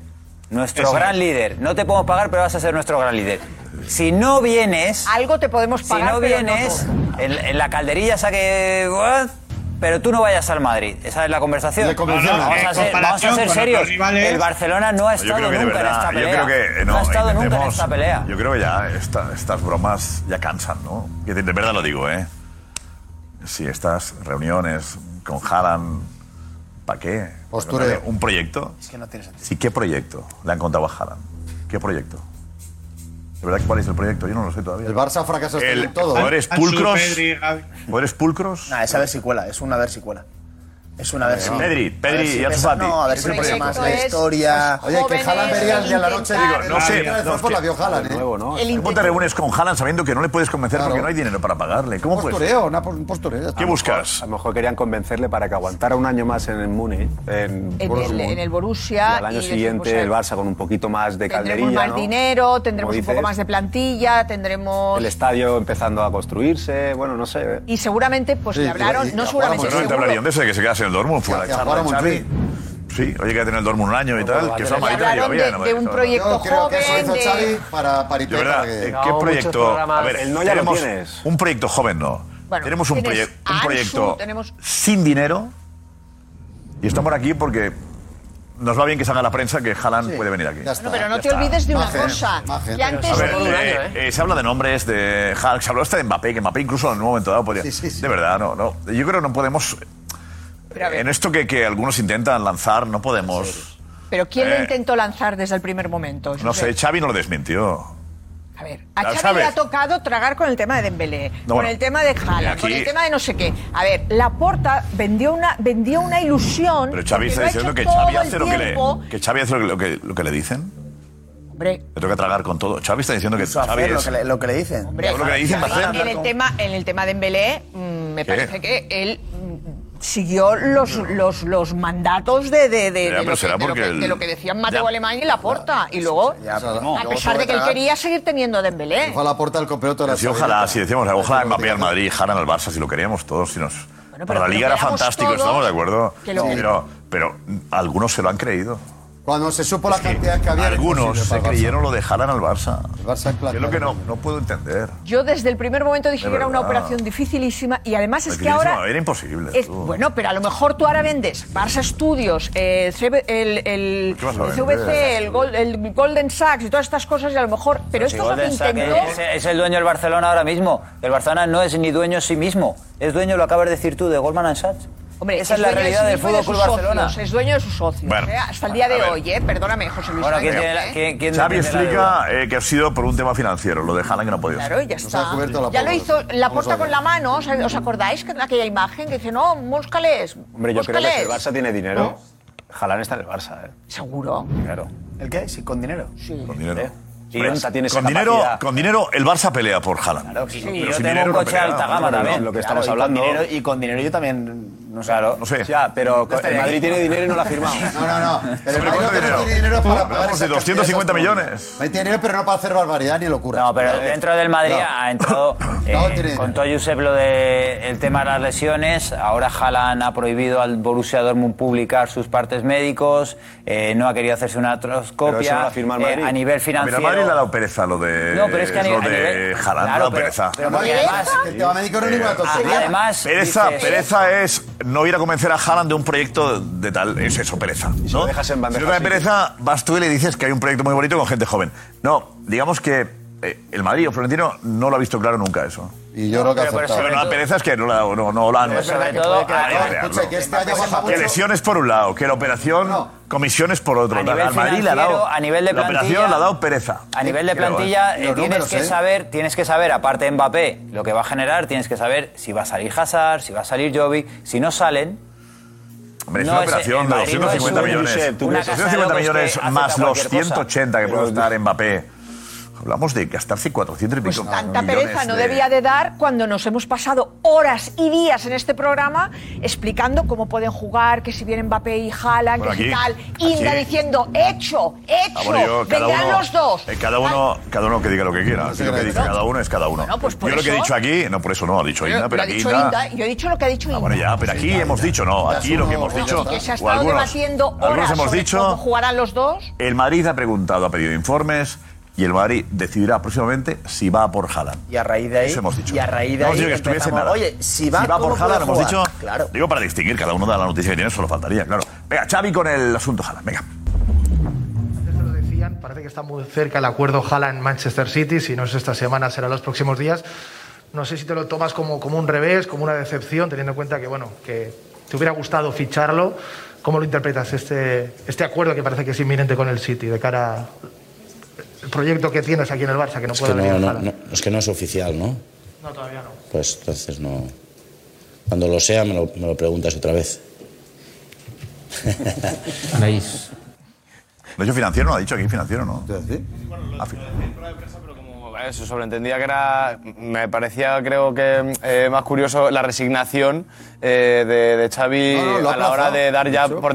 P: nuestro
S: Eso
P: gran
S: es.
P: líder. No te podemos pagar, pero vas a ser nuestro gran líder. Si no vienes,
M: Algo te podemos
P: si
M: pagar.
P: no
M: pero no
P: vienes,
M: todo.
P: en, en la calderilla esa que... ¿what? Pero tú no vayas al Madrid. Esa es la conversación.
F: Le convenció, ¿no?
P: vamos,
F: En
P: a ser, vamos a
F: comparación
P: ser
F: con
P: serios.
F: otros rivales- pues
P: el Barcelona no ha
F: Yo
P: estado
F: creo que
P: nunca
F: de
P: en esta
F: verdad, yo
P: pelea.
F: creo que eh, no,
P: ha estado nunca en
F: intentemos-
P: esta pelea.
F: Yo creo que ya esta- estas bromas ya cansan, ¿no? Que De de verdad lo digo, ¿eh? Si estas reuniones con Haaland, ¿para qué?
E: Postureo.
F: ¿Un proyecto?
H: Es que no tiene sentido.
F: Sí, ¿qué proyecto le han contado a Haaland? ¿Qué proyecto? ¿De verdad cuál es el proyecto? Yo no lo sé todavía.
E: El Barça fracasó
F: El-
E: en todo. ¿eh?
F: Jugadores pulcros.
H: Pedri,
F: Jugadores pulcros.
H: Nah, es a ver si cuela, es una ver si cuela. Es una versión.
F: Eh, Pedri, Pedri
H: A ver
F: y
H: si pesa-
F: Ansu Fati.
H: No, a ver
F: Es
H: si
F: un
H: pesa
F: proyecto.
H: más la historia.
E: Oye, que Jalan vería el día a la noche, digo,
F: no sé.
E: Una vez
F: no,
E: más
F: es
E: por
F: que-
E: la vio Haaland, ¿eh?
F: Nuevo, ¿no?
E: El
F: ¿Cómo te reúnes con Haaland sabiendo que no le puedes convencer
E: Claro.
F: porque no hay dinero para pagarle? ¿Cómo puedes?
E: postureo, una, un postureo. ya está.
N: ¿Qué buscas? A lo mejor querían convencerle para que aguantara un año más en el Múnich, en,
M: En el,
N: Borussia.
M: en el
N: Y
M: Borussia.
N: al año
M: y después, pues,
N: siguiente
M: eh,
N: el Barça con un poquito más de
M: Tendremos
N: calderilla,
M: más
N: ¿no?
M: dinero, tendremos
N: Como
M: un poco
N: dices.
M: más de plantilla, tendremos.
N: El estadio empezando a construirse, bueno, no sé.
M: Y seguramente, pues le hablaron, no seguramente.
N: ¿eh?
F: Pero no te
M: seguro.
F: hablarían de eso, de que se quedase en el Dortmund. Fue la
E: y a
F: charla de
E: jugar a
F: Xavi. Sí, oye, que tener el Dortmund un año y tal, que esa
M: Y
F: marita lleva
M: hablaron
F: bien.
M: de,
F: ¿no?
M: de un
F: Eso,
M: proyecto
E: Yo creo que eso
M: joven.
E: hizo
M: de-
E: Xavi para Parité.
F: De verdad,
E: para
F: eh,
E: que-
F: ¿qué proyecto? A ver,
N: El no ya lo
F: tenemos
N: tienes.
F: un proyecto joven, no.
M: Bueno,
F: tenemos un,
M: tienes
F: proye-
M: a
F: un
M: Ansu,
F: proyecto
M: tenemos-
F: sin dinero y estamos aquí porque nos va bien que salga la prensa que Haaland puede venir aquí.
M: No, pero no te olvides de una cosa. Que
F: A
M: antes
F: ver,
M: de.
F: eh, eh, se habla de nombres, de Haaland, se habló hasta de Mbappé, que Mbappé incluso en un momento dado podría... De verdad, no, no. Yo creo que no podemos... En esto que, que algunos intentan lanzar, no podemos...
M: Pero ¿quién
F: Eh.
M: lo intentó lanzar desde el primer momento?
F: No
M: Josep?
F: sé, Xavi no lo desmintió.
M: A ver, a
F: Claro,
M: Xavi
F: ¿sabes?
M: le ha tocado tragar con el tema de Dembélé,
F: No,
M: con
F: bueno.
M: el tema de
F: Y
M: Jala,
F: aquí-
M: con el tema de no sé qué. A ver, la Porta vendió una vendió una ilusión.
F: Pero Xavi
M: porque
F: está
M: lo
F: diciendo
M: ha hecho
F: que
M: todo
F: Xavi
M: el
F: hace lo que le,
M: tiempo.
F: que Xavi hace lo que, lo que le dicen.
M: Hombre,
F: Le toca tragar con todo. Xavi está diciendo que
H: Incluso a
F: Xavi
H: Fer, lo
F: es-
H: que le- lo que le dicen.
M: hombre,
F: lo que le dicen va a hacer.
M: en el tema en el tema de Dembélé, mm, me
F: ¿Qué?
M: parece que él mm, siguió los, los, los mandatos de, de, de-
F: Ya,
M: de
F: pero
M: lo, que,
F: será
M: de lo
F: porque
M: que-
F: el-
M: de lo que decían Mateo
F: Ya.
M: Alemán y la Porta. Y luego,
F: Ya, pero no.
M: a
F: Luego
M: pesar
F: tuvo
M: de
F: que
M: que él
F: tragar.
M: quería seguir teniendo a Dembélé.
E: Fue a la puerta del campeonato de la
F: Sí, ojalá, si decíamos, ojalá Mbappé al Madrid, Haaland al Barça, si lo queríamos todos, si nos... Para la
E: que lo
F: Liga era
E: queramos
F: fantástico,
E: todos,
F: estamos de acuerdo.
E: que lo-
F: Pero, pero algunos se lo han creído.
E: Cuando se supo la cantidad que había. era
F: Algunos
E: imposible
F: se
E: para el Barça.
F: creyeron lo de Haaland al Barça. Que es lo que no, no puedo entender.
M: Yo desde el primer momento dije
F: De
M: que era una
F: verdad.
M: operación dificilísima y además es que
F: Dificilísimo,
M: ahora
F: Era imposible.
M: Es-
F: tú.
M: bueno, pero a lo mejor tú ahora vendes Barça Studios, eh, CB el, el-
F: ¿Qué vas a
M: el
F: vender?
M: CVC, el, Gol- el Golden Sachs y todas estas cosas y a lo mejor... Pero esto es lo que
P: Golden Sachs
M: intentó...
P: es, es el dueño del Barcelona ahora mismo. El Barcelona no es ni dueño a sí mismo. Es dueño, lo acabas de decir tú, de Goldman Sachs.
M: Hombre,
P: Esa es la
M: dueño de sí
P: realidad del
M: mismo y de
P: Fútbol Club
M: sus
P: Barcelona.
M: socios, Es dueño de sus socios.
F: Bueno,
M: eh, hasta el día de hoy, ¿eh? Perdóname, José Luis.
P: Bueno,
M: Sánchez,
P: ¿quién tiene la-
M: ¿eh?
P: quién- quién
F: Xavi
P: defiende la deuda?
F: explica eh, que ha sido por un tema financiero, lo de Haaland que no ha podido.
M: Claro, ya está. Ya lo
F: puerta.
M: hizo la
F: Vamos a
M: puerta
F: ver.
M: con la mano. ¿os- ¿Os acordáis que aquella imagen que dice, no, Móscales?
N: Hombre, yo creo que si el
M: Móscales?
N: Barça tiene dinero, Jalán está en el Barça, ¿eh?
M: Seguro.
N: Claro.
H: ¿El qué? ¿Sí, con dinero?
M: Sí.
F: Con
H: Eh,
F: dinero.
N: Y Barça tiene esa
F: con, dinero
N: capacidad.
F: con dinero el Barça pelea por Haaland.
H: Sí,
F: Pero
H: y yo
F: sin
H: tengo
F: dinero
H: un
F: no
H: coche
F: pelea.
H: alta gama
F: Claro,
H: también.
F: Lo que
H: Claro,
F: estamos
H: y con
F: hablando.
H: dinero- y con dinero yo también, no sé.
F: No sé.
H: Ya, pero
N: el Madrid tiene dinero y no lo ha firmado.
E: No, no, no. Pero el
F: Hombre,
E: Madrid
F: ¿cuánto
E: no tiene
F: dinero?
E: dinero para
F: Hablamos
E: pagar
F: de
E: esas
F: 250
E: cantidades
F: millones.
E: No tiene dinero, pero no para hacer barbaridad ni locura.
P: No, pero dentro del Madrid ha entrado. eh,
E: Eh, tiene
P: contó Josep lo del tema de las lesiones. Ahora Haaland ha prohibido al Borussia Dortmund publicar sus partes médicos. eh, no ha querido hacerse una
F: Pero eso
P: atroscopia.
F: no lo firma el
P: Eh,
F: Madrid.
P: a nivel
F: A
P: financiero.
F: ver, a Madrid le ha dado pereza lo de.
P: No, pero es que a ni-
F: lo
P: a
F: de
P: nivel-
F: Haaland le ha
P: Claro,
F: dado
P: pero-
F: pereza.
P: pero porque además- Ah,
E: El tema médico no es ninguna tontería.
P: además,
F: pereza,
P: dices-
F: pereza es no ir a convencer a Haaland de un proyecto de tal. Es eso, pereza. ¿no? Si lo
N: dejas en bandeja,
F: no te da
N: sí.
F: pereza, vas tú y le dices que hay un proyecto muy bonito con gente joven. No, digamos que eh, el Madrid o Florentino no lo ha visto claro nunca eso.
E: Y yo creo que ha
F: pero,
E: aceptado.
F: pero la pereza es que no la no, no la han-
E: Pero es verdad que puede quedar- Escucha, que este año baja
F: Que
E: mucho.
F: lesiones por un lado, que la operación, comisiones por otro.
P: A nivel
F: Al Madrid le ha
P: financiero,
F: dado.
P: a nivel de
F: la operación
P: plantilla-
F: le ha dado pereza.
P: A nivel de
F: Creo, ¿eh?
P: plantilla, eh,
F: Los
P: tienes,
F: números,
P: que
F: ¿eh?
P: saber, tienes que saber, aparte de Mbappé, lo que va a generar, tienes que saber si va a salir Hazard, si va a salir Jovic. Si no salen.
F: Hombre, es una
P: es-
F: operación
P: el
F: de
P: Madrid no es
F: 250
P: un-
F: millones.
P: una casa de
F: 250
P: locos que
F: millones
P: acepta
F: más los
P: cualquier cosa.
F: 180 que puede gastar Mbappé. Hablamos de gastarse 400 y
P: Pues
F: pico
M: Tanta
F: millones
M: pereza no
F: de-
M: debía de dar cuando nos hemos pasado horas y días en este programa explicando cómo pueden jugar, que si vienen Mbappé y Haaland,
F: Bueno,
M: que si
F: aquí-
M: tal. Inda
F: aquí-
M: diciendo, hecho,
F: Ah, bueno,
M: hecho,
F: yo, cada
M: vendrán
F: uno,
M: los dos.
F: eh, cada uno, cada uno que diga lo que quiera. Aquí lo que dice cada uno es cada uno.
M: Bueno, pues por
F: yo lo que he
M: eso-
F: dicho aquí, no por eso no, ha dicho
M: Pero
F: Inda, pero
M: lo ha
F: aquí
M: dicho
F: Inda-
M: Inda, yo he dicho lo que ha dicho Inda.
F: Bueno, ya, pero aquí hemos dicho, no, aquí lo que hemos
M: Bueno,
F: dicho,
M: que se ha
F: o
M: estado
F: algunos,
M: debatiendo horas
F: algunos hemos
M: sobre cómo
F: dicho,
M: jugarán los dos.
F: el Madrid ha preguntado, ha pedido informes y el Madrid decidirá próximamente si va a por Haaland.
H: Y a raíz de ahí.
F: Eso hemos dicho.
H: Y a raíz de
F: No
H: ahí.
F: hemos dicho que estuviese
H: empezamos,
F: nada.
H: Oye, si va, ¿cómo
F: por Haaland,
H: puede
F: hemos
H: jugar?".
F: dicho,
H: Claro.
F: digo para distinguir, cada uno da la noticia que tiene, solo faltaría, claro. Venga, Xavi con el asunto Haaland, venga.
D: decían, parece que está muy cerca el acuerdo Haaland Manchester City, si no es esta semana será los próximos días. No sé si te lo tomas como, como un revés, como una decepción, teniendo en cuenta que bueno, que te hubiera gustado ficharlo. ¿Cómo lo interpretas este, este acuerdo que parece que es inminente con el City de cara al proyecto que tienes aquí en el Barça que no
Z: Es
D: puede
Z: que
D: venir
Z: no, no,
D: Haaland?
Z: no, es que no es oficial, ¿no?
D: No, todavía no.
Z: Pues entonces no. Cuando lo sea, me lo, me lo preguntas otra vez.
F: Anaís. Lo ha dicho financiero, no ha dicho aquí financiero, ¿no? Ah, fin-
C: Eso eh, sobreentendía que era. Me parecía, creo que eh, más curioso la resignación eh, de, de Xavi
N: No, no, lo ha
C: a la hora
N: aplazado,
C: de dar ya por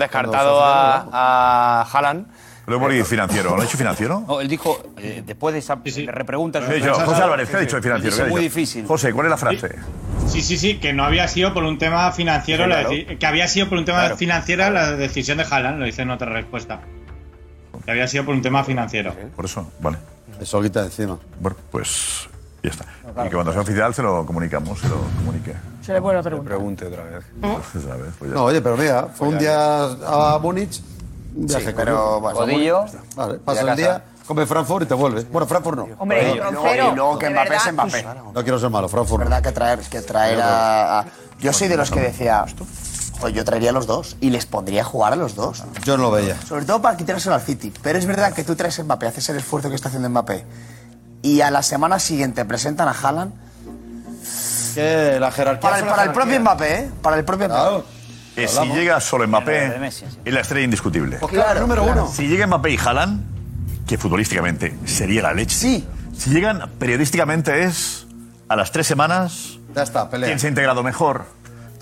N: cuando
C: descartado
N: se ha
C: a, a Haaland.
F: Lo hemos dicho financiero. ¿Lo ha dicho financiero?
Q: No, él dijo, eh, después de esa repregunta...
F: Lo he dicho. José Álvarez, ¿qué ha dicho el financiero?
Q: Es
F: ¿Qué ha
Q: muy
F: dicho?
Q: difícil.
F: José, ¿cuál es la frase?
S: Sí, sí, sí, que no había sido por un tema financiero,
F: Sí,
S: la
F: claro.
S: deci- que había sido por un tema
F: Claro.
S: financiero la decisión de Haaland, lo dice en otra respuesta. Que había sido por un tema financiero.
F: Por eso, vale.
E: Eso quita encima.
F: Bueno, pues ya está. Y que cuando sea oficial se lo comunicamos, se lo comunique.
E: Se le vuelve a preguntar. ¿Eh?
N: Pregunte otra vez.
F: Entonces, a ver, pues ya
E: No, oye, pero mira, fue un
F: Pues
E: día a Múnich, un
F: Sí,
E: viaje
F: pero,
E: corto.
F: bueno,
E: Vas a
F: Codillo,
E: Múnich, ya está. Vale,
F: y
E: pasa
F: a
E: el día, come Frankfurt y te vuelves. Bueno, Frankfurt no.
H: Hombre, Codillo. y luego- y luego
E: No,
H: que Mbappé
E: de
H: es
E: verdad,
H: Mbappé.
E: pues, No quiero ser malo,
H: Es
E: Frankfurt.
H: verdad que traer, que traer a, a- Yo soy de los que decía, "Joder, yo traería a los dos y les pondría a jugar a los dos.
E: Yo no lo veía.
H: Sobre todo para quitárselo al City. Pero es verdad que tú traes a Mbappé, haces el esfuerzo que está haciendo Mbappé. Y a la semana siguiente presentan a Haaland.
E: Que la jerarquía.
H: Para el, para el propio Mbappé, ¿eh? Para el propio Mbappé.
F: Que Eh, si llega solo
H: De
F: Mbappé,
H: Messi, sí.
F: es la estrella indiscutible.
H: Pues claro, Claro, número claro. uno.
F: Si llega Mbappé y Haaland, que futbolísticamente sería la leche. Sí. Si llegan periodísticamente es a las tres semanas.
E: Ya está, pelea.
F: ¿Quién se ha integrado mejor?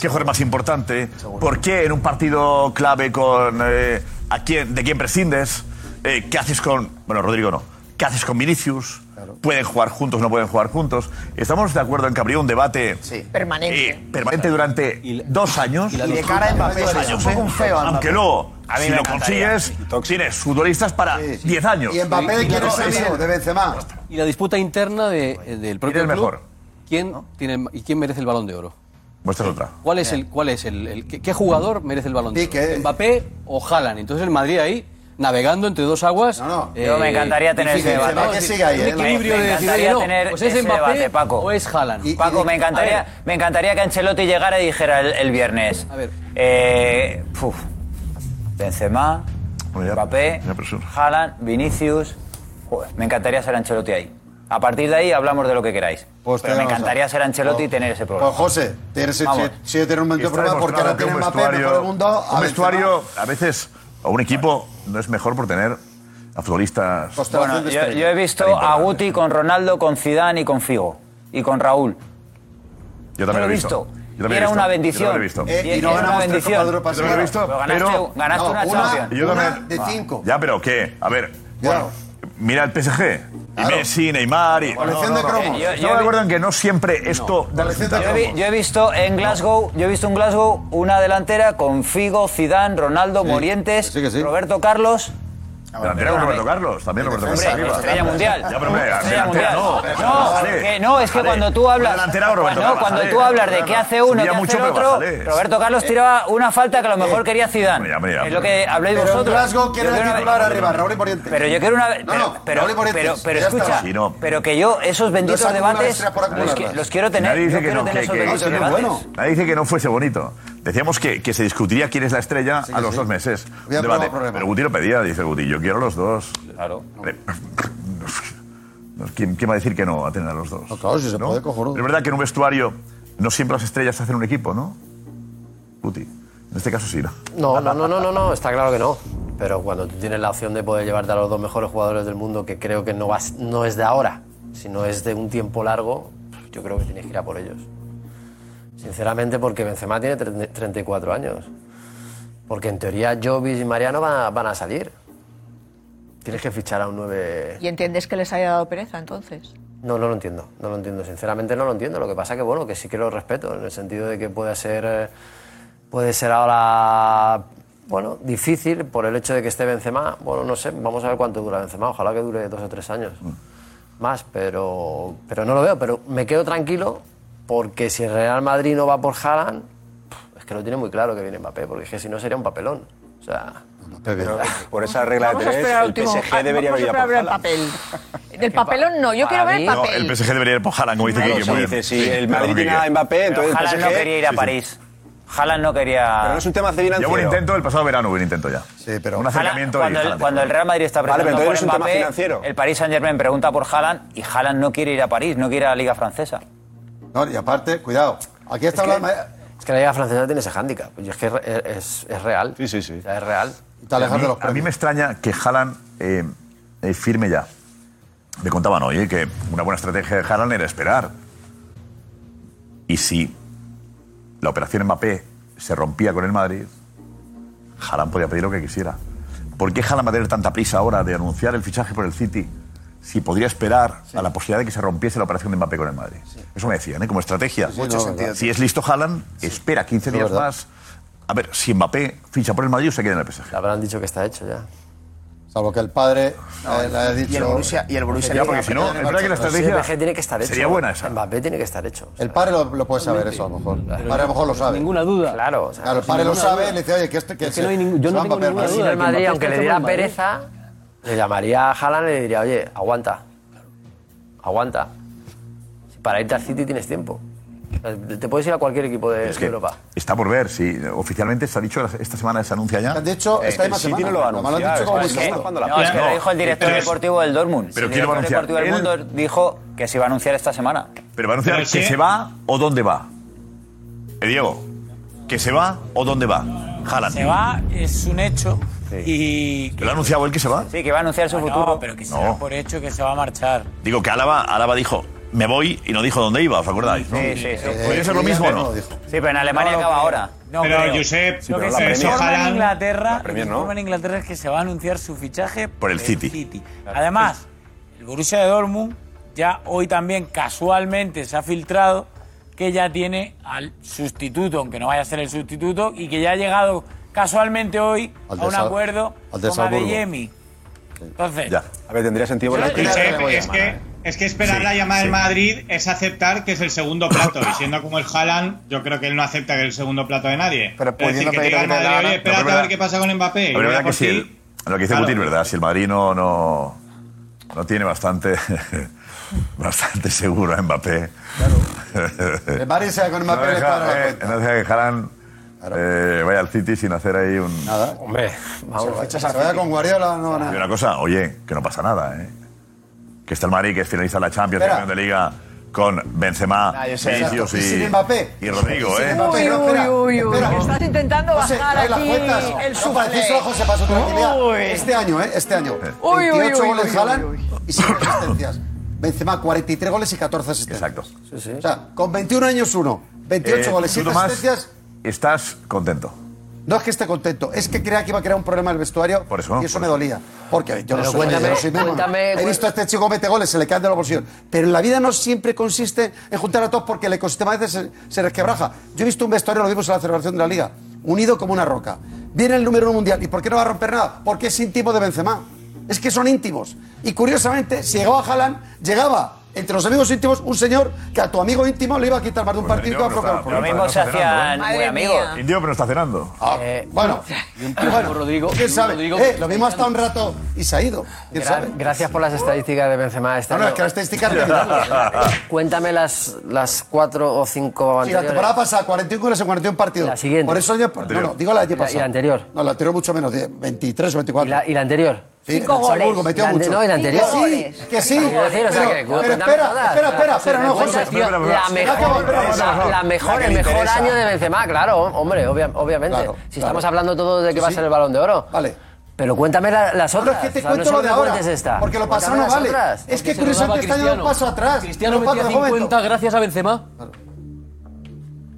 F: ¿Qué jugador más importante? ¿Por qué en un partido clave con eh, a quién, de quién prescindes? Eh, ¿Qué haces con bueno Rodrigo no? ¿Qué haces con Vinicius? ¿Pueden jugar juntos? ¿No pueden jugar juntos? Estamos de acuerdo en que habría un debate
M: Permanente.
F: eh, permanente durante dos años.
H: y la Y de cara a Mbappé,
F: Dos
H: es
F: años,
H: un poco
F: ¿eh?
H: un feo a Mbappé.
F: Aunque luego,
H: A mí
F: si
H: me
F: lo
H: encantaría.
F: consigues, tienes futbolistas para 10 años.
E: Y Mbappé quiere
O: no,
E: ser
O: ese-
E: amigo de Benzema. Pues,
O: Y la disputa interna de- eh, del propio
F: ¿Quién es el
O: club,
F: mejor?
O: ¿Quién tiene, ¿Y quién merece el balón de oro?
E: Pues
F: Vuestra es otra.
O: ¿Cuál es el, cuál es el, el- qué, qué jugador merece el balón de oro? ¿Mbappé o Haaland? Entonces el Madrid ahí, navegando entre dos aguas. eh,
P: Yo me encantaría tener
O: difícil,
P: ese debate.
O: ¿no?
P: Que
O: Sí,
P: siga ahí,
O: un
P: ¿eh?
O: equilibrio
P: Me
O: de decir,
P: encantaría
O: oye, no,
P: tener
O: pues es
P: ese
O: Mbappé
P: debate, Paco.
O: o es Haaland.
P: Paco, me encantaría, me encantaría que Ancelotti llegara y dijera el, el viernes. eh, puf, Benzema, Mbappé, Haaland, Vinicius. Joder, me encantaría ser Ancelotti ahí. A partir de ahí hablamos de lo que queráis. Pero me
E: tenemos a-
P: encantaría ser Ancelotti y tener ese problema.
E: Pues José, tienes, si,
P: Vamos.
E: si si tienes un momento de
F: Está
E: problema porque ahora
F: demostrado que
E: tienes
F: un
E: Mbappé, mejor del
F: vestuario-
E: mundo. a
F: Un
E: Benzema.
F: vestuario, a veces, o un equipo, no es mejor por tener a futbolistas.
P: Bueno, yo, yo he visto a Guti con Ronaldo, con Zidane y con Figo. Y con Raúl.
F: Yo también
P: Yo
F: lo he
P: he
F: visto.
P: visto.
F: Yo también
P: Era
F: lo he visto. Yo también lo
P: una
F: he
P: bendición.
F: visto.
P: Eh, y no
F: Era
P: ganamos
F: una
P: tres
F: bendición.
P: Copa Europa
F: Yo también lo he visto.
P: seguidas. Pero ganaste-
F: pero-
P: ganaste una Champions.
F: Yo
P: Una
F: también-
P: de
F: Ah.
P: cinco.
F: Ya, pero ¿qué? A ver. bueno, Mira el PSG. Y Messi, Neymar. Y...
P: Colección de cromos. Eh, Yo- yo
F: Estaba de
P: vi-
F: acuerdo en que no siempre esto da resultado.
P: Yo he, vi- yo he visto en Glasgow, yo he visto en Glasgow una delantera con Figo, Zidane, Ronaldo, Morientes, Roberto Carlos.
F: Delantera con Roberto Carlos. También Roberto Carlos.
P: Hombre,
F: arriba.
P: estrella mundial.
F: Ya, pero hombre,
P: Estrella
F: delantera
P: mundial.
F: no.
P: No,
F: Vale.
P: que no, es que
F: Vale.
P: cuando tú hablas.
F: Una delantera o Roberto
P: no,
F: Carlos,
P: cuando
F: vale.
P: tú hablas de
F: Bueno,
P: qué hace uno, qué
F: subía
P: hace
F: mucho,
P: el
F: pero
P: otro,
F: bájale.
P: Roberto Carlos tiraba una falta que a lo mejor quería Zidane.
F: Hombre, ya, hombre, ya.
P: Es lo que habláis
E: Pero en
P: vosotros.
E: Glasgow quiere
P: Yo quiero una-
E: titular arriba, Raúl y Moriente.
P: Pero yo quiero una.
E: No,
P: pero,
E: no,
P: pero,
E: Raúl y Morientes,
P: pero, pero
E: ya está.
P: escucha,
E: Sí, no.
P: pero que yo esos benditos
E: No es acumular
P: debates
E: estrellas por
P: los,
E: acumularlas.
P: que- los quiero tener.
F: Nadie
P: yo
F: dice que
P: quiero
F: no,
P: tener
F: que,
P: esos
F: que-
P: benditos
F: que-
P: debates.
F: Nadie dice que no fuese bonito. Decíamos que, que se discutiría quién es la estrella a los dos meses.
E: Había
F: Un debate.
E: probado problema.
F: Pero Guti lo pedía, dice Guti, yo quiero los dos. Eh,
P: Claro.
F: ¿Quién, quién va a decir que no a tener a los dos? claro, si se puede, cojonudo. Es verdad que en un vestuario no siempre las estrellas hacen un equipo, ¿no? Guti. En este caso sí, ¿no?
I: No, no, no, no, no, no, está claro que no. Pero cuando tú tienes la opción de poder llevarte a los dos mejores jugadores del mundo, que creo que no, vas, no es de ahora, sino es de un tiempo largo, yo creo que tienes que ir a por ellos. Sinceramente, porque Benzema tiene 30 34 años. Porque en teoría Jovis y Mariano van a, van a salir. Tienes que fichar a un 9
M: ¿Y entiendes que les haya dado pereza entonces?
I: no, no lo entiendo, no lo entiendo, sinceramente no lo entiendo. Lo que pasa que bueno, que sí que lo respeto, en el sentido de que puede ser, eh, puede ser ahora, bueno, difícil por el hecho de que esté Benzema. Bueno, no sé, vamos a ver cuánto dura Benzema, ojalá que dure dos o tres años más, pero, pero no lo veo. Pero me quedo tranquilo porque si el Real Madrid no va por Haaland, pf, es que lo tiene muy claro que viene Mbappé, porque es que si no sería un papelón. O sea,
N: por esa regla
I: Vamos
N: de
I: a
N: tres,
I: esperar al
N: el
I: último.
N: PSG debería haber
M: Ah, Vamos a
N: ido
M: esperar a
N: por
M: ver el
N: Haaland.
M: papelón. Del papelón no, yo quiero ver el
F: No,
M: papel.
F: el PSG debería ir por Haaland, como dice
N: Claro,
F: Kiki.
N: sí,
F: muy bien.
N: dice, si
F: Sí,
N: el
F: claro,
N: Madrid tiene
F: Kike.
N: a Mbappé,
P: Pero
N: entonces el
P: Haaland
N: PSG
P: no quería ir a
F: sí, sí.
P: París. Haaland no
F: Ah.
P: quería.
N: Pero no es un tema
F: Ya
N: financiero.
F: hubo un intento el pasado verano, hubo un intento ya. Sí, pero un
P: Haaland,
F: acercamiento y
P: cuando, el,
F: Haaland.
P: cuando el Real Madrid está
F: Vale, pero
P: preguntando
F: entonces
P: por
F: es un tema financiero.
P: Mbappé, el Paris Saint Germain pregunta por Haaland y Haaland no quiere ir a París, no quiere ir a la Liga Francesa.
E: No, y aparte, cuidado. Aquí está hablando.
I: Es que la liga francesa tiene ese hándicap. Y es que es, es- es real. Sí, sí, sí. es real.
F: a mí, a mí me extraña que Haaland eh, eh, firme ya. Me contaban hoy eh, que una buena estrategia de Haaland era esperar. Y si la operación Mbappé se rompía con el Madrid, Haaland podía pedir lo que quisiera. ¿Por qué Haaland va a tener tanta prisa ahora de anunciar el fichaje por el City? Si podría esperar a la posibilidad de que se rompiese la operación de Mbappé con el Madrid. Eso me decían, ¿eh? como estrategia.
E: Sí, sí, Mucho no, sentido verdad.
F: Si es listo Haaland, espera 15
I: Sí,
F: días
I: verdad.
F: más. A ver, si Mbappé ficha por el Madrid o se queda en el PSG.
I: habrán dicho que está hecho ya.
E: Salvo que el padre eh, le haya dicho.
I: Y el Borussia, y el Borussia
E: Ya,
I: le
E: porque
I: diga,
E: si no,
I: "Pero
E: es verdad que la
I: Mbappé
E: estrategia
I: tiene que estar hecho.
E: sería buena esa.
I: Mbappé tiene que estar hecho.
E: El padre lo, lo puede saber, eso a lo mejor. El padre a lo mejor lo sabe.
I: Ninguna duda. Claro, o sea,
E: Claro, el padre lo sabe, le dice, oye, que este. Que
I: Es que no hay ningún- yo
E: se
I: no
E: va
I: tengo
E: a Mbappé,
I: ninguna
E: ¿no?
I: duda de que Madrid, aunque le diera pereza, Le llamaría a Haaland y le diría, oye, aguanta. Aguanta. Si para irte al City tienes tiempo. O sea, Te puedes ir a cualquier equipo de,
F: Es
I: de
F: que
I: Europa.
F: está por ver si oficialmente se ha dicho esta semana se anuncia ya. De
E: hecho,
I: Eh,
P: esta misma
F: City
P: semana.
F: no lo va a
P: Lo malo han
F: anunciar.
P: dicho como
F: es
P: que-
F: que- cuando la
P: No, es que
F: prensa-
P: lo dijo el director
F: Pero es-
P: deportivo del Dortmund.
F: Pero
P: el
F: ¿quién lo va a
P: director
F: anunciar?
P: deportivo del mundo
F: Él-
P: dijo que se iba a anunciar este- esta semana.
F: Pero va a anunciar
P: Pero
F: que
P: sí.
F: se va o dónde va. Eh, Diego, que se va o dónde va. Haaland.
W: Se va, es un hecho. Y
F: ¿Lo ha anunciado él que se va?
P: Sí, que va a anunciar su
W: futuro. pero que se da por hecho que se va a marchar.
F: Digo que Álava, Álava dijo, me voy y no dijo dónde iba, ¿os acordáis? no?
W: Sí, sí, sí.
F: ¿Podría ser lo mismo o no?
P: Sí, pero en Alemania acaba ahora.
W: No,
S: Pero,
W: creo.
S: Josep,
F: pero
W: lo que
F: la
W: se
F: Premier-
W: informa en
F: Haaland-
W: Inglaterra,
F: la Premier,
W: se
F: ¿no?
W: informa en Inglaterra es que se va a anunciar su fichaje
F: Por el
W: del
F: City.
W: Además, el Borussia de Dortmund ya hoy también casualmente se ha filtrado que ya tiene al sustituto, aunque no vaya a ser el sustituto, y que ya ha llegado casualmente hoy
N: Al de
W: a un
N: Sal-
W: acuerdo
N: al de
W: con
N: Salzburgo.
W: Adeyemi. Entonces,
N: A ver, tendría sentido
W: Yo-
N: porque
W: Josep,
S: Es que,
F: ¿eh?
S: es que esperar la llamada del Madrid es aceptar que es el segundo plato. Y siendo como el Haaland, yo creo que él no acepta que es el segundo plato de nadie. Pero
N: pudiendo
S: que
N: pedir
S: diga al
N: lo que le
S: Madrid,
N: da la
S: oye,
N: gana".
S: espérate
F: No, pero
S: a ver
F: verdad-
S: qué pasa con Mbappé.
F: La
S: y
F: verdad
S: voy a
F: que
S: por
F: sí.
S: ti.
F: el- Lo que dice
S: Claro.
F: Putin, ¿verdad? Si el Madrid no, no, no tiene bastante, bastante seguro a Mbappé.
E: El padre se va con Mbappé,
F: no
E: le está dando
F: deja,
E: la
F: eh, no deja que Haaland eh, vaya al City sin hacer ahí un... Nada.
I: Hombre,
E: cuenta. Se vaya con Guardiola, no,
F: Y
E: nada.
F: una cosa, oye, que no pasa nada, ¿eh? Que está el Madrid, que es finalista de la Champions,
E: Espera.
F: campeón de Liga, con Benzema,
E: Ah, yo sé.
F: Vinicius
E: Exacto. Y sin
F: y,
E: Mbappé.
F: y Rodrigo,
E: Y sin
F: ¿eh?
E: Mbappé, no, espera,
M: Uy, uy,
E: espera.
M: estás intentando
E: No sé,
M: bajar
E: las
M: aquí
E: cuentas.
M: el
E: No, para
M: suflé.
E: decir solo, José, para su tranquilidad.
M: Uy.
E: Este año, ¿eh? Este año.
M: Uy, uy,
E: 28
M: uy,
E: goles
M: uy,
E: Haaland y 5 asistencias. Benzema, 43 goles y 14 asistencias. Exacto. O sea, con 21 años uno, 28
F: Eh,
E: goles,
F: tú,
E: 7
F: Tomás,
E: asistencias.
F: Estás contento.
E: No es que esté contento, es que creía que iba a crear un problema en el vestuario y eso me dolía. Porque yo no
M: Pero
E: soy,
M: cuéntame,
E: yo no soy Memo.
M: cuéntame,
E: He
M: cu-
E: visto a este chico mete goles, se le caen de los bolsillos. Pero la vida no siempre consiste en juntar a todos porque el ecosistema a veces se, se resquebraja. Yo he visto un vestuario, lo vimos en la celebración de la Liga, unido como una roca. Viene el número uno mundial. ¿Y por qué no va a romper nada? Porque es íntimo de Benzema. Es que son íntimos. Y curiosamente, si llegaba Haaland, llegaba entre los amigos íntimos un señor que a tu amigo íntimo le iba a quitar
F: Pues
E: más de un partido y te iba a provocar un
F: Lo
E: problema.
F: mismo se hacían muy amigos. Indio, pero no está cenando.
E: Ah,
I: Eh,
E: Bueno, bueno, ¿quién sabe? Eh, lo mismo hasta un rato y se ha ido. ¿Quién
I: Gra-
E: sabe?
I: Gracias por las estadísticas de Benzema este
E: No, no,
I: año.
E: es que las estadísticas no mirarlas.
I: Cuéntame las, las cuatro o cinco
E: Sí, la
I: anteriores.
E: temporada pasada, 41 goles en 41 partidos.
I: La siguiente.
E: Por eso yo. No, no, digo la año
I: Y la-
E: pasado.
I: y la anterior.
E: No, la anterior mucho menos, 10, 23 o 24. ¿Y la,
I: anterior?
E: Sí,
I: Cinco
E: en el Salzburgo
I: goles.
E: metió
I: La ante-
E: mucho.
I: no, y la anterior.
E: Que sí, que sí.
I: Quiero decir, o sea, que-
E: pero, pero
I: cuéntame
E: espera,
I: todas.
E: espera, espera, espera, no,
I: Cuéntame,
E: José.
I: pues tío, la mejor, la- la mejor- el mejor año de Benzema, claro, hombre, obvia- obviamente.
E: Claro,
I: si
E: claro.
I: estamos hablando todo de que
E: Sí,
I: va a
E: sí.
I: ser el Balón de Oro.
E: Vale.
I: Pero cuéntame la- las
E: No,
I: otras.
E: es que te
I: o sea,
E: cuento
I: no
E: lo de
I: solo me
E: ahora.
I: cuentes esta.
E: Porque lo pasado no
I: Cuéntame las
E: vale. Es
I: otras.
E: que
I: Porque se nos
E: curiosamente este
I: daba
E: año da un
I: Cristiano.
E: paso atrás.
O: Cristiano
E: No, Paco,
O: metía
E: de momento.
O: 50 gracias a Benzema.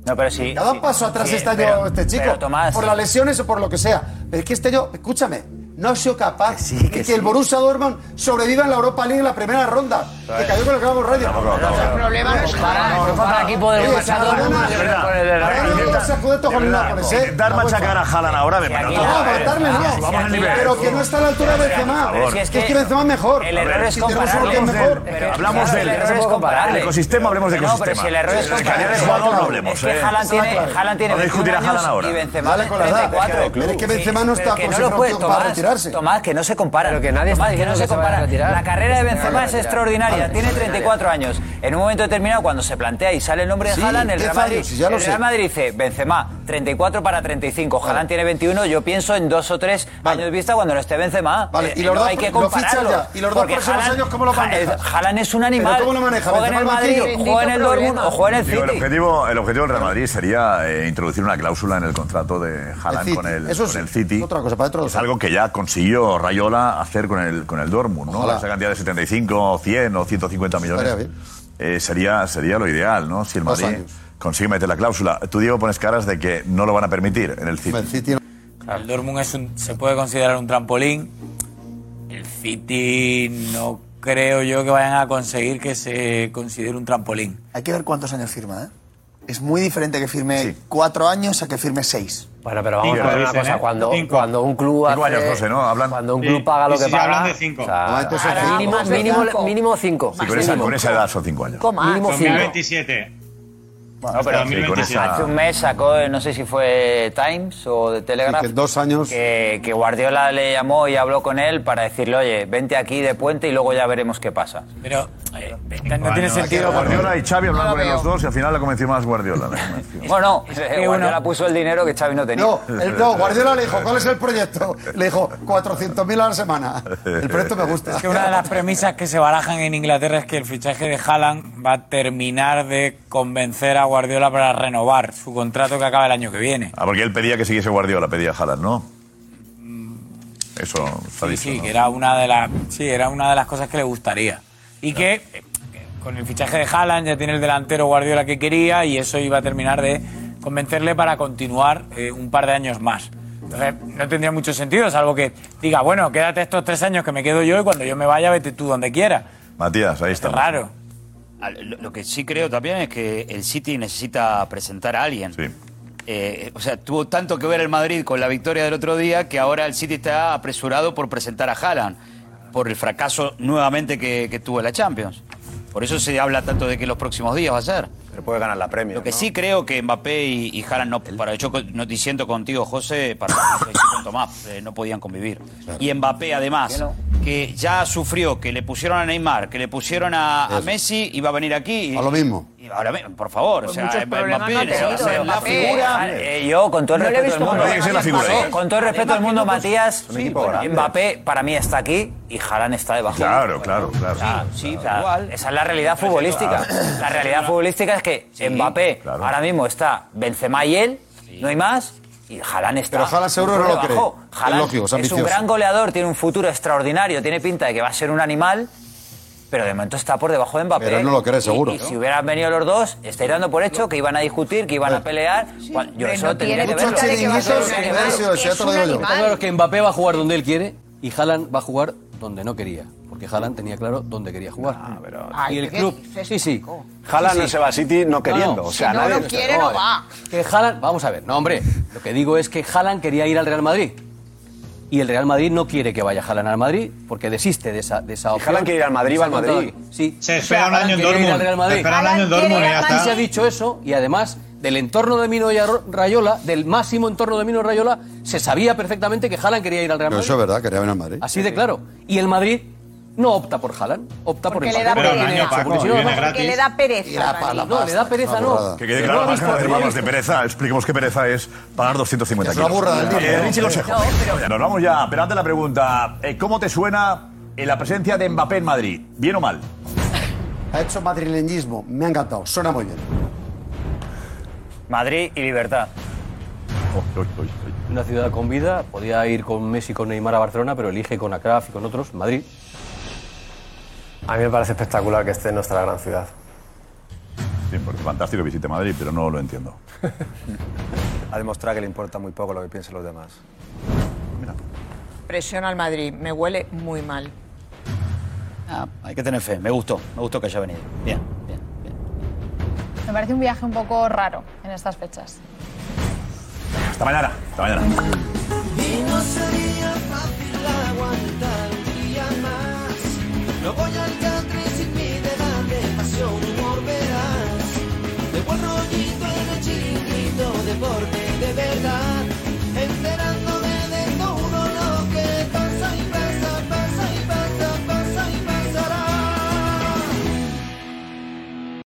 P: No, pero sí.
E: Ha dado
P: sí,
E: paso atrás
P: sí,
E: este año
P: pero-
E: este chico.
P: pero, Tomás,
E: por las lesiones o por lo que sea. Pero es que este año, escúchame, no ha sido capaz de que,
P: sí.
E: el Borussia Dortmund sobreviva en la Europa League en la primera ronda. Que cayó con el Grabo Radio.
I: El problema no es para el equipo del
E: Oye,
I: Barça,
E: Sarabona,
I: todo el mundo se
E: de
I: pone el dedo.
E: Ahora no vas a Scudetto con el Nápoles, ¿eh?
F: Intentar machacar a Haaland ahora me parece.
E: No, matarle no.
F: Vamos al nivel.
E: Pero que no está a la altura de Benzema.
F: eh, Pero si
E: Es que es que Benzema es mejor.
F: el error es
E: Si tenemos uno que es
F: compararle.
E: mejor.
F: Pero Hablamos claro, del- el error es compararle. del ecosistema, hablemos de
P: No, pero
F: ecosistema.
P: si el error es
F: Sí, sí, sí.
P: compararle.
F: El jugador no hablemos,
P: Es que
F: eh.
P: Haaland tiene,
F: Claro.
P: Haaland tiene
F: No discutir a
P: 21
F: Haaland
P: años
F: ahora.
P: y Benzema
E: Vale con la edad.
P: 34.
E: Pero es que Benzema no
P: Sí,
E: está como
P: pero que
E: si
P: no
E: fuera
P: lo
E: un
P: puedes
E: tío para
P: tomar.
E: retirarse.
P: Tomás, que no se compara.
E: Pero que nadie está
P: Tomás, que
E: diciendo
P: no se
E: que se vaya a
P: compara.
E: retirar.
P: La carrera de
E: No, no,
P: Benzema
E: no,
P: es
E: no,
P: extraordinaria.
E: no,
P: Tiene
E: no, no,
P: 34 años. En un momento determinado, cuando se plantea y sale el nombre de
E: Sí,
P: Haaland, el
E: 10
P: Real Madrid,
E: años, si ya lo
P: el Real
E: sé.
P: Madrid dice Benzema, 34 para 35. Haaland tiene 21. Yo pienso en dos o tres años vista cuando no esté Benzema.
E: Vale,
P: Eh,
E: y los
P: no
E: dos-
P: hay que
E: los fichas
P: compararlo.
E: ya. ¿Y los dos próximos años cómo lo manejas?
P: Haaland es un animal.
E: ¿Pero cómo lo manejas?
P: Juega en el
E: ¿Benzema al
P: Madrid,
E: banquillo?
P: juega en el Dortmund o juega en el
F: Digo,
P: City.
F: el, objetivo, el objetivo del Real Madrid sería eh, introducir una cláusula en el contrato de
E: El
F: Haaland
E: City.
F: con el,
E: Eso
F: con
E: sí,
F: el City.
E: otra cosa, para dentro de
F: Es
E: dos
F: algo que ya consiguió Rayola hacer con el, con el Dortmund, ¿no?
E: Ojalá.
F: Esa cantidad de 75, 100 o 150 millones.
E: estaría bien.
F: Eh, sería, sería lo ideal, ¿no? Si el
E: Dos
F: Madrid
E: años.
F: consigue meter la cláusula. Tú, Diego, pones caras de que no lo van a permitir en el City.
W: El Dortmund es un- se puede considerar un trampolín. El City no creo yo que vayan a conseguir que se considere un trampolín.
H: Hay que ver cuántos años firma, ¿eh? Es muy diferente que firme cuatro años a que firme seis.
I: Bueno, pero vamos a ver una cosa. Cuando, cuando un club hace...
H: ¿eh? Cinco años, no sé, ¿no? Hablan-
I: Cuando un
H: Sí.
I: club paga lo
H: Y
I: que
H: si ya
I: paga...
H: hablan de cinco.
I: o sea,
E: Ah,
F: Normalmente son
I: ahora
F: cinco.
I: mínimo,
F: Más de
I: mínimo,
F: cinco.
I: mínimo cinco.
F: Sí, con, esa, con esa edad son 5 años.
I: Mínimo
P: Con
I: cinco.
S: 27.
P: No, pero
F: Sí, con esa-
P: hace un mes sacó, eh, no sé si fue Times o de Telegraph,
E: Sí, que dos años.
P: que, que Guardiola le llamó y habló con él para decirle, oye, vente aquí de puente y luego ya veremos qué pasa.
W: Pero eh, no
F: Bueno,
W: tiene sentido.
F: Guardiola y Xavi hablaban
W: No lo
F: con los
W: veo.
F: dos y al final la convenció más Guardiola. la convenció.
P: Bueno, eh,
E: que
P: Guardiola
E: bueno.
P: puso el dinero que Xavi no tenía.
E: No, el, no, Guardiola le dijo, ¿cuál es el proyecto? Le dijo, 400.000 a la semana. El proyecto me gusta.
W: Es que una de las premisas que se barajan en Inglaterra es que el fichaje de Haaland va a terminar de convencer a Guardiola para renovar su contrato que acaba el año que viene.
F: Ah, porque él pedía que siguiese Guardiola, pedía Haaland, ¿no?
W: Mm.
F: Eso está
W: Sí,
F: dicho.
W: sí,
F: ¿no?
W: que era una de las sí, era una de las cosas que le gustaría. Y que eh, con el fichaje de Haaland ya tiene el delantero Guardiola que quería y eso iba a terminar de convencerle para continuar eh, un par de años más. Entonces, no tendría mucho sentido, salvo que diga, bueno, quédate estos tres años que me quedo yo y cuando yo me vaya, vete tú donde quieras.
F: Matías, ahí está.
W: Raro.
Q: Ah, Lo lo que sí creo también es que el City necesita presentar a alguien. Eh, o sea, tuvo tanto que ver el Madrid con la victoria del otro día que ahora el City está apresurado por presentar a Haaland, por el fracaso nuevamente que, que tuvo en la Champions. Por eso se habla tanto de que los próximos días va a ser.
N: Pero puede ganar la premia.
Q: Lo que sí creo que Mbappé y, y Haaland, no, para yo co- no diciendo contigo, José, para yo estoy con Tomás, eh, no podían convivir. Y Mbappé, además, que ya sufrió, que le pusieron a Neymar, que le pusieron a, a
E: Eso.
Q: Messi, y va a venir aquí. y-
E: A lo mismo.
Q: y ahora, mismo, por favor, o sea,
E: muchos problemas
Q: Mbappé
E: no ha
Q: necesita
E: tenido,
Q: ser la
E: Mbappé.
Q: figura.
P: Eh, yo, con todo el
Q: No le he
P: respeto del
Q: visto problemas.
P: mundo,
Q: Tiene que ser la figura,
P: Matías,
Q: ¿eh?
P: con todo el respeto del mundo, Matías,
Q: un equipo
P: bueno,
Q: grande.
P: Mbappé para mí está aquí y Haaland está debajo.
F: Claro, claro, claro.
P: O sea, Esa es la realidad futbolística.
Q: ah,
P: La realidad futbolística es que Mbappé ahora mismo está Benzema y él, no hay más. Y Haaland está.
E: Pero Haaland seguro no lo
P: por
E: cree.
P: debajo.
E: Es
P: Haaland
E: lógico, es
P: es un
E: ambicioso.
P: gran goleador, tiene un futuro extraordinario, tiene pinta de que va a ser un animal, pero de momento está por debajo de Mbappé.
E: Pero él no lo cree,
P: Y-
E: seguro.
P: Y, si hubieran venido los dos, estáis dando por hecho que iban a discutir, que iban a pelear. Bueno, yo
M: Hombre,
P: eso
M: no
P: tendría que
M: tiene
P: verlo.
M: pinta de que va a ser un
P: Tendría que
M: animal.
P: verlo.
M: Eso ya te lo digo yo.
O: Está claro que Mbappé va a jugar donde él quiere y Haaland va a jugar donde no quería. Porque Haaland tenía claro dónde quería jugar. y el
I: ¿qué
O: club.
I: dices,
O: Sí, sí.
N: Haaland
O: Sí, sí.
N: no se va a City no queriendo.
O: No, no.
N: O sea,
O: Si no
N: nadie...
O: lo quiere, no va. Que Haaland, vamos a ver, no hombre, lo que digo es que Haaland quería ir al Real Madrid. Y el Real Madrid no quiere que vaya Haaland al Madrid porque desiste de esa, de esa opción.
N: Haaland quiere ir al Madrid,
O: Se
N: va al
O: ha contado
N: Madrid.
O: aquí. Sí.
S: Se espera un
O: Haaland
S: año en
O: quería ir
S: Dortmund.
O: al Real Madrid.
S: Se espera un año en Haaland Dortmund, quiere ir ya al está.
O: Y se ha dicho eso y además del entorno de Mino Yar- Rayola, del máximo entorno de Mino Rayola, se sabía perfectamente que Haaland quería ir al Real
E: Pero
O: Madrid.
E: eso es verdad, quería venir al Madrid.
O: Así de claro. Y el Madrid no opta por Haaland, opta por
M: Porque
O: el
M: le da
O: Madrid.
M: pereza.
O: Porque si no, además-
M: Porque le da pereza. Dani.
O: No, le da pereza, no.
F: Que quede
O: Que
F: claro,
O: no ha
F: vamos
O: visto
F: a
O: a
F: hacer
O: Madrid.
F: vamos de pereza. Expliquemos qué pereza es pagar 250
E: Es una
F: kilos.
E: burra del día.
F: Eh, Richie Consejo. Venga, Nos vamos ya. Pero antes la pregunta. eh, ¿Cómo te suena eh, la presencia de Mbappé en Madrid? ¿Bien o mal?
E: Ha hecho madrileñismo, me ha encantado, suena muy bien.
P: Madrid y libertad.
O: Una ciudad con vida, podía ir con Messi, con Neymar a Barcelona, pero elige con Acraf y con otros Madrid.
I: A mí me parece espectacular que esté en nuestra gran ciudad.
F: Sí, porque fantástico que visite Madrid, pero no lo entiendo.
Z: Ha demostrado que le importa muy poco lo que piensen los demás.
M: Presiona al Madrid, me huele muy mal.
Q: Ah, hay que tener fe, me gustó, me gustó que haya venido. Bien.
B: Me parece un viaje un poco raro en estas fechas.
F: Hasta mañana. Hasta mañana.
X: Y no sería